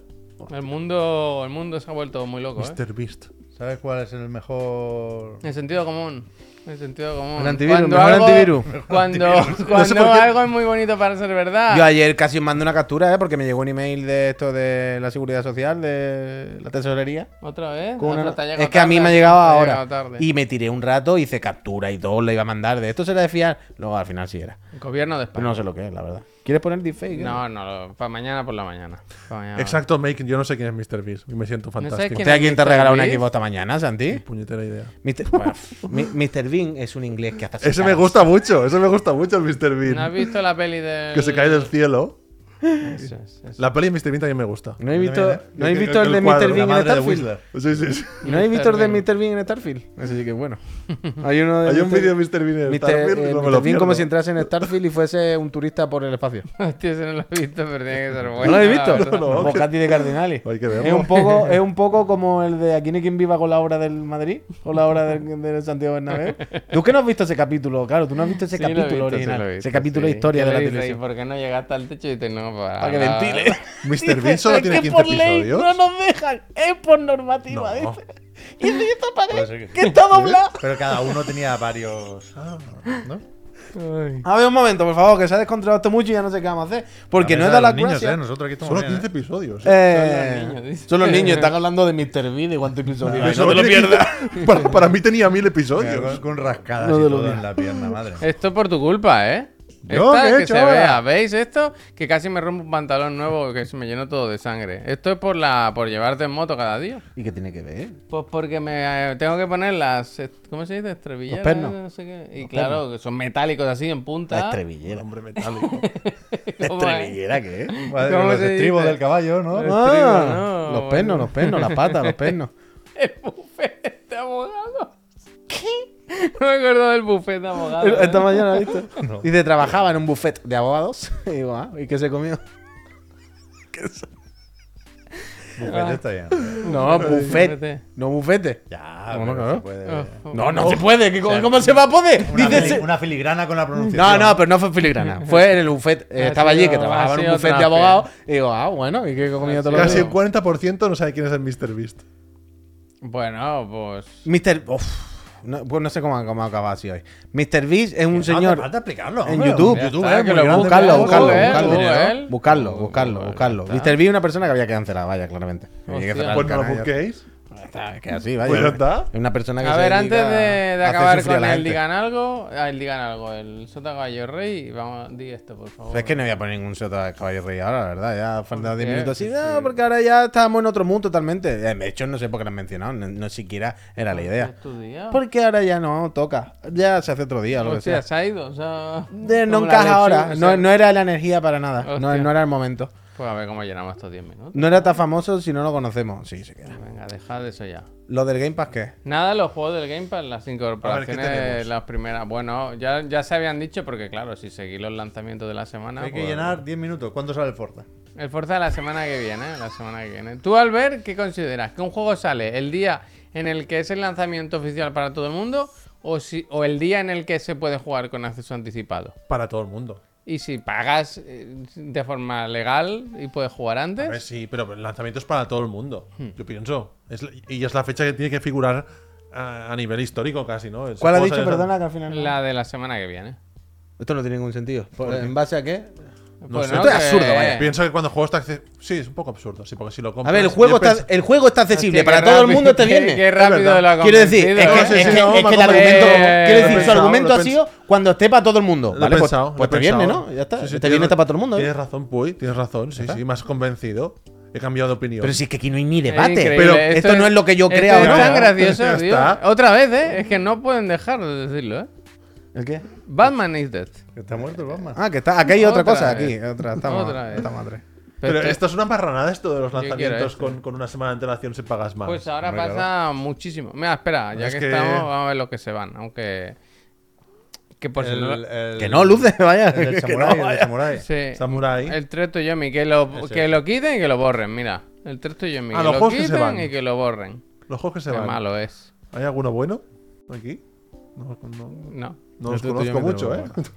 Speaker 2: El mundo, el mundo se ha vuelto muy loco, eh.
Speaker 4: Mr. Beast.
Speaker 3: ¿Sabes cuál es el mejor...?
Speaker 2: El sentido común. El sentido común.
Speaker 1: El antivirus, mejor antivirus.
Speaker 2: Cuando, cuando algo es muy bonito para ser verdad.
Speaker 1: Yo ayer casi os mandé una captura, ¿eh? Porque me llegó un email de esto de la seguridad social, de la tesorería.
Speaker 2: Otra vez. Ah,
Speaker 1: Con
Speaker 2: Otra
Speaker 1: una-
Speaker 2: te ha llegado
Speaker 1: Es que a mí
Speaker 2: tarde,
Speaker 1: me ha llegado
Speaker 2: te ha
Speaker 1: ahora.
Speaker 2: llegado tarde.
Speaker 1: Y me tiré un rato, hice captura y dos, le iba a mandar. De esto será de fiar. Luego al final sí era.
Speaker 2: Gobierno de España.
Speaker 1: Pero no sé lo que es, la verdad. ¿Quieres poner deepfake? eh?
Speaker 2: No, no, para mañana por la mañana. Pa' mañana.
Speaker 4: Exacto, Make. Yo no sé quién es Mr. Beast. Y me siento
Speaker 2: sabes
Speaker 4: fantástico.
Speaker 2: quién
Speaker 1: ¿Usted a quién te ha regalado un
Speaker 2: Mr. Beast?
Speaker 1: equipo esta mañana, Santi?
Speaker 4: Puñetera idea.
Speaker 1: Mister- bueno, mi- Mr. Bean es un inglés que hasta se
Speaker 4: Ese
Speaker 1: caga.
Speaker 4: me gusta mucho. Ese me gusta mucho el Mr. Bean.
Speaker 2: ¿No has visto la peli de.?
Speaker 4: Que se cae del cielo.
Speaker 2: Eso es, eso.
Speaker 4: La peli de Mr. Bean también me gusta.
Speaker 1: ¿No habéis visto,
Speaker 3: También, ¿eh?
Speaker 1: ¿no habéis
Speaker 4: Yo
Speaker 1: visto
Speaker 4: creo que
Speaker 1: el de
Speaker 4: el cuadro,
Speaker 1: Mr.
Speaker 4: la
Speaker 1: Bean en
Speaker 3: madre de
Speaker 1: Starfield?
Speaker 3: Whistler.
Speaker 4: Sí, sí. sí.
Speaker 1: ¿No habéis visto el de
Speaker 2: Mr.
Speaker 1: Mr. Bean en Starfield? Así que bueno. Hay uno de
Speaker 4: Hay un
Speaker 1: Mr.
Speaker 4: vídeo de Mr. Bean en
Speaker 1: Mr.
Speaker 4: Starfield,
Speaker 1: eh,
Speaker 4: no me
Speaker 1: Mr.
Speaker 4: lo
Speaker 1: Bean como
Speaker 4: pierdo.
Speaker 1: si entrase en Starfield y fuese un turista por el espacio.
Speaker 2: Hostia, ese no lo he visto, pero tiene que ser bueno.
Speaker 1: ¿No lo habéis
Speaker 2: la
Speaker 1: visto?
Speaker 2: verdad.
Speaker 4: No, no.
Speaker 1: Bocati de Cardinali.
Speaker 4: Hay que
Speaker 1: Es
Speaker 4: verlo.
Speaker 1: un, poco, es un poco como el de Aquí no hay quien viva con la obra del Madrid o la obra del, del Santiago Bernabéu. Tú que no has visto ese capítulo, claro, tú no has visto ese
Speaker 2: Sí, lo he
Speaker 1: capítulo
Speaker 2: visto, sí,
Speaker 1: original,
Speaker 2: lo he visto,
Speaker 1: ese capítulo
Speaker 2: sí.
Speaker 1: historia
Speaker 2: ¿Qué
Speaker 1: de la
Speaker 2: le dices?
Speaker 1: televisión.
Speaker 2: ¿Y por qué no llegaste al techo y te no? Para,
Speaker 1: Para que
Speaker 2: nada.
Speaker 1: ventile.
Speaker 4: Mr. Bean solo tiene 15 episodios.
Speaker 1: nos dejan, es por normativa,
Speaker 4: No.
Speaker 1: Y si esta
Speaker 3: Puede ser que sí.
Speaker 1: está
Speaker 3: Pero cada uno tenía varios... ah, ¿no?
Speaker 2: Ay.
Speaker 1: A ver, un momento, por favor, que se ha descontrolado esto mucho y ya no sé qué vamos a hacer. Porque
Speaker 3: La
Speaker 1: no he
Speaker 3: mesa
Speaker 1: dado
Speaker 3: de
Speaker 1: la
Speaker 3: los niños,
Speaker 1: gracia.
Speaker 3: ¿eh? Nosotros aquí estamos
Speaker 4: Solo
Speaker 3: bien, ¿eh?
Speaker 4: 15 episodios. ¿eh?
Speaker 1: Eh,
Speaker 2: Son los niños, dice.
Speaker 1: son los niños, están hablando de Mr. B, de cuánto episodio.
Speaker 3: Ay,
Speaker 1: hay.
Speaker 3: no
Speaker 4: Solo
Speaker 3: te lo
Speaker 4: tiene 15 Para, para mí tenía 1000
Speaker 3: Mira,
Speaker 4: episodios.
Speaker 3: Con, con rascadas
Speaker 1: No
Speaker 3: y
Speaker 1: de lo
Speaker 3: todo
Speaker 1: mío.
Speaker 3: en la pierna, madre.
Speaker 2: Esto por tu culpa, ¿eh?
Speaker 4: Yo,
Speaker 2: Esta,
Speaker 4: ¿qué he
Speaker 2: que
Speaker 4: hecho
Speaker 2: se
Speaker 4: ahora?
Speaker 2: vea, ¿veis esto? Que casi me rompo un pantalón nuevo que se me llenó todo de sangre. Esto es por la por llevarte en moto cada día.
Speaker 1: ¿Y qué tiene que ver?
Speaker 2: Pues porque me eh, tengo que poner las est- ¿cómo se dice? Estrebilleras,
Speaker 1: Los pernos.
Speaker 2: no sé qué. Y claro, que son metálicos así en
Speaker 1: La
Speaker 2: punta.
Speaker 1: estrevillera.
Speaker 4: Hombre metálico.
Speaker 2: ¿Cómo es?
Speaker 1: ¿Estrevillera qué es?
Speaker 3: Madre,
Speaker 2: ¿Cómo
Speaker 3: los
Speaker 2: se
Speaker 3: estribos
Speaker 2: dice?
Speaker 3: del caballo, ¿no?
Speaker 2: Los
Speaker 1: Ah,
Speaker 2: estribos, no,
Speaker 1: los pernos,
Speaker 2: bueno.
Speaker 1: los pernos, las patas, los pernos.
Speaker 2: El buffet de abogados. ¿Qué? No me acuerdo del buffet de abogados. ¿eh?
Speaker 1: Esta mañana, ¿viste? Dice, trabajaba en un buffet de abogados. Y digo, ah, ¿y qué se comió?
Speaker 3: Bufete está bien.
Speaker 1: No, buffet.
Speaker 2: Bufete.
Speaker 1: No bufete.
Speaker 3: Ya,
Speaker 1: ¿Cómo no,
Speaker 3: pero
Speaker 1: claro?
Speaker 3: se puede.
Speaker 1: No, no se puede. ¿qué- ¿Cómo, cómo se va a poder?
Speaker 3: Una,
Speaker 1: Dice,
Speaker 3: fili-
Speaker 1: se-
Speaker 3: una filigrana con la pronunciación.
Speaker 1: eh, No, no, pero no fue filigrana. Fue en el buffet. eh,
Speaker 2: Ha
Speaker 1: estaba allí,
Speaker 2: sido-
Speaker 1: que trabajaba
Speaker 2: ha
Speaker 1: en un
Speaker 2: sido
Speaker 1: buffet de
Speaker 2: trafe.
Speaker 1: abogados. Y digo, ah, bueno, ¿y qué he comido
Speaker 2: Ha
Speaker 1: todo
Speaker 4: Casi
Speaker 1: lo
Speaker 4: el 40% no sabe quién es el Mr. Beast.
Speaker 2: Bueno, pues
Speaker 1: Mister. Uf, no, pues no sé cómo, cómo acaba así hoy. Mr. Beast es un
Speaker 3: No,
Speaker 1: señor.
Speaker 3: hace falta explicarlo.
Speaker 1: en
Speaker 3: hombre,
Speaker 1: YouTube,
Speaker 3: ya
Speaker 1: YouTube,
Speaker 3: está,
Speaker 2: eh,
Speaker 3: muy
Speaker 2: que lo
Speaker 3: grande,
Speaker 1: Buscarlo,
Speaker 3: muy
Speaker 1: buscarlo,
Speaker 3: grande,
Speaker 1: buscarlo,
Speaker 3: muy grande,
Speaker 1: buscarlo,
Speaker 2: Google.
Speaker 1: buscarlo, buscarlo,
Speaker 2: Google,
Speaker 1: buscarlo.
Speaker 2: ya está.
Speaker 1: Mr. Beast es una persona que había que cancelar, vaya, claramente. Había que
Speaker 2: Hostia.
Speaker 1: cerrar el
Speaker 4: Pues no lo
Speaker 1: canal, ya
Speaker 4: busquéis.
Speaker 1: está. Es que así, vaya.
Speaker 4: Pues ya está.
Speaker 1: Es una persona que
Speaker 2: A
Speaker 1: se
Speaker 2: ver,
Speaker 1: dedica
Speaker 2: antes de, de
Speaker 1: a hacer
Speaker 2: acabar
Speaker 1: sufrir a
Speaker 2: con
Speaker 1: la
Speaker 2: el
Speaker 1: gente.
Speaker 2: digan algo, ah, el digan algo, el sota caballo rey, vamos, di esto, por favor.
Speaker 1: Es que no voy a poner ningún shot a Caballo Rey ahora, la verdad. Ya faltan 10
Speaker 2: qué?
Speaker 1: minutos así. No, porque ahora ya estamos en otro mundo totalmente. Eh, De hecho, no sé por qué lo han mencionado. No, no siquiera era la idea.
Speaker 2: ¿Es tu día?
Speaker 1: Porque ahora ya no toca. Ya se hace otro día, lo que
Speaker 2: Hostia,
Speaker 1: sea.
Speaker 2: se ha ido, o sea...
Speaker 1: De- no
Speaker 2: como la
Speaker 1: encaja ahora.
Speaker 2: lechuga, o
Speaker 1: No,
Speaker 2: sea.
Speaker 1: no era la energía para nada. No,
Speaker 2: Hostia.
Speaker 1: no era el momento.
Speaker 2: Pues a ver cómo llenamos estos 10 minutos.
Speaker 1: No era tan famoso si no lo conocemos. Sí, sí que era.
Speaker 2: Venga, dejad eso ya.
Speaker 1: Lo del Game Pass, ¿qué?
Speaker 2: Nada, los juegos del Game Pass, las
Speaker 4: tenemos?
Speaker 2: incorporaciones, las primeras... Bueno, ya, ya se habían dicho, porque claro, si seguí los lanzamientos de la semana...
Speaker 3: Hay que
Speaker 2: pues-
Speaker 3: llenar 10 minutos. ¿Cuándo sale el Forza?
Speaker 2: El Forza de la semana que viene, la semana que viene. Tú, Albert, ¿qué consideras? ¿Que un juego sale el día en el que es el lanzamiento oficial para todo el mundo o, si, o el día en el que se puede jugar con acceso anticipado?
Speaker 4: Para todo el mundo.
Speaker 2: Y si pagas eh, de forma legal y puedes jugar
Speaker 4: A ver,
Speaker 2: antes.
Speaker 4: sí, pero el lanzamiento es para todo el mundo.
Speaker 2: Hmm.
Speaker 4: Yo pienso. Es la- y es la fecha que tiene que figurar a, a nivel histórico casi, ¿no? Es-
Speaker 1: ¿Cuál ha
Speaker 4: juegos
Speaker 1: dicho?
Speaker 4: salen-
Speaker 1: Perdona que al final. no.
Speaker 2: La de la semana que viene.
Speaker 1: Esto no tiene ningún sentido. ¿Por- ¿En base a qué?
Speaker 4: No
Speaker 2: Pues
Speaker 4: sé.
Speaker 2: no,
Speaker 1: Esto es
Speaker 2: que-
Speaker 1: absurdo, vaya.
Speaker 4: Piensa que cuando el juego está acce- Sí, es un poco absurdo, sí, porque si lo compras.
Speaker 1: A ver, el
Speaker 4: yo
Speaker 1: juego, está,
Speaker 4: pensé-
Speaker 1: el juego está accesible
Speaker 2: Hostia,
Speaker 1: para
Speaker 2: qué
Speaker 1: todo el
Speaker 2: rápido-
Speaker 1: mundo, te
Speaker 2: qué-
Speaker 1: viene.
Speaker 2: Qué rápido
Speaker 4: verdad.
Speaker 2: lo ha
Speaker 1: Quiero decir, es que,
Speaker 2: convencido,
Speaker 4: No,
Speaker 1: es
Speaker 4: sí,
Speaker 2: ¿eh?
Speaker 4: sí,
Speaker 1: que-
Speaker 4: no,
Speaker 1: es
Speaker 4: me
Speaker 1: que el
Speaker 4: ha
Speaker 1: argumento,
Speaker 2: convencido.
Speaker 1: quiero
Speaker 2: Eh, Lo
Speaker 1: decir,
Speaker 2: he
Speaker 1: su
Speaker 4: pensado,
Speaker 1: argumento
Speaker 4: lo he
Speaker 1: ha sido cuando esté para todo el mundo.
Speaker 4: Lo he
Speaker 1: Vale, pues,
Speaker 4: pensado, lo he
Speaker 1: pues te
Speaker 4: pensado.
Speaker 1: viene, ¿no? Ya está.
Speaker 4: Sí, sí,
Speaker 1: te
Speaker 4: tienes
Speaker 1: viene
Speaker 4: ra-
Speaker 1: está para todo el mundo. ¿eh?
Speaker 4: Tienes razón, Puy, tienes razón, sí, sí, más convencido. He cambiado de opinión.
Speaker 1: Pero si es que aquí no hay ni
Speaker 2: Es
Speaker 1: debate.
Speaker 2: increíble,
Speaker 1: pero esto no es lo que yo
Speaker 2: esto
Speaker 1: crea o
Speaker 2: Es
Speaker 1: no.
Speaker 2: tan
Speaker 4: ¿no? Ya
Speaker 2: gracioso, tío.
Speaker 4: está.
Speaker 2: Otra vez, ¿eh? Es que no pueden dejar de decirlo, ¿eh?
Speaker 1: ¿El qué?
Speaker 2: Batman is dead.
Speaker 3: Está muerto el Batman.
Speaker 1: Ah, que está, aquí hay otra,
Speaker 2: Otra
Speaker 1: cosa.
Speaker 2: vez.
Speaker 1: Aquí, otra, estamos,
Speaker 2: Otra vez.
Speaker 1: estamos atrás.
Speaker 4: Pero,
Speaker 2: Pero-
Speaker 4: esto es una parranada, esto de los
Speaker 2: quiero
Speaker 4: lanzamientos
Speaker 2: esto.
Speaker 4: con, con una semana de antelación si pagas más.
Speaker 2: Pues ahora
Speaker 4: Hombre,
Speaker 2: pasa
Speaker 4: claro.
Speaker 2: muchísimo. Mira, espera, ya
Speaker 4: Es
Speaker 2: que,
Speaker 4: que-
Speaker 2: estamos, vamos a ver los que se van, aunque. Que por Pues si no lo-
Speaker 1: Que no, luces, vaya.
Speaker 3: El del
Speaker 1: que no,
Speaker 3: samurái, el del
Speaker 1: vaya.
Speaker 3: samurái.
Speaker 2: Sí.
Speaker 4: Samurai.
Speaker 2: El Treto Yomi, que lo,
Speaker 3: Ese.
Speaker 2: que lo quiten y que lo borren, mira. El Treto Yomi,
Speaker 4: Ah,
Speaker 2: que
Speaker 4: los
Speaker 2: lo
Speaker 4: juegos que se
Speaker 2: quiten
Speaker 4: van.
Speaker 2: y que lo borren.
Speaker 4: Los juegos que se
Speaker 2: Qué
Speaker 4: van.
Speaker 2: malo es.
Speaker 4: ¿Hay alguno bueno? Aquí. No, no-
Speaker 2: No.
Speaker 4: no
Speaker 1: Yo
Speaker 4: los
Speaker 1: estoy-
Speaker 4: conozco
Speaker 1: estoy
Speaker 4: mucho, ¿eh?
Speaker 1: viendo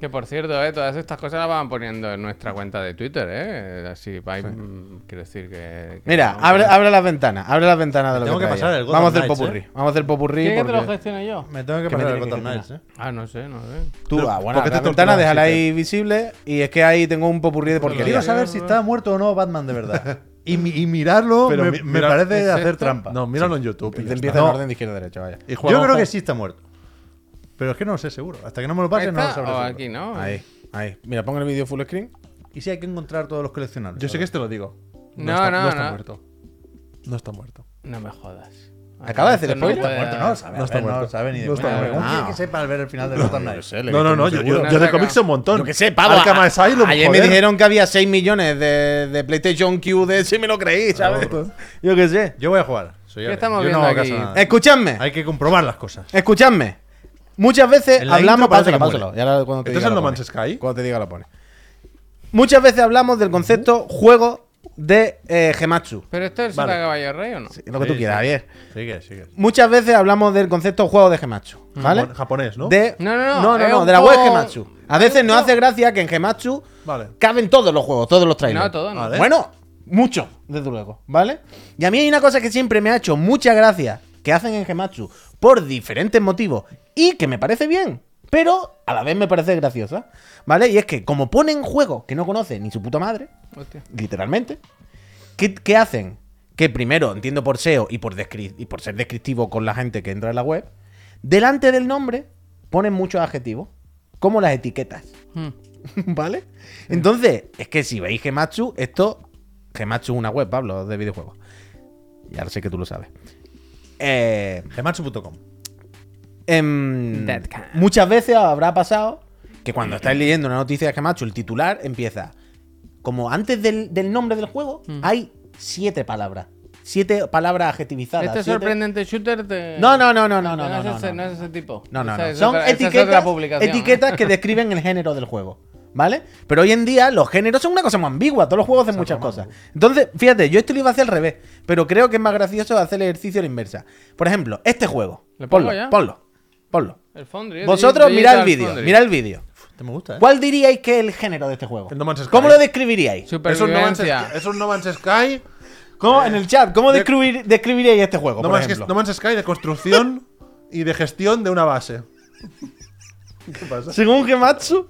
Speaker 2: Que por cierto, eh, todas estas cosas las van poniendo en nuestra cuenta de Twitter, ¿eh? Así, va, mm, quiero decir que. que
Speaker 1: Mira,
Speaker 2: no.
Speaker 1: abre, abre las ventanas. Abre las ventanas de lo
Speaker 3: Tengo
Speaker 1: que
Speaker 3: que
Speaker 1: traía.
Speaker 3: pasar el Gotham
Speaker 1: Vamos a hacer
Speaker 3: Knights,
Speaker 1: popurrí. Vamos a hacer popurrí.
Speaker 2: ¿Quieres que te lo
Speaker 1: porque
Speaker 2: gestione yo?
Speaker 3: Me tengo que
Speaker 1: Que me
Speaker 3: pasar el
Speaker 1: tiene
Speaker 3: Gotham
Speaker 1: que
Speaker 3: Knights, ¿eh?
Speaker 2: Ah, no sé, no sé.
Speaker 1: Tú,
Speaker 4: Pero,
Speaker 1: ah, bueno,
Speaker 4: ¿por qué
Speaker 1: abre
Speaker 4: te
Speaker 1: las ventanas,
Speaker 4: torturas,
Speaker 1: déjala ahí visible. Y es que ahí tengo un popurrí de
Speaker 3: Quiero
Speaker 1: porquería.
Speaker 3: saber si está muerto o no Batman de verdad. Y, mi- y mirarlo
Speaker 4: Pero
Speaker 3: me,
Speaker 4: mi-
Speaker 3: me
Speaker 4: mira-
Speaker 3: parece
Speaker 2: ¿Es
Speaker 3: hacer
Speaker 2: esto?
Speaker 3: trampa.
Speaker 4: No, míralo en YouTube. y
Speaker 1: Te
Speaker 4: ya
Speaker 1: empieza
Speaker 4: está.
Speaker 1: en
Speaker 4: No,
Speaker 1: orden de izquierda a derecha, vaya.
Speaker 4: y juega
Speaker 3: Yo
Speaker 4: un
Speaker 3: creo
Speaker 4: juego-
Speaker 3: que sí está muerto. Pero es que no lo sé seguro. Hasta que no me lo
Speaker 2: Ahí
Speaker 3: pasen, no lo
Speaker 2: está,
Speaker 3: sabré.
Speaker 2: o
Speaker 3: seguro.
Speaker 2: aquí, ¿no?
Speaker 1: Ahí, ahí. Mira, pongo el vídeo full screen.
Speaker 3: Y si hay que encontrar todos los coleccionables.
Speaker 4: Yo sé que este lo digo.
Speaker 2: No,
Speaker 4: está,
Speaker 2: no,
Speaker 4: está
Speaker 2: no.
Speaker 4: muerto. No está muerto.
Speaker 2: No me jodas.
Speaker 1: Acaba de hacer
Speaker 2: Esto no
Speaker 1: spoiler.
Speaker 2: puede-
Speaker 3: Muerto no lo sabe.
Speaker 4: No
Speaker 3: a
Speaker 4: está
Speaker 3: ver, No lo
Speaker 4: muerto.
Speaker 3: sabe ni de
Speaker 4: No está
Speaker 3: coña.
Speaker 4: muerto.
Speaker 3: ¿Cómo quiere
Speaker 1: Ah.
Speaker 3: que sepa al ver el final de Gotham
Speaker 1: No, yo
Speaker 3: Knights?
Speaker 1: sé, le
Speaker 4: No, no,
Speaker 1: estoy
Speaker 4: no. Yo,
Speaker 1: seguro.
Speaker 4: yo-
Speaker 2: Una
Speaker 4: yo de
Speaker 2: saga.
Speaker 4: cómics sé un montón.
Speaker 1: Yo que sé, pavo.
Speaker 4: Arkham
Speaker 1: a-
Speaker 4: Asylum,
Speaker 1: ayer
Speaker 4: joder.
Speaker 1: me dijeron que había 6 millones de, de PlayStation Q de si me lo creí, ¿sabes? Yo qué sé.
Speaker 3: Yo voy a jugar. Soy
Speaker 2: ¿Qué
Speaker 3: Ale.
Speaker 2: estamos
Speaker 3: Yo
Speaker 2: viendo
Speaker 3: no hago
Speaker 2: aquí?
Speaker 3: caso a nada.
Speaker 1: Escuchadme,
Speaker 3: Hay que comprobar las cosas.
Speaker 1: escuchadme. Muchas veces
Speaker 3: En la
Speaker 1: hablamos.
Speaker 3: intro parece
Speaker 1: Pásalo,
Speaker 3: que
Speaker 1: pásalo. Y
Speaker 3: muere.
Speaker 1: ahora cuando te
Speaker 4: ¿Esto es
Speaker 1: diga
Speaker 4: el
Speaker 1: lo
Speaker 4: No Man's
Speaker 1: pone.
Speaker 4: Sky?
Speaker 1: Cuando te diga lo pone. Muchas veces hablamos del concepto juego de eh, Gematsu.
Speaker 2: ¿Pero esto es el
Speaker 3: Vale.
Speaker 2: Sota Caballo Rey o no?
Speaker 1: Lo que
Speaker 3: Sí,
Speaker 1: tú quieras,
Speaker 3: sí.
Speaker 1: Javier.
Speaker 3: Sigue, sigue.
Speaker 1: Muchas veces hablamos del concepto juego de Gematsu, ¿vale?
Speaker 4: Japón- japonés, ¿no?
Speaker 1: De,
Speaker 2: No, no, no,
Speaker 1: no,
Speaker 2: es un
Speaker 1: de la web
Speaker 2: juego-
Speaker 1: Gematsu. A veces nos hace gracia que en Gematsu
Speaker 4: Vale.
Speaker 1: caben todos los juegos, todos los trailers.
Speaker 2: No, todos no. Vale.
Speaker 1: Bueno, muchos, desde luego, ¿vale? Y a mí hay una cosa que siempre me ha hecho mucha gracia que hacen en Gematsu por diferentes motivos y que me parece bien, pero a la vez me parece graciosa, ¿vale? Y es que como ponen juegos que no conoce ni su puta madre,
Speaker 2: Hostia.
Speaker 1: literalmente. ¿Qué, qué hacen? Que primero, entiendo por SEO y por, descri- y por ser descriptivo con la gente que entra en la web, delante del nombre ponen muchos adjetivos, como las etiquetas,
Speaker 2: Hmm.
Speaker 1: ¿vale? Entonces, es que si veis Gematsu, esto... Gematsu es una web, Pablo, de videojuegos. Y ahora sé que tú lo sabes. Eh,
Speaker 3: Gematsu.com.
Speaker 1: em,
Speaker 2: That kind.
Speaker 1: muchas veces habrá pasado que cuando estáis leyendo una noticia de Gemacho, el titular empieza. Como antes del, del nombre del juego,
Speaker 2: Mm.
Speaker 1: hay siete palabras. Siete palabras adjetivizadas.
Speaker 2: Este
Speaker 1: siete-
Speaker 2: sorprendente shooter de...
Speaker 1: No, no, no, no, no, no.
Speaker 2: no,
Speaker 1: No,
Speaker 2: es ese, no
Speaker 1: no,
Speaker 2: es ese tipo.
Speaker 1: no, no,
Speaker 2: Esa
Speaker 1: no.
Speaker 2: es
Speaker 1: Son
Speaker 2: otra- esa es otra
Speaker 1: etiquetas,
Speaker 2: publicación, ¿eh?
Speaker 1: etiquetas que describen el género del juego. ¿Vale? Pero hoy en día los géneros son una cosa muy ambigua. Todos los juegos hacen muchas cosas. Entonces, fíjate, yo esto lo iba a hacer al revés. Pero creo que es más gracioso hacer el ejercicio a la inversa. Por ejemplo, este juego.
Speaker 2: ¿Le pongo
Speaker 1: Ponlo,
Speaker 2: ya?
Speaker 1: ponlo. Ponlo.
Speaker 2: El Foundry.
Speaker 1: Vosotros mirad
Speaker 2: mirad
Speaker 1: el vídeo, mirad el vídeo.
Speaker 3: Este me gusta, ¿eh?
Speaker 1: ¿Cuál diríais que es el género de este juego?
Speaker 4: El No Man's Sky.
Speaker 1: ¿Cómo lo describiríais?
Speaker 4: Es un, no Man's Sky,
Speaker 2: Supervivencia.
Speaker 4: es un No Man's Sky.
Speaker 1: ¿Cómo- en el chat, ¿cómo
Speaker 4: de-
Speaker 1: describir- describiríais este juego?
Speaker 4: No
Speaker 1: por
Speaker 4: Man's,
Speaker 1: ejemplo?
Speaker 4: no Man's Sky de construcción y de gestión de una base. ¿Qué pasa?
Speaker 1: Según Gematsu,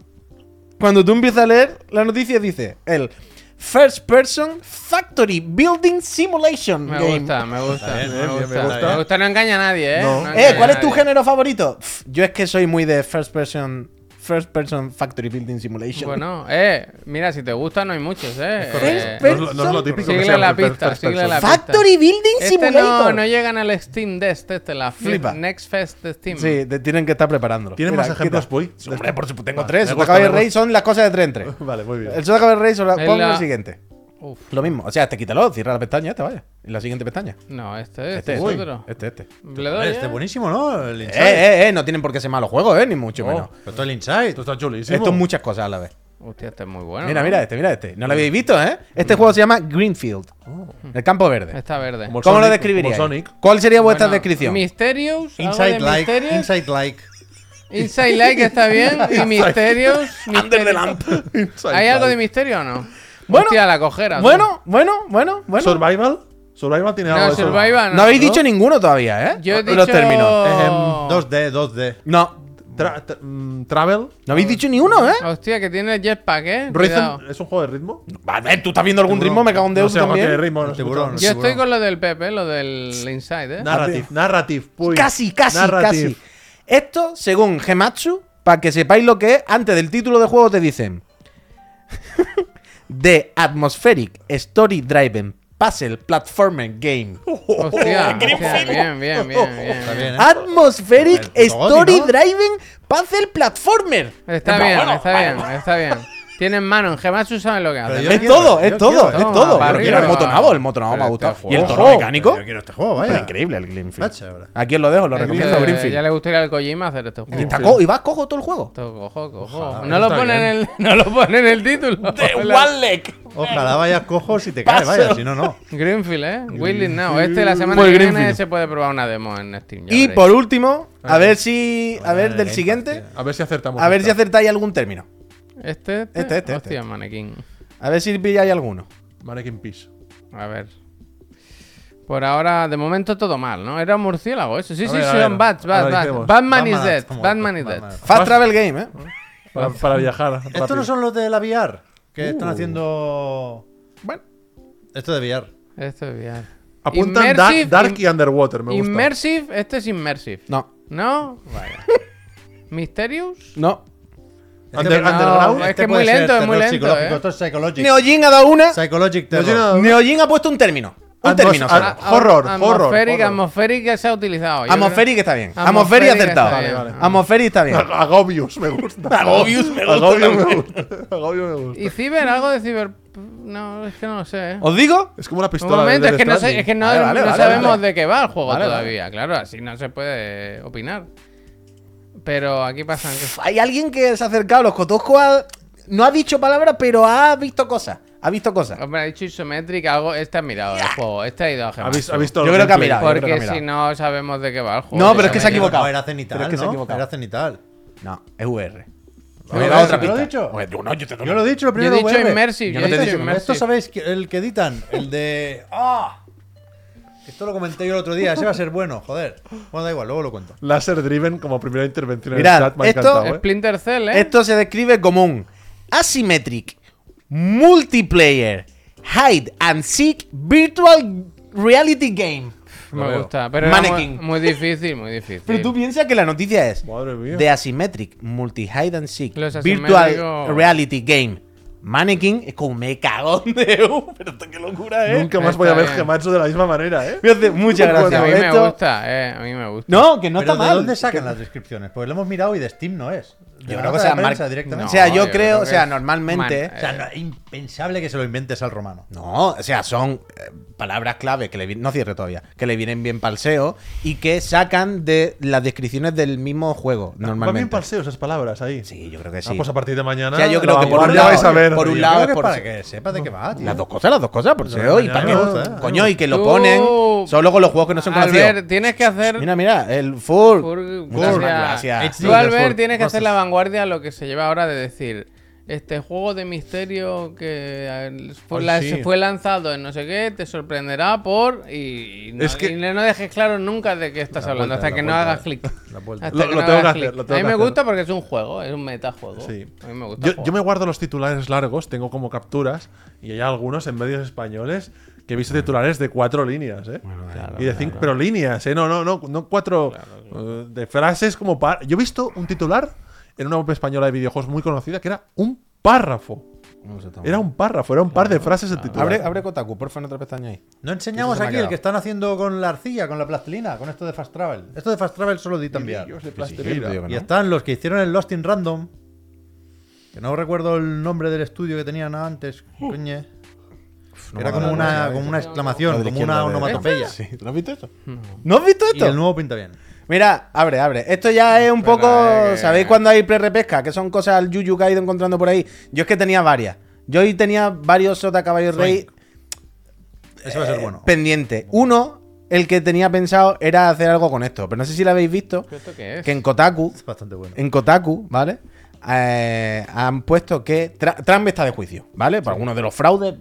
Speaker 1: cuando tú empiezas a leer la noticia, dice el First Person Factory Building Simulation
Speaker 2: Me
Speaker 1: Game.
Speaker 2: gusta, me gusta.
Speaker 3: bien,
Speaker 2: Me
Speaker 3: bien, bien, me
Speaker 2: gusta.
Speaker 3: gusta.
Speaker 2: Me gusta, no engaña a nadie, ¿eh?
Speaker 4: No.
Speaker 2: No
Speaker 1: Eh,
Speaker 2: engaña
Speaker 1: ¿cuál
Speaker 2: a
Speaker 1: es tu
Speaker 2: nadie.
Speaker 1: género favorito? Pff, Yo es que soy muy de First Person, First Person Factory Building Simulation.
Speaker 2: Bueno, eh, mira, si te gusta no hay muchos, ¿eh? eh
Speaker 1: correcto.
Speaker 4: No es lo- no es lo típico que
Speaker 2: Sigue
Speaker 4: sea
Speaker 2: la
Speaker 4: first
Speaker 2: pista,
Speaker 4: person.
Speaker 2: sigue la pista.
Speaker 1: Factory Building
Speaker 2: este no,
Speaker 1: Simulator.
Speaker 2: no llegan al Steam Desk, este, la Flip
Speaker 1: Flipa.
Speaker 2: Next Fest de Steam.
Speaker 1: Sí, te- tienen que estar preparándolo.
Speaker 4: ¿Tienen
Speaker 1: Mira,
Speaker 4: más ejemplos,
Speaker 1: quita.
Speaker 4: Puy?
Speaker 1: Sí, Hombre, por supuesto, tengo
Speaker 4: Vale,
Speaker 1: tres.
Speaker 4: me
Speaker 1: El
Speaker 4: gusta,
Speaker 1: Caballo
Speaker 4: me
Speaker 1: Rey
Speaker 4: gusta.
Speaker 1: son las cosas de tren tres.
Speaker 4: Vale, muy bien.
Speaker 1: El Soda Caballo Rey solo
Speaker 2: Es
Speaker 1: ponlo
Speaker 2: la-
Speaker 1: el siguiente.
Speaker 2: Uf,
Speaker 1: Lo mismo. O sea, te quítalo, cierra la pestaña, te vaya. Y la siguiente pestaña.
Speaker 2: no, este es
Speaker 1: Este,
Speaker 2: este,
Speaker 1: este.
Speaker 2: otro.
Speaker 1: Este, este.
Speaker 2: ¿Le doy,
Speaker 3: Este
Speaker 2: eh?
Speaker 3: es buenísimo, ¿no? El
Speaker 1: Eh,
Speaker 3: Inside.
Speaker 1: eh, eh, no tienen por qué ser malos juegos, eh, ni mucho menos.
Speaker 3: Pero todo el Inside.
Speaker 4: Esto está chulísimo.
Speaker 1: Esto es muchas cosas a la vez.
Speaker 2: Hostia, este es muy bueno.
Speaker 1: Mira,
Speaker 2: ¿no?
Speaker 1: mira este, mira este. No lo habéis visto, ¿eh? Este juego se llama Greenfield.
Speaker 2: Oh.
Speaker 1: El campo verde.
Speaker 2: Está verde.
Speaker 4: Como el
Speaker 1: ¿Cómo lo
Speaker 4: Sonic,
Speaker 1: describiríais?
Speaker 4: como Sonic.
Speaker 1: ¿Cuál sería vuestra
Speaker 2: Este. Bueno,
Speaker 1: descripción?
Speaker 2: Mysterious. algo de
Speaker 3: Inside like.
Speaker 2: Mysterious. Inside...
Speaker 3: Inside like.
Speaker 2: Like está bien. y Mysterious. Under the
Speaker 4: Inside
Speaker 2: ¿Hay algo de
Speaker 4: Life.
Speaker 2: misterio o no?
Speaker 1: Bueno,
Speaker 2: Hostia, la cojera.
Speaker 1: Bueno, bueno, bueno, bueno.
Speaker 4: ¿Survival? ¿Survival tiene
Speaker 2: tío.
Speaker 4: algo
Speaker 2: No,
Speaker 4: de eso?
Speaker 2: Survival.
Speaker 1: no habéis dicho ninguno todavía, ¿eh?
Speaker 2: Yo he
Speaker 1: Los
Speaker 2: dicho...
Speaker 1: términos.
Speaker 3: Em, 2D, 2D.
Speaker 1: No.
Speaker 4: Tra- tra- mm, Travel.
Speaker 1: No habéis dicho ni uno, ¿eh?
Speaker 2: Hostia, que tiene jetpack, ¿eh? Cuidado.
Speaker 4: Rhythm, ¿Es un juego de ritmo?
Speaker 1: A ver, tú estás viendo algún ritmo, me cago en
Speaker 4: No
Speaker 1: Deus
Speaker 4: sé, algo de
Speaker 1: también.
Speaker 4: ritmo. no
Speaker 3: El
Speaker 4: sé
Speaker 3: tiburón.
Speaker 4: mucho.
Speaker 2: Yo
Speaker 3: seguro.
Speaker 2: estoy con lo del Pepe, lo del Inside, ¿eh?
Speaker 4: Narrative, narrative. uy.
Speaker 1: Casi, casi,
Speaker 4: Narrative.
Speaker 1: casi. Esto, según Gematsu, para que sepáis lo que es, antes del título de juego te dicen The Atmospheric Story Driven Puzzle Platformer Game.
Speaker 2: Hostia, hostia, bien, bien, bien, bien.
Speaker 3: Está bien, ¿eh?
Speaker 1: Ah, Atmospheric
Speaker 3: El Godi,
Speaker 1: Story
Speaker 3: ¿no?
Speaker 1: Driven Puzzle Platformer.
Speaker 2: Está
Speaker 1: Pero
Speaker 2: bien,
Speaker 1: bueno,
Speaker 2: está bien, está bien. Tienen mano, en Gemasu saben lo que
Speaker 3: Pero
Speaker 2: hacen.
Speaker 3: yo
Speaker 1: Es
Speaker 3: quiero-
Speaker 1: todo,
Speaker 3: yo
Speaker 1: es todo,
Speaker 3: quiero-
Speaker 1: es
Speaker 2: Toma,
Speaker 1: todo.
Speaker 2: para
Speaker 1: Yo quiero el
Speaker 2: arriba.
Speaker 1: motonabo, el motonabo me ha
Speaker 2: Pero
Speaker 1: gustado.
Speaker 2: este
Speaker 1: Y el
Speaker 2: juego-
Speaker 1: toro mecánico.
Speaker 3: Yo quiero este juego,
Speaker 1: Pero
Speaker 3: vaya.
Speaker 1: increíble el Greenfield.
Speaker 3: Macho, ahora.
Speaker 1: Aquí os lo dejo, lo
Speaker 2: Eh,
Speaker 1: recomiendo
Speaker 2: eh,
Speaker 1: Greenfield.
Speaker 2: Ya le gustaría al Kojima hacer este
Speaker 1: Y,
Speaker 2: juego.
Speaker 1: está co- y va cojo todo el juego.
Speaker 2: Esto, cojo, cojo.
Speaker 4: Ojalá,
Speaker 2: no, lo
Speaker 4: está
Speaker 2: pone en el,
Speaker 4: bien.
Speaker 2: no lo pone en el título.
Speaker 5: One leg.
Speaker 3: Ojalá vayas cojos y te caes, vaya, si no, no.
Speaker 2: Greenfield, ¿eh? Willing now. Este la semana
Speaker 1: Muy
Speaker 2: que viene
Speaker 1: Greenfield.
Speaker 2: se puede probar una demo en Steam. ya
Speaker 1: Y
Speaker 2: veréis.
Speaker 1: por último, a ver si. A ver
Speaker 3: Vaya,
Speaker 1: del
Speaker 3: Game
Speaker 1: siguiente.
Speaker 3: Pass,
Speaker 4: A ver si acertamos.
Speaker 1: A ver si
Speaker 4: esta.
Speaker 1: acertáis algún término.
Speaker 2: Este, este.
Speaker 1: Este, este,
Speaker 2: Hostia,
Speaker 1: este.
Speaker 2: manequín.
Speaker 1: A ver si pilláis alguno.
Speaker 4: Mannequin Peace.
Speaker 2: A ver. Por ahora, de momento todo mal, ¿no? Era un murciélago eso. Sí,
Speaker 4: A
Speaker 2: sí,
Speaker 4: ver, a
Speaker 2: son
Speaker 4: ver.
Speaker 2: bats, bats,
Speaker 4: Ahora
Speaker 2: bats.
Speaker 4: dijimos.
Speaker 2: Batman is
Speaker 3: Batman,
Speaker 2: dead.
Speaker 3: estamos
Speaker 2: Batman is
Speaker 3: muertos,
Speaker 2: dead.
Speaker 3: Batman.
Speaker 1: Fast Travel Game, ¿eh?
Speaker 4: Para, para viajar.
Speaker 3: Estos no
Speaker 4: rápido.
Speaker 3: son los de la VR, que están haciendo.
Speaker 1: Bueno.
Speaker 3: Uh. Esto de Este VR.
Speaker 2: Esto es bien.
Speaker 4: Apuntan Dark,
Speaker 2: Immersive,
Speaker 4: Dark
Speaker 2: im-
Speaker 4: y Underwater, me gusta.
Speaker 2: Immersive, este es Immersive.
Speaker 1: No,
Speaker 2: ¿No? Vaya. ¿Mysterious?
Speaker 1: no.
Speaker 4: Under-
Speaker 2: no, es
Speaker 4: underground.
Speaker 2: que es
Speaker 3: este puede
Speaker 2: muy
Speaker 3: ser
Speaker 2: lento, es muy
Speaker 3: terror
Speaker 2: lento,
Speaker 3: psicológico,
Speaker 2: ¿eh?
Speaker 3: Esto es psychologic.
Speaker 1: Neojin ha dado una.
Speaker 3: psychologic
Speaker 4: No
Speaker 3: terror.
Speaker 4: tiene nada-
Speaker 1: Neojin ha puesto un término. Un
Speaker 4: Atmos-
Speaker 1: término. solo.
Speaker 4: Ah, horror,
Speaker 2: Atmospheric,
Speaker 4: horror,
Speaker 2: Atmospheric,
Speaker 4: horror.
Speaker 2: atmosphérica se ha utilizado. pues yo
Speaker 1: Atmospheric está bien.
Speaker 2: creo-
Speaker 1: Atmospheric
Speaker 2: atmosphérica
Speaker 1: acertado.
Speaker 2: está bien.
Speaker 4: Vale, vale.
Speaker 1: Atmospheric está bien.
Speaker 4: Agobius, me gusta.
Speaker 1: Agobius me gusta
Speaker 4: Agobius me
Speaker 1: también.
Speaker 4: gusta. Agobius me gusta.
Speaker 2: ¿Y Ciber? ¿Algo de Ciber? No, es que no lo sé. ¿eh?
Speaker 1: ¿Os digo?
Speaker 4: Es como una
Speaker 2: Un
Speaker 4: pistola. de
Speaker 2: momento, es
Speaker 4: Death
Speaker 2: que no, sé-
Speaker 4: Stranding.
Speaker 2: es que no,
Speaker 1: Vale, vale,
Speaker 2: no
Speaker 1: vale,
Speaker 2: sabemos
Speaker 1: vale.
Speaker 2: de qué va el juego
Speaker 1: Vale,
Speaker 2: todavía. Claro, así no se puede opinar. Pero aquí pasan que...
Speaker 1: Hay alguien que se ha acercado. Los Kotosco ha- no ha dicho palabras, pero ha visto cosas. Ha visto cosas.
Speaker 2: Hombre, ha dicho isométrica, algo... Este ha mirado el juego, este ha ido a
Speaker 4: Ha
Speaker 2: Gemasu.
Speaker 4: visto, ha visto
Speaker 1: Yo
Speaker 4: los
Speaker 1: creo que ha
Speaker 4: gameplays.
Speaker 1: mirado. yo creo que ha mirado.
Speaker 2: Porque si no sabemos de qué va el juego.
Speaker 1: No, pero es que se ha
Speaker 2: isométrica.
Speaker 1: equivocado.
Speaker 3: No, era cenital.
Speaker 1: Pero es que se ha
Speaker 3: ¿no?
Speaker 1: equivocado.
Speaker 3: Era cenital.
Speaker 1: No, es VR.
Speaker 3: Yo
Speaker 1: Oye,
Speaker 3: lo
Speaker 1: la
Speaker 3: he
Speaker 1: otra
Speaker 3: dicho, yo lo he
Speaker 1: pista.
Speaker 3: dicho.
Speaker 1: Oye, tú no, yo te lo-
Speaker 3: Yo lo he dicho lo primero.
Speaker 2: Yo he dicho
Speaker 3: VR.
Speaker 2: immersive,
Speaker 3: Yo
Speaker 2: yo he
Speaker 3: no te
Speaker 2: dicho immersive.
Speaker 3: Esto sabéis que el que editan, el de. ¡Ah! Esto lo comenté yo el otro día, ese va a ser bueno, joder. Bueno, da igual, luego lo cuento.
Speaker 4: Láser Driven como primera intervención en
Speaker 1: Mirad,
Speaker 4: el chat. Me ha
Speaker 1: esto-
Speaker 4: encantado, ¿eh?
Speaker 2: Splinter Cell, ¿eh?
Speaker 1: Esto se describe como un asymmetric multiplayer hide and seek virtual reality game.
Speaker 2: Me
Speaker 4: veo.
Speaker 2: gusta, pero era muy,
Speaker 1: Mannequin.
Speaker 2: muy difícil, muy difícil.
Speaker 1: Pero tú piensas que la noticia es
Speaker 4: Madre mía.
Speaker 1: The Asymmetric Multi Hide and Seek
Speaker 2: Los asimétricos-
Speaker 1: Virtual Reality Game. Mannequin es como me cagón de U, pero esto qué locura, ¿eh?
Speaker 4: Nunca más
Speaker 2: Está
Speaker 4: voy a ver
Speaker 2: bien.
Speaker 4: Gematsu de la misma manera, ¿eh?
Speaker 1: Me hace mucha
Speaker 2: O sea,
Speaker 1: gracia.
Speaker 2: a mí me
Speaker 1: Esto-
Speaker 2: gusta, eh, a mí me gusta.
Speaker 1: No, que no
Speaker 3: Pero
Speaker 1: está
Speaker 3: ¿De
Speaker 1: mal.
Speaker 3: dónde sacan las descripciones? Pues lo hemos mirado y de Steam no es. De
Speaker 1: Yo creo
Speaker 3: la
Speaker 1: que
Speaker 3: nota
Speaker 1: sea
Speaker 3: de prensa
Speaker 1: mar-
Speaker 3: directamente.
Speaker 1: O sea, yo creo- o sea,
Speaker 2: es-
Speaker 1: normalmente-
Speaker 3: O sea, no- impensable que se lo inventes al romano.
Speaker 1: No, o sea, son eh, palabras clave que le vi- no cierre todavía, que le vienen bien pal SEO y que sacan de las descripciones del mismo juego
Speaker 4: Van bien
Speaker 1: normalmente.
Speaker 4: paseo esas palabras ahí.
Speaker 1: Sí, yo creo que
Speaker 4: Ah,
Speaker 1: sí.
Speaker 4: pues a partir de mañana.
Speaker 1: O sea, yo creo
Speaker 4: lo
Speaker 1: que por
Speaker 4: vamos-
Speaker 1: un
Speaker 4: ya
Speaker 1: lado-
Speaker 4: vais a ver.
Speaker 1: por un
Speaker 3: Yo
Speaker 1: lado
Speaker 3: creo
Speaker 1: es
Speaker 3: que
Speaker 1: por-
Speaker 3: para que sepas de qué va, tío.
Speaker 1: las dos cosas, las dos cosas,
Speaker 4: Pues
Speaker 1: por SEO y para
Speaker 4: mañana me gusta,
Speaker 1: qué.
Speaker 4: eh.
Speaker 1: Coño, y que lo
Speaker 2: Tú-
Speaker 1: ponen. Solo con los juegos que no son conocidos.
Speaker 2: Albert, tienes que hacer
Speaker 1: Mira, mira, el Fur.
Speaker 2: Fur-
Speaker 1: Muchas
Speaker 2: Fur.
Speaker 1: gracias.
Speaker 3: It's-
Speaker 2: Tú,
Speaker 3: Sí,
Speaker 2: Albert,
Speaker 3: Carrefour,
Speaker 2: tienes que hacer
Speaker 3: gracias.
Speaker 2: la vanguardia a lo que se lleva ahora de decir. Este juego de misterio que eh, fue,
Speaker 4: Ay,
Speaker 2: la-
Speaker 4: sí.
Speaker 2: fue lanzado en no sé qué, te sorprenderá por. Y, y no,
Speaker 4: Es que-
Speaker 2: y no no dejes claro nunca de qué estás hablando,
Speaker 3: puerta,
Speaker 2: hasta
Speaker 3: la
Speaker 2: que no
Speaker 3: puerta,
Speaker 2: hagas clic.
Speaker 3: la puerta.
Speaker 2: Hasta
Speaker 4: Lo-
Speaker 2: que
Speaker 4: lo
Speaker 2: no
Speaker 4: tengo
Speaker 2: hagas
Speaker 4: que hacer,
Speaker 2: clic.
Speaker 4: lo
Speaker 2: a
Speaker 4: tengo
Speaker 2: mí
Speaker 4: que
Speaker 2: me
Speaker 4: hacer.
Speaker 2: gusta porque es un juego, es un metajuego.
Speaker 4: Sí.
Speaker 2: A mí me gusta.
Speaker 4: Yo,
Speaker 2: jugar.
Speaker 4: yo me guardo los titulares largos, tengo como capturas, y hay algunos en medios españoles que he visto titulares de cuatro líneas, ¿eh? y de cinco, pero líneas, ¿eh? No, no, no, no cuatro eh, de frases como par. Yo he visto un titular en una web española de videojuegos muy conocida que era un párrafo. Era un párrafo, era un par de frases el titular.
Speaker 1: Abre, abre Kotaku, porfa, en otra pestaña ahí.
Speaker 3: No enseñamos
Speaker 1: Eso se me ha
Speaker 3: aquí el
Speaker 1: quedado.
Speaker 3: que están haciendo con la arcilla, con la plastilina, con esto de Fast Travel. Esto de Fast Travel solo di también.
Speaker 4: Dios
Speaker 1: Sí, sí,
Speaker 4: de
Speaker 1: yo
Speaker 4: plastilina.
Speaker 1: te digo que
Speaker 3: Y
Speaker 1: no.
Speaker 3: están los que hicieron el Lost in Random. Que no recuerdo el nombre del estudio que tenían antes. Coño.
Speaker 1: Uf, no me
Speaker 3: Era
Speaker 1: acuerdo
Speaker 3: como
Speaker 1: cómo se
Speaker 3: una,
Speaker 1: llama
Speaker 3: como
Speaker 1: eso.
Speaker 3: una exclamación,
Speaker 1: Lo de la
Speaker 3: como una
Speaker 1: izquierda de-
Speaker 3: onomatopeya.
Speaker 1: Sí, ¿No has visto esto? ¿No has visto
Speaker 3: Y el
Speaker 1: esto?
Speaker 3: nuevo pinta bien.
Speaker 1: Mira, abre, abre. Esto ya es un
Speaker 2: Pero,
Speaker 1: poco.
Speaker 2: eh, que-
Speaker 1: ¿Sabéis cuando hay pre-repesca? Que son cosas al Yuyu que ha ido encontrando por ahí. Yo es que tenía varias. Yo hoy tenía varios Sota Caballo Rey
Speaker 3: Ese va a
Speaker 1: Eh,
Speaker 3: ser bueno.
Speaker 1: pendiente. Uno, el que tenía pensado era hacer algo con esto. Pero no sé si lo habéis visto.
Speaker 2: ¿Esto qué es?
Speaker 1: Que en Kotaku,
Speaker 3: Es bastante bueno.
Speaker 1: en Kotaku, ¿vale? Eh, han puesto que Tra- Trump está de juicio, ¿vale? Por algunos de los fraudes.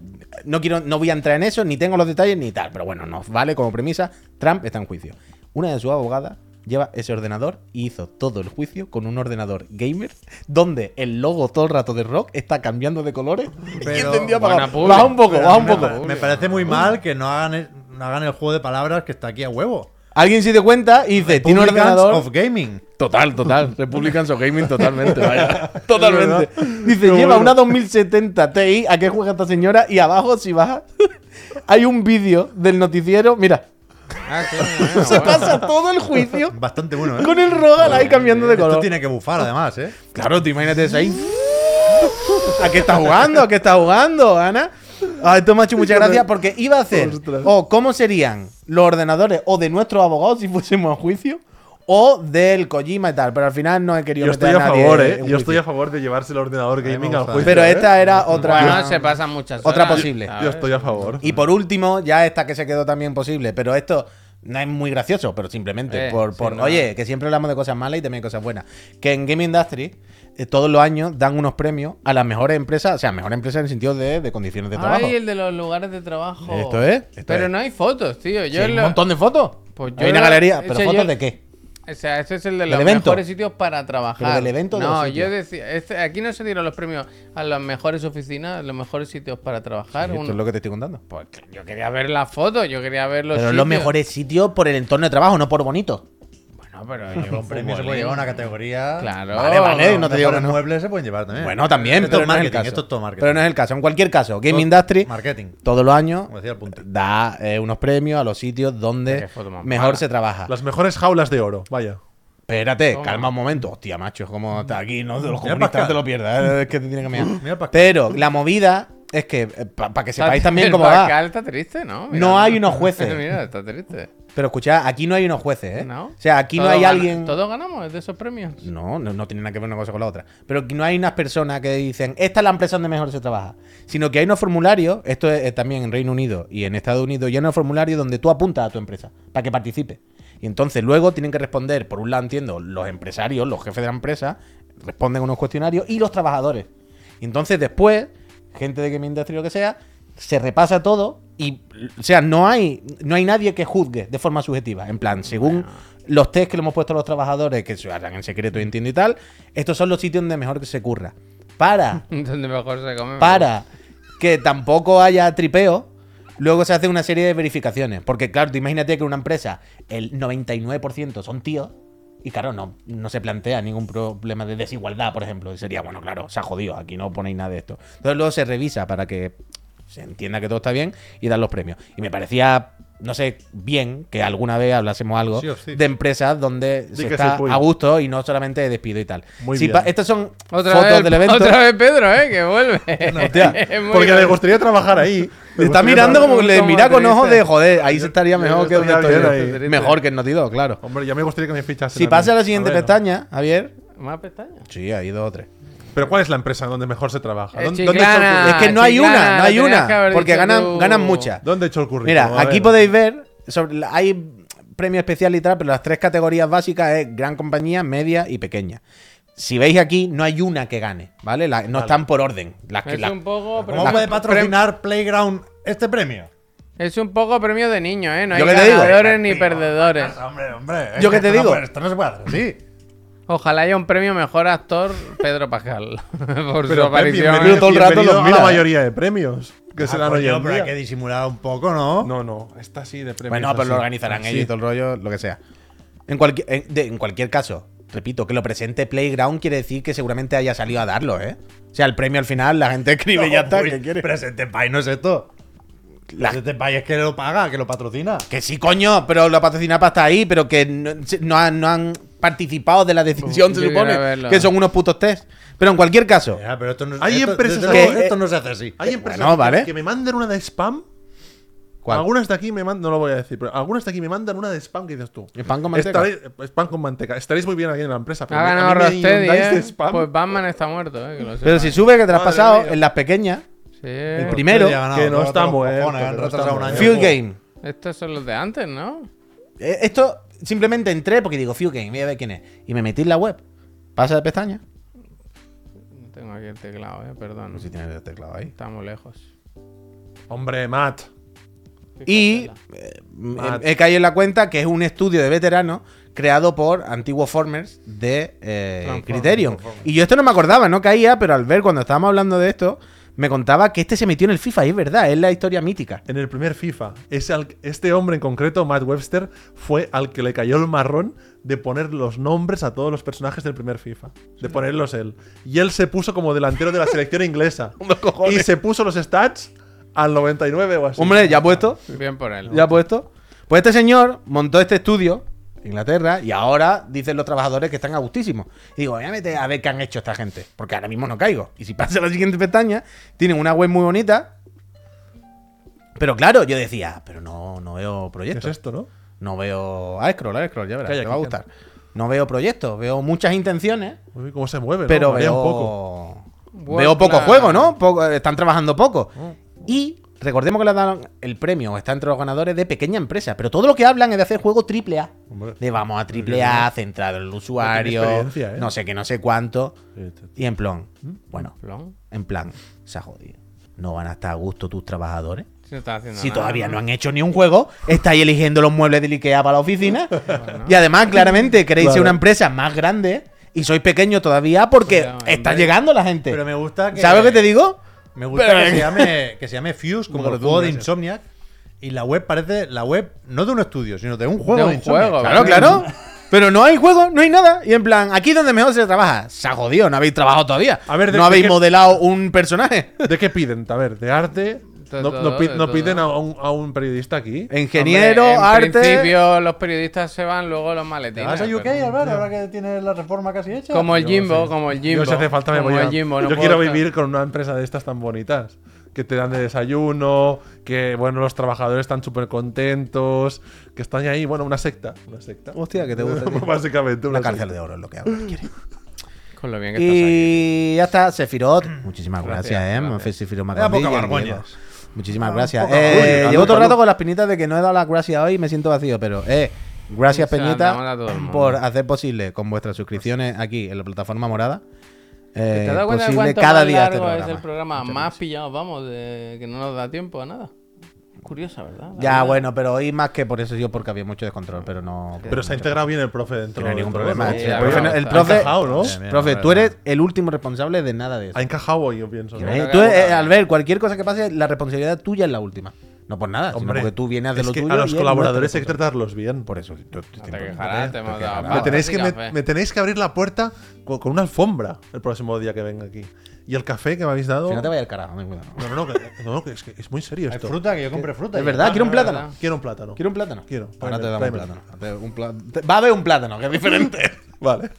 Speaker 1: No quiero, no voy a entrar en eso, ni tengo los detalles ni tal, pero bueno, nos vale como premisa. Trump está en juicio. Una de sus abogadas lleva ese ordenador y hizo todo el juicio con un ordenador gamer donde el logo todo el rato de Rock está cambiando de colores y
Speaker 3: Pero-
Speaker 1: encendido
Speaker 2: Buena
Speaker 1: apagado.
Speaker 2: publi.
Speaker 1: Baja un poco,
Speaker 2: Pero
Speaker 1: baja un
Speaker 3: me,
Speaker 1: poco.
Speaker 3: pa- me parece muy mal que no hagan, el, no hagan el juego de palabras que está aquí a huevo.
Speaker 1: Alguien se dio cuenta y dice, tiene un
Speaker 3: Publicans
Speaker 1: ordenador...
Speaker 3: of Gaming.
Speaker 5: Total, total. Republicans o Gaming, totalmente. Vaya.
Speaker 1: Totalmente. Dice, lleva una 2070 Ti, ¿a qué juega esta señora? Y abajo, si baja, hay un vídeo del noticiero. Mira,
Speaker 2: Ah, qué bueno,
Speaker 1: se
Speaker 2: bueno.
Speaker 1: pasa todo el juicio
Speaker 3: Bastante bueno, ¿eh?
Speaker 1: con el Rogal ahí cambiando de
Speaker 3: Esto
Speaker 1: color.
Speaker 3: tiene que bufar, además, ¿eh?
Speaker 1: Claro, te imagínate eso ahí. ¿A qué está jugando? ¿A qué está jugando, Ana? Ah, esto me ha hecho mucha gracia porque iba a hacer o cómo serían los ordenadores o de nuestros abogados si fuésemos a juicio o del Kojima y tal, pero al final no he querido
Speaker 4: Yo
Speaker 1: meter
Speaker 4: estoy a
Speaker 1: nadie
Speaker 4: favor, eh.
Speaker 1: en
Speaker 4: Yo estoy
Speaker 1: juicio.
Speaker 4: a favor de llevarse el ordenador
Speaker 3: me
Speaker 4: gaming al
Speaker 3: gusta.
Speaker 4: juicio.
Speaker 1: Pero
Speaker 4: eh.
Speaker 1: esta era otra
Speaker 2: Bueno, se pasan muchas horas.
Speaker 1: Otra posible.
Speaker 2: ¿sabes?
Speaker 4: Yo estoy a favor.
Speaker 1: Y por último, ya esta que se quedó también posible, pero esto no es muy gracioso, pero simplemente
Speaker 2: Eh,
Speaker 1: por,
Speaker 2: sí,
Speaker 1: por-
Speaker 2: no.
Speaker 1: oye, que siempre hablamos de cosas malas y también cosas buenas. Que en Game Industry eh, todos los años dan unos premios a las mejores empresas, o sea, mejores empresas en el sentido de, de condiciones de trabajo.
Speaker 2: Ay, el de los lugares de trabajo.
Speaker 1: Esto es, esto
Speaker 2: pero
Speaker 1: es.
Speaker 2: no hay fotos, tío. Yo
Speaker 1: Sí,
Speaker 2: lo-
Speaker 1: de fotos.
Speaker 2: Pues yo
Speaker 1: Hay una
Speaker 2: lo-
Speaker 1: galería,
Speaker 2: ese
Speaker 1: pero
Speaker 2: yo-
Speaker 1: fotos de qué?
Speaker 2: O sea, este es el de
Speaker 1: Del
Speaker 2: los
Speaker 1: evento.
Speaker 2: mejores sitios para trabajar.
Speaker 1: Pero del evento o de
Speaker 2: No,
Speaker 1: los sitios.
Speaker 2: yo decía, este- aquí no se dieron los premios a las mejores oficinas, a los mejores sitios para trabajar.
Speaker 1: Esto
Speaker 2: Un-
Speaker 1: es lo que te estoy contando.
Speaker 2: Pues que- yo quería ver las fotos, yo quería ver los
Speaker 1: pero
Speaker 2: sitios.
Speaker 1: los mejores sitios por el entorno de trabajo, no por bonito.
Speaker 2: Bueno, pero yo
Speaker 3: Con premios se puede llevar una categoría.
Speaker 2: Claro.
Speaker 1: Vale, vale,
Speaker 2: no
Speaker 1: no te digo que
Speaker 3: los
Speaker 1: no.
Speaker 3: muebles se pueden llevar también.
Speaker 1: Bueno, también,
Speaker 3: Esto
Speaker 1: pero
Speaker 3: es
Speaker 1: no es el
Speaker 3: marketing.
Speaker 1: caso.
Speaker 3: Esto es todo marketing.
Speaker 1: Pero no es el caso. En cualquier caso, Game
Speaker 3: Todo
Speaker 1: Industry
Speaker 3: Marketing.
Speaker 1: todos los años
Speaker 3: Como decía el punto.
Speaker 1: da eh, unos premios a los sitios donde
Speaker 2: Qué foto más
Speaker 1: mejor
Speaker 2: mala.
Speaker 1: se trabaja.
Speaker 4: Las mejores jaulas de oro, vaya.
Speaker 1: Espérate,
Speaker 2: Toma.
Speaker 1: calma un momento. Hostia, macho, es como está aquí, no de los
Speaker 3: Mira,
Speaker 1: comunistas
Speaker 3: Pascal.
Speaker 1: te lo pierdas, eh, es que te tiene que
Speaker 3: Mira,
Speaker 1: mirar.
Speaker 3: Pascal.
Speaker 1: Pero la movida es que, para que sepáis también
Speaker 2: el
Speaker 1: cómo
Speaker 2: Pascal
Speaker 1: va.
Speaker 2: está triste, ¿no?
Speaker 1: No hay unos jueces.
Speaker 2: Mira, está triste.
Speaker 1: Pero escuchad, aquí no hay unos jueces, ¿eh?
Speaker 2: ¿No?
Speaker 1: O sea, aquí no
Speaker 2: Todos
Speaker 1: hay
Speaker 2: gana-
Speaker 1: alguien.
Speaker 2: Todos ganamos de esos premios.
Speaker 1: No, no, no tiene nada que ver una cosa con la otra. Pero que no hay unas personas que dicen, esta es la empresa donde mejor se trabaja. Sino que hay unos formularios, esto es eh, también en Reino Unido y en Estados Unidos, y hay unos formularios donde tú apuntas a tu empresa para que participe. Y entonces luego tienen que responder, por un lado entiendo, los empresarios, los jefes de la empresa, responden unos cuestionarios y los trabajadores. Y entonces después, gente de Game Industry o lo que sea, se repasa todo y, o sea, no hay, no hay nadie que juzgue de forma subjetiva. En plan, según los test que le hemos puesto a los trabajadores, que se harán en secreto, entiendo y tal, estos son los sitios donde mejor que se curra. Para,
Speaker 2: Donde mejor se come.
Speaker 1: para que tampoco haya tripeo, luego se hace una serie de verificaciones. Porque, claro, tú imagínate que una empresa, el 99% son tíos. Y claro, no, no se plantea ningún problema de desigualdad, por ejemplo. Y sería, bueno, claro, se ha jodido, aquí no ponéis nada de esto. Entonces luego se revisa para que se entienda que todo está bien y dan los premios. Y me parecía, no sé, bien que alguna vez hablásemos algo
Speaker 3: Sí o sí.
Speaker 1: de empresas donde se
Speaker 4: que
Speaker 1: está
Speaker 4: sí, Puy.
Speaker 1: a gusto y no solamente de despido y tal.
Speaker 4: Muy
Speaker 1: Si
Speaker 4: bien.
Speaker 1: pa- Estas son
Speaker 2: Otra
Speaker 1: fotos
Speaker 2: vez,
Speaker 1: del evento.
Speaker 2: Otra vez Pedro, ¿eh? Que vuelve.
Speaker 1: hostia,
Speaker 2: Es muy
Speaker 4: Porque le
Speaker 2: gracioso.
Speaker 4: gustaría trabajar ahí.
Speaker 1: Le está mirando como que le
Speaker 4: Como
Speaker 1: mira con
Speaker 4: triste.
Speaker 1: ojos de joder, ahí se estaría
Speaker 4: yo
Speaker 1: mejor que donde
Speaker 4: estaría bien
Speaker 1: estoy. yo.
Speaker 4: ahí.
Speaker 1: Mejor que en Naughty Dog, claro.
Speaker 4: Hombre, ya me gustaría que me fichasen.
Speaker 1: Si
Speaker 4: mí.
Speaker 1: pasa a la siguiente
Speaker 4: A ver,
Speaker 1: pestaña, Javier.
Speaker 2: Más pestañas.
Speaker 1: Sí, ahí dos o tres.
Speaker 4: Pero ¿cuál es la empresa donde mejor se trabaja?
Speaker 2: Eh,
Speaker 4: ¿Dónde,
Speaker 2: chiclana,
Speaker 4: dónde he hecho el
Speaker 1: es que no hay
Speaker 2: chiclana,
Speaker 1: una, no hay
Speaker 2: lo tenías que
Speaker 1: una.
Speaker 2: haber
Speaker 1: Porque
Speaker 2: dicho
Speaker 1: ganan,
Speaker 2: tú.
Speaker 1: ganan muchas.
Speaker 4: curr- ¿Dónde he hecho el currículum?
Speaker 1: Mira,
Speaker 4: A
Speaker 1: aquí
Speaker 4: ver.
Speaker 1: podéis ver, sobre la- hay premio especial y tal, pero las tres categorías básicas es gran compañía, media y pequeña. Si veis aquí, no hay una que gane, ¿vale? La- no están por orden. Las que,
Speaker 2: Es
Speaker 1: las-
Speaker 2: un poco.
Speaker 3: ¿Cómo
Speaker 2: premio-
Speaker 3: puede patrocinar Playground este premio?
Speaker 2: Es un poco premio de niño, ¿eh? No hay
Speaker 1: Yo que te digo.
Speaker 2: ganadores ni
Speaker 3: Tío,
Speaker 2: perdedores.
Speaker 3: Ah, Hombre, hombre.
Speaker 1: Yo que te
Speaker 3: esto no
Speaker 1: digo.
Speaker 3: puede- Esto no se puede hacer así.
Speaker 2: Ojalá haya un premio mejor actor Pedro Pascal por su
Speaker 4: Pero Pep,
Speaker 2: aparición.
Speaker 4: bienvenido,
Speaker 1: Yo todo el rato
Speaker 4: bienvenido
Speaker 1: los
Speaker 4: a
Speaker 1: mira,
Speaker 4: la
Speaker 1: ¿eh?
Speaker 4: mayoría de premios que se
Speaker 3: Ah,
Speaker 4: dan hoy
Speaker 3: coño,
Speaker 4: en
Speaker 3: pero hay
Speaker 4: día.
Speaker 3: que disimular un poco, ¿no?
Speaker 4: No, no, está así de Ah, premios.
Speaker 1: Bueno, pero lo
Speaker 4: así.
Speaker 1: organizarán
Speaker 4: Así.
Speaker 1: ellos y todo el rollo, lo que sea. En, cualquier- en, de- en cualquier caso, repito, que lo presente Playground quiere decir que seguramente haya salido a darlo, ¿eh? O sea, el premio al final, la gente escribe y ya está.
Speaker 3: uy,
Speaker 1: ¿qué quiere?
Speaker 3: Pero ese Tepai no es esto.
Speaker 1: La-
Speaker 3: Ese Tepai es que lo paga, que lo patrocina.
Speaker 1: que sí, coño, pero la patrocinapa está ahí, pero que no, se- no han, no han participado de la decisión, se
Speaker 2: Yo quiero
Speaker 1: supone.
Speaker 2: verlo.
Speaker 1: Que son unos putos test. Pero en cualquier caso,
Speaker 3: Ya, pero esto no,
Speaker 4: Hay
Speaker 3: esto-
Speaker 4: empresas
Speaker 3: desde
Speaker 4: que-
Speaker 3: luego, esto no se hace así.
Speaker 4: Hay empresas
Speaker 1: Bueno, vale.
Speaker 4: que me manden una de spam.
Speaker 1: ¿Cuál?
Speaker 4: Algunas de aquí me mandan, no lo voy a decir, pero algunas de aquí me mandan una de spam que dices tú.
Speaker 1: ¿Y pan con manteca? Ah,
Speaker 4: Estaréis, eh, spam con manteca. Estaréis muy bien aquí en la empresa. Pero
Speaker 2: Ha
Speaker 4: a mí
Speaker 2: ganado
Speaker 4: me
Speaker 2: Rosteddie,
Speaker 4: inundáis de
Speaker 2: ¿eh?
Speaker 4: spam.
Speaker 2: Pues Batman está muerto, ¿eh? Que lo
Speaker 1: pero
Speaker 2: sepa.
Speaker 1: si sube que te lo has
Speaker 4: Madre
Speaker 1: pasado
Speaker 4: mía.
Speaker 1: en las pequeñas,
Speaker 2: Sí.
Speaker 1: prim- primero,
Speaker 4: que no está
Speaker 3: estamos
Speaker 4: muerto, que
Speaker 3: Han
Speaker 4: no
Speaker 3: retrasado
Speaker 4: está
Speaker 3: un año.
Speaker 4: muerto.
Speaker 1: Field Game.
Speaker 2: Estos son los de antes, ¿no?
Speaker 1: Eh, Esto simplemente entré porque digo, Few Game, voy a ver quién es. Y me metí en la web. Pasa de pestaña.
Speaker 2: No tengo aquí el teclado, ¿eh? Perdón.
Speaker 1: No sé si tienes el teclado ahí.
Speaker 2: Estamos lejos.
Speaker 4: Hombre, Matt.
Speaker 1: Y eh, he he caído en la cuenta que es un estudio de veteranos creado por antiguos formers de eh,
Speaker 2: Transformers,
Speaker 1: Criterion. Y yo esto no me acordaba, no caía, pero al ver cuando estábamos hablando de esto, me contaba que este se metió en el FIFA, y es verdad, es la historia mítica.
Speaker 4: En el primer FIFA, es al- este hombre en concreto, Matt Webster, fue al que le cayó el marrón de poner los nombres a todos los personajes del primer FIFA. De ponerlos él. Y él se puso como delantero de la selección inglesa. y se puso los stats al 99 o así.
Speaker 1: Hombre, ya puesto,
Speaker 2: Bien por él.
Speaker 1: ya puesto. Pues este señor montó este estudio en Inglaterra y ahora dicen los trabajadores que están a gustísimo. Y digo, voy a meter a ver qué han hecho esta gente, porque ahora mismo no caigo. Y si pasa a la siguiente pestaña, tienen una web muy bonita. Pero claro, yo decía, pero no, no veo
Speaker 4: ¿Qué es
Speaker 1: proyectos.
Speaker 4: esto, no?
Speaker 1: No veo. Ah, scroll, ah, scroll, ya verás,
Speaker 4: Calla,
Speaker 1: te va a
Speaker 4: Cristian.
Speaker 1: gustar. No veo proyectos, veo muchas intenciones,
Speaker 4: Uy, cómo se mueve, ¿no?
Speaker 1: pero
Speaker 4: Varía
Speaker 1: veo.
Speaker 4: un poco.
Speaker 2: World
Speaker 1: Veo poco
Speaker 2: Class.
Speaker 1: juego, ¿no? Poco- están trabajando poco. Y recordemos que le dan el premio, o está entre los ganadores de pequeña empresa, pero todo lo que hablan es de hacer juego triple A.
Speaker 4: Hombre.
Speaker 1: De vamos a triple A, centrado en el usuario,
Speaker 4: experiencia, ¿eh?
Speaker 1: no sé qué, no sé cuánto.
Speaker 4: Sí, sí, sí.
Speaker 1: Y en plan, bueno,
Speaker 2: Plon.
Speaker 1: en plan, se ha jodido. ¿No van a estar a gusto tus trabajadores?
Speaker 2: Si no está haciendo
Speaker 1: Si
Speaker 2: nada,
Speaker 1: todavía no han hecho ni un juego, estáis eligiendo los muebles del IKEA para la oficina. Y además, claramente, queréis ser
Speaker 4: Claro.
Speaker 1: una empresa más grande y sois pequeño todavía porque
Speaker 2: Pero, en
Speaker 1: está
Speaker 2: vez-
Speaker 1: llegando la gente.
Speaker 3: Pero me gusta que-
Speaker 1: ¿Sabes lo que te digo?
Speaker 3: Me gusta que se, llame, que se llame Fuse como el juego de Insomniac. Y la web parece la web no de un estudio, sino de un juego.
Speaker 2: De
Speaker 3: De
Speaker 2: un
Speaker 3: Insomniac.
Speaker 2: juego,
Speaker 1: Claro, claro. Pero no hay juego, no hay nada. Y en plan, aquí es donde mejor se trabaja. Se ha jodido, no habéis trabajado todavía.
Speaker 4: A ver, de-
Speaker 1: no
Speaker 4: de
Speaker 1: habéis
Speaker 4: qué-
Speaker 1: modelado un personaje.
Speaker 4: ¿De qué piden? A ver, ¿de arte?
Speaker 2: De
Speaker 4: ¿No,
Speaker 2: todo,
Speaker 4: no pi-
Speaker 2: de
Speaker 4: no
Speaker 2: todo.
Speaker 4: piden a un, a un periodista aquí?
Speaker 1: Ingeniero,
Speaker 2: Hombre, en
Speaker 1: arte.
Speaker 2: principio los periodistas se van, luego los
Speaker 3: ¿Te
Speaker 2: maletines.
Speaker 3: vas a UK,
Speaker 2: pero-
Speaker 3: Álvaro, ahora que tienes la reforma casi hecha?
Speaker 2: Como el
Speaker 4: Yo
Speaker 2: Jimbo,
Speaker 4: sí.
Speaker 2: como el Jimbo.
Speaker 4: Yo si hace falta me
Speaker 2: como
Speaker 4: voy a...
Speaker 2: el Jimbo, no
Speaker 4: Yo
Speaker 2: puedo
Speaker 4: quiero
Speaker 2: estar-
Speaker 4: vivir con una empresa de estas tan bonitas. Que te dan de desayuno, que bueno, los trabajadores están súper contentos, que están ahí, bueno, una secta. Una secta.
Speaker 1: Hostia, que te gusta, tío.
Speaker 4: Básicamente, una,
Speaker 1: Una cárcel
Speaker 4: secta.
Speaker 1: de oro es lo que hago.
Speaker 2: Con lo bien que estás ahí. Mm.
Speaker 1: Y ya está, Sefirot. Muchísimas gracias,
Speaker 2: Gracias,
Speaker 1: eh.
Speaker 2: gracias.
Speaker 1: Sefirot
Speaker 3: Era poca
Speaker 1: Macandilla,
Speaker 3: vergüenza.
Speaker 1: Diego.
Speaker 2: Ah,
Speaker 1: Muchísimas gracias.
Speaker 3: poca
Speaker 1: Eh,
Speaker 4: vergüenza. Salud,
Speaker 1: llevo todo el
Speaker 4: salud.
Speaker 1: rato con las pinitas de que no he dado las gracias hoy y me siento vacío, pero eh, gracias
Speaker 2: O sea, damos
Speaker 1: Peñita
Speaker 2: a todo el mundo.
Speaker 1: por eh, hacer posible con vuestras suscripciones aquí en la plataforma morada.
Speaker 2: ¿Te
Speaker 1: eh,
Speaker 2: has dado cuenta de
Speaker 1: posible
Speaker 2: cuánto
Speaker 1: cada
Speaker 2: más
Speaker 1: día este
Speaker 2: largo
Speaker 1: programa.
Speaker 2: es el programa?
Speaker 1: Muchas
Speaker 2: Más
Speaker 1: gracias.
Speaker 2: pillado, vamos, de que no nos da tiempo a nada. Curiosa, ¿verdad? La
Speaker 1: Ya,
Speaker 2: verdad.
Speaker 1: bueno, pero hoy más que por eso yo porque había mucho descontrol, pero no.
Speaker 4: Pero se ha integrado bien el profe dentro.
Speaker 1: Que no hay ningún
Speaker 4: de todo,
Speaker 1: problema.
Speaker 4: ¿no?
Speaker 2: Sí,
Speaker 1: El
Speaker 2: ha
Speaker 1: profe no- el
Speaker 2: encajado,
Speaker 1: profe,
Speaker 4: ha encajado, ¿no?
Speaker 1: Profe, tú eres el último responsable de nada de eso.
Speaker 4: Ha encajado hoy, yo pienso. ¿no?
Speaker 2: Hombre,
Speaker 1: Eh, Tú, eh, al ver cualquier cosa que pase, la responsabilidad tuya es la última. No por nada, sino porque tú vienes de
Speaker 4: es
Speaker 1: lo
Speaker 4: que
Speaker 1: tuyo.
Speaker 4: a
Speaker 1: y
Speaker 4: los
Speaker 1: él
Speaker 4: colaboradores hay que
Speaker 1: no te-
Speaker 4: tratarlos bien.
Speaker 1: Por eso. tú- tú-
Speaker 2: No
Speaker 1: te-
Speaker 2: te quejarás, te hemos dado
Speaker 1: Me
Speaker 4: Me
Speaker 2: papas
Speaker 4: tenéis,
Speaker 2: y
Speaker 4: que, me,
Speaker 2: café.
Speaker 4: me tenéis que abrir la puerta con, con una alfombra el próximo día que venga aquí. Y el café que me habéis dado.
Speaker 1: Si no te vayas al carajo, no, no, no.
Speaker 4: No, no, no, que, no, no, que es que es muy serio
Speaker 3: Hay
Speaker 4: esto.
Speaker 3: fruta, que yo compré fruta.
Speaker 1: Es
Speaker 3: y-
Speaker 1: verdad, quiero un
Speaker 2: verdad.
Speaker 1: plátano.
Speaker 4: Quiero un plátano.
Speaker 1: Quiero un plátano.
Speaker 4: Quiero.
Speaker 1: Ahora te
Speaker 4: Tráeme,
Speaker 1: damos un
Speaker 4: tráeme.
Speaker 1: plátano. Te- un pla- te- Va a haber un plátano, que es diferente.
Speaker 4: Vale.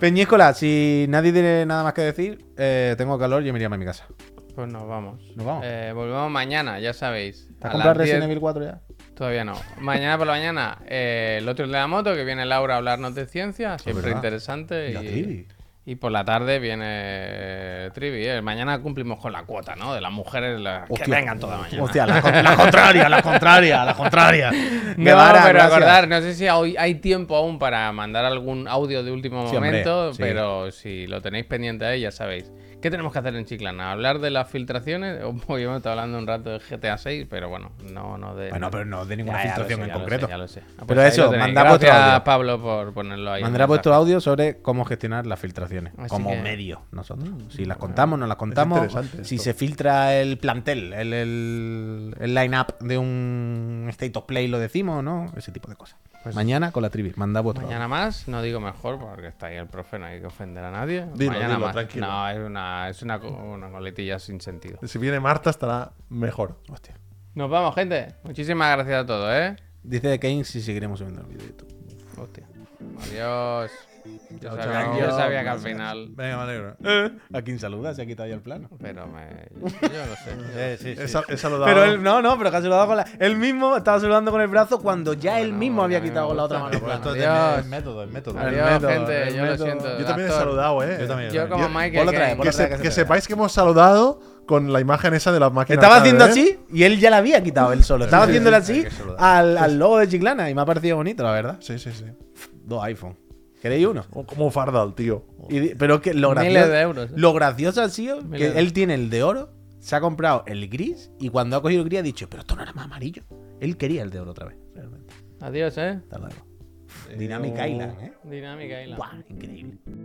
Speaker 1: Peñíscola, si nadie tiene nada más que decir, eh, tengo calor, yo me iría para mi casa.
Speaker 2: Pues nos vamos.
Speaker 1: Nos vamos.
Speaker 2: Eh, volvemos mañana, ya sabéis.
Speaker 1: ¿Te
Speaker 2: A
Speaker 1: has comprado
Speaker 2: las
Speaker 1: Resident
Speaker 2: 10.
Speaker 1: Evil 4 ya?
Speaker 2: Todavía no. Mañana por la mañana, eh, el otro de la moto, que viene Laura a hablarnos de ciencia, siempre
Speaker 1: verdad.
Speaker 2: interesante.
Speaker 1: Y a
Speaker 2: Y,
Speaker 1: Trivi.
Speaker 2: y por la tarde viene eh, Trivi. eh. Mañana cumplimos con la cuota, ¿no? De las mujeres las que
Speaker 1: Hostia.
Speaker 2: vengan toda la mañana.
Speaker 1: Hostia, la, con- la contraria, la contraria, la contraria.
Speaker 2: No,
Speaker 1: Guevara,
Speaker 2: pero
Speaker 1: gracias.
Speaker 2: acordar, no sé si hoy hay tiempo aún para mandar algún audio de último
Speaker 1: Sí, hombre,
Speaker 2: momento,
Speaker 1: sí.
Speaker 2: pero si lo tenéis pendiente ahí, ya sabéis. ¿Qué tenemos que hacer en Chiclana? ¿Hablar de las filtraciones? Porque yo me estaba hablando un rato de GTA 6, pero bueno, no, no de.
Speaker 1: Bueno, pero no de
Speaker 2: Ya,
Speaker 1: ninguna
Speaker 2: ya lo
Speaker 1: filtración
Speaker 2: sé,
Speaker 1: en
Speaker 2: ya lo
Speaker 1: concreto.
Speaker 2: sé, ya lo sé. Ah, pues
Speaker 1: Pero
Speaker 2: ahí
Speaker 1: eso,
Speaker 2: lo tenéis.
Speaker 1: mandad vuestro
Speaker 2: Gracias,
Speaker 1: audio.
Speaker 2: Pablo, por ponerlo ahí. en
Speaker 1: Mandará
Speaker 2: el
Speaker 1: vuestro
Speaker 2: mensaje.
Speaker 1: audio sobre cómo gestionar las filtraciones
Speaker 2: Así
Speaker 1: como
Speaker 2: que-
Speaker 1: medio nosotros. si las contamos, no las contamos.
Speaker 4: interesante
Speaker 1: Si
Speaker 4: esto.
Speaker 1: se filtra el plantel, el, el, el line-up de un state of play, lo decimos, ¿no? Ese tipo de cosas. Mañana con la trivi, mandad vuestro
Speaker 2: Mañana más, no digo mejor porque está ahí el profe, no hay que ofender a nadie.
Speaker 4: Dilo,
Speaker 2: Mañana
Speaker 4: dilo,
Speaker 2: más.
Speaker 4: tranquilo.
Speaker 2: No, es una, es una, co- una coletilla sin sentido.
Speaker 4: Si viene Marta estará mejor.
Speaker 1: audio. Hostia.
Speaker 2: Nos vamos, gente. Muchísimas gracias a todos, ¿eh?
Speaker 1: Dice Keynes si seguiremos subiendo el vídeo de YouTube.
Speaker 2: Hostia. Adiós. Yo
Speaker 4: Chao,
Speaker 2: sabía,
Speaker 4: chao.
Speaker 2: yo sabía que al final.
Speaker 3: Venga, me alegro.
Speaker 1: ¿A quién saluda? Se ha quitado ya el plano.
Speaker 2: Pero me. Yo no sé.
Speaker 3: Eh, sí, sí.
Speaker 4: He, sal- he saludado.
Speaker 1: Pero él, no, no, pero que ha saludado con la. Él mismo estaba saludando con el brazo cuando ya él
Speaker 2: Bueno,
Speaker 1: mismo
Speaker 2: bueno,
Speaker 1: había
Speaker 2: a mí me
Speaker 1: quitado con la
Speaker 2: gusta.
Speaker 1: otra mano. el
Speaker 3: Pues
Speaker 1: plano.
Speaker 3: esto es de-
Speaker 2: Adiós.
Speaker 3: es método, es método.
Speaker 2: Adiós,
Speaker 1: método,
Speaker 2: gente.
Speaker 1: el
Speaker 2: Yo lo
Speaker 1: método.
Speaker 2: siento.
Speaker 4: yo también he
Speaker 2: Actor.
Speaker 4: saludado, eh.
Speaker 3: Yo también.
Speaker 2: Yo como
Speaker 4: Yo-
Speaker 2: Michael.
Speaker 1: ponlo otra vez,
Speaker 2: Caine.
Speaker 1: ponlo
Speaker 4: Que,
Speaker 1: otra
Speaker 4: se-
Speaker 1: vez que se
Speaker 4: que
Speaker 1: te
Speaker 4: sepáis que hemos saludado con la imagen esa de la máquina.
Speaker 1: Estaba
Speaker 4: arcade,
Speaker 1: haciendo
Speaker 4: ¿eh?
Speaker 1: así y él ya la había quitado él solo. Estaba
Speaker 3: sí,
Speaker 1: haciéndole
Speaker 3: sí, hay
Speaker 1: así
Speaker 3: que saludar.
Speaker 1: al, al logo de Chiclana y me ha parecido bonito, la verdad.
Speaker 4: Sí, sí, sí.
Speaker 1: Dos iPhone. ¿Queréis uno?
Speaker 4: O- Como un fardal, tío.
Speaker 1: Y di- pero que lo
Speaker 2: Miles
Speaker 1: gracioso,
Speaker 2: de euros, eh.
Speaker 1: lo gracioso ha sido
Speaker 2: Miles
Speaker 1: que
Speaker 2: de euros.
Speaker 1: él tiene el de oro, se ha comprado el gris y cuando ha cogido el gris ha dicho, pero esto no era más amarillo. Él quería el de oro otra vez, realmente.
Speaker 2: Adiós, ¿eh?
Speaker 1: Hasta luego. Dinámica Island, ¿eh?
Speaker 3: oh.
Speaker 2: Dinámica Island.
Speaker 1: Buah, increíble.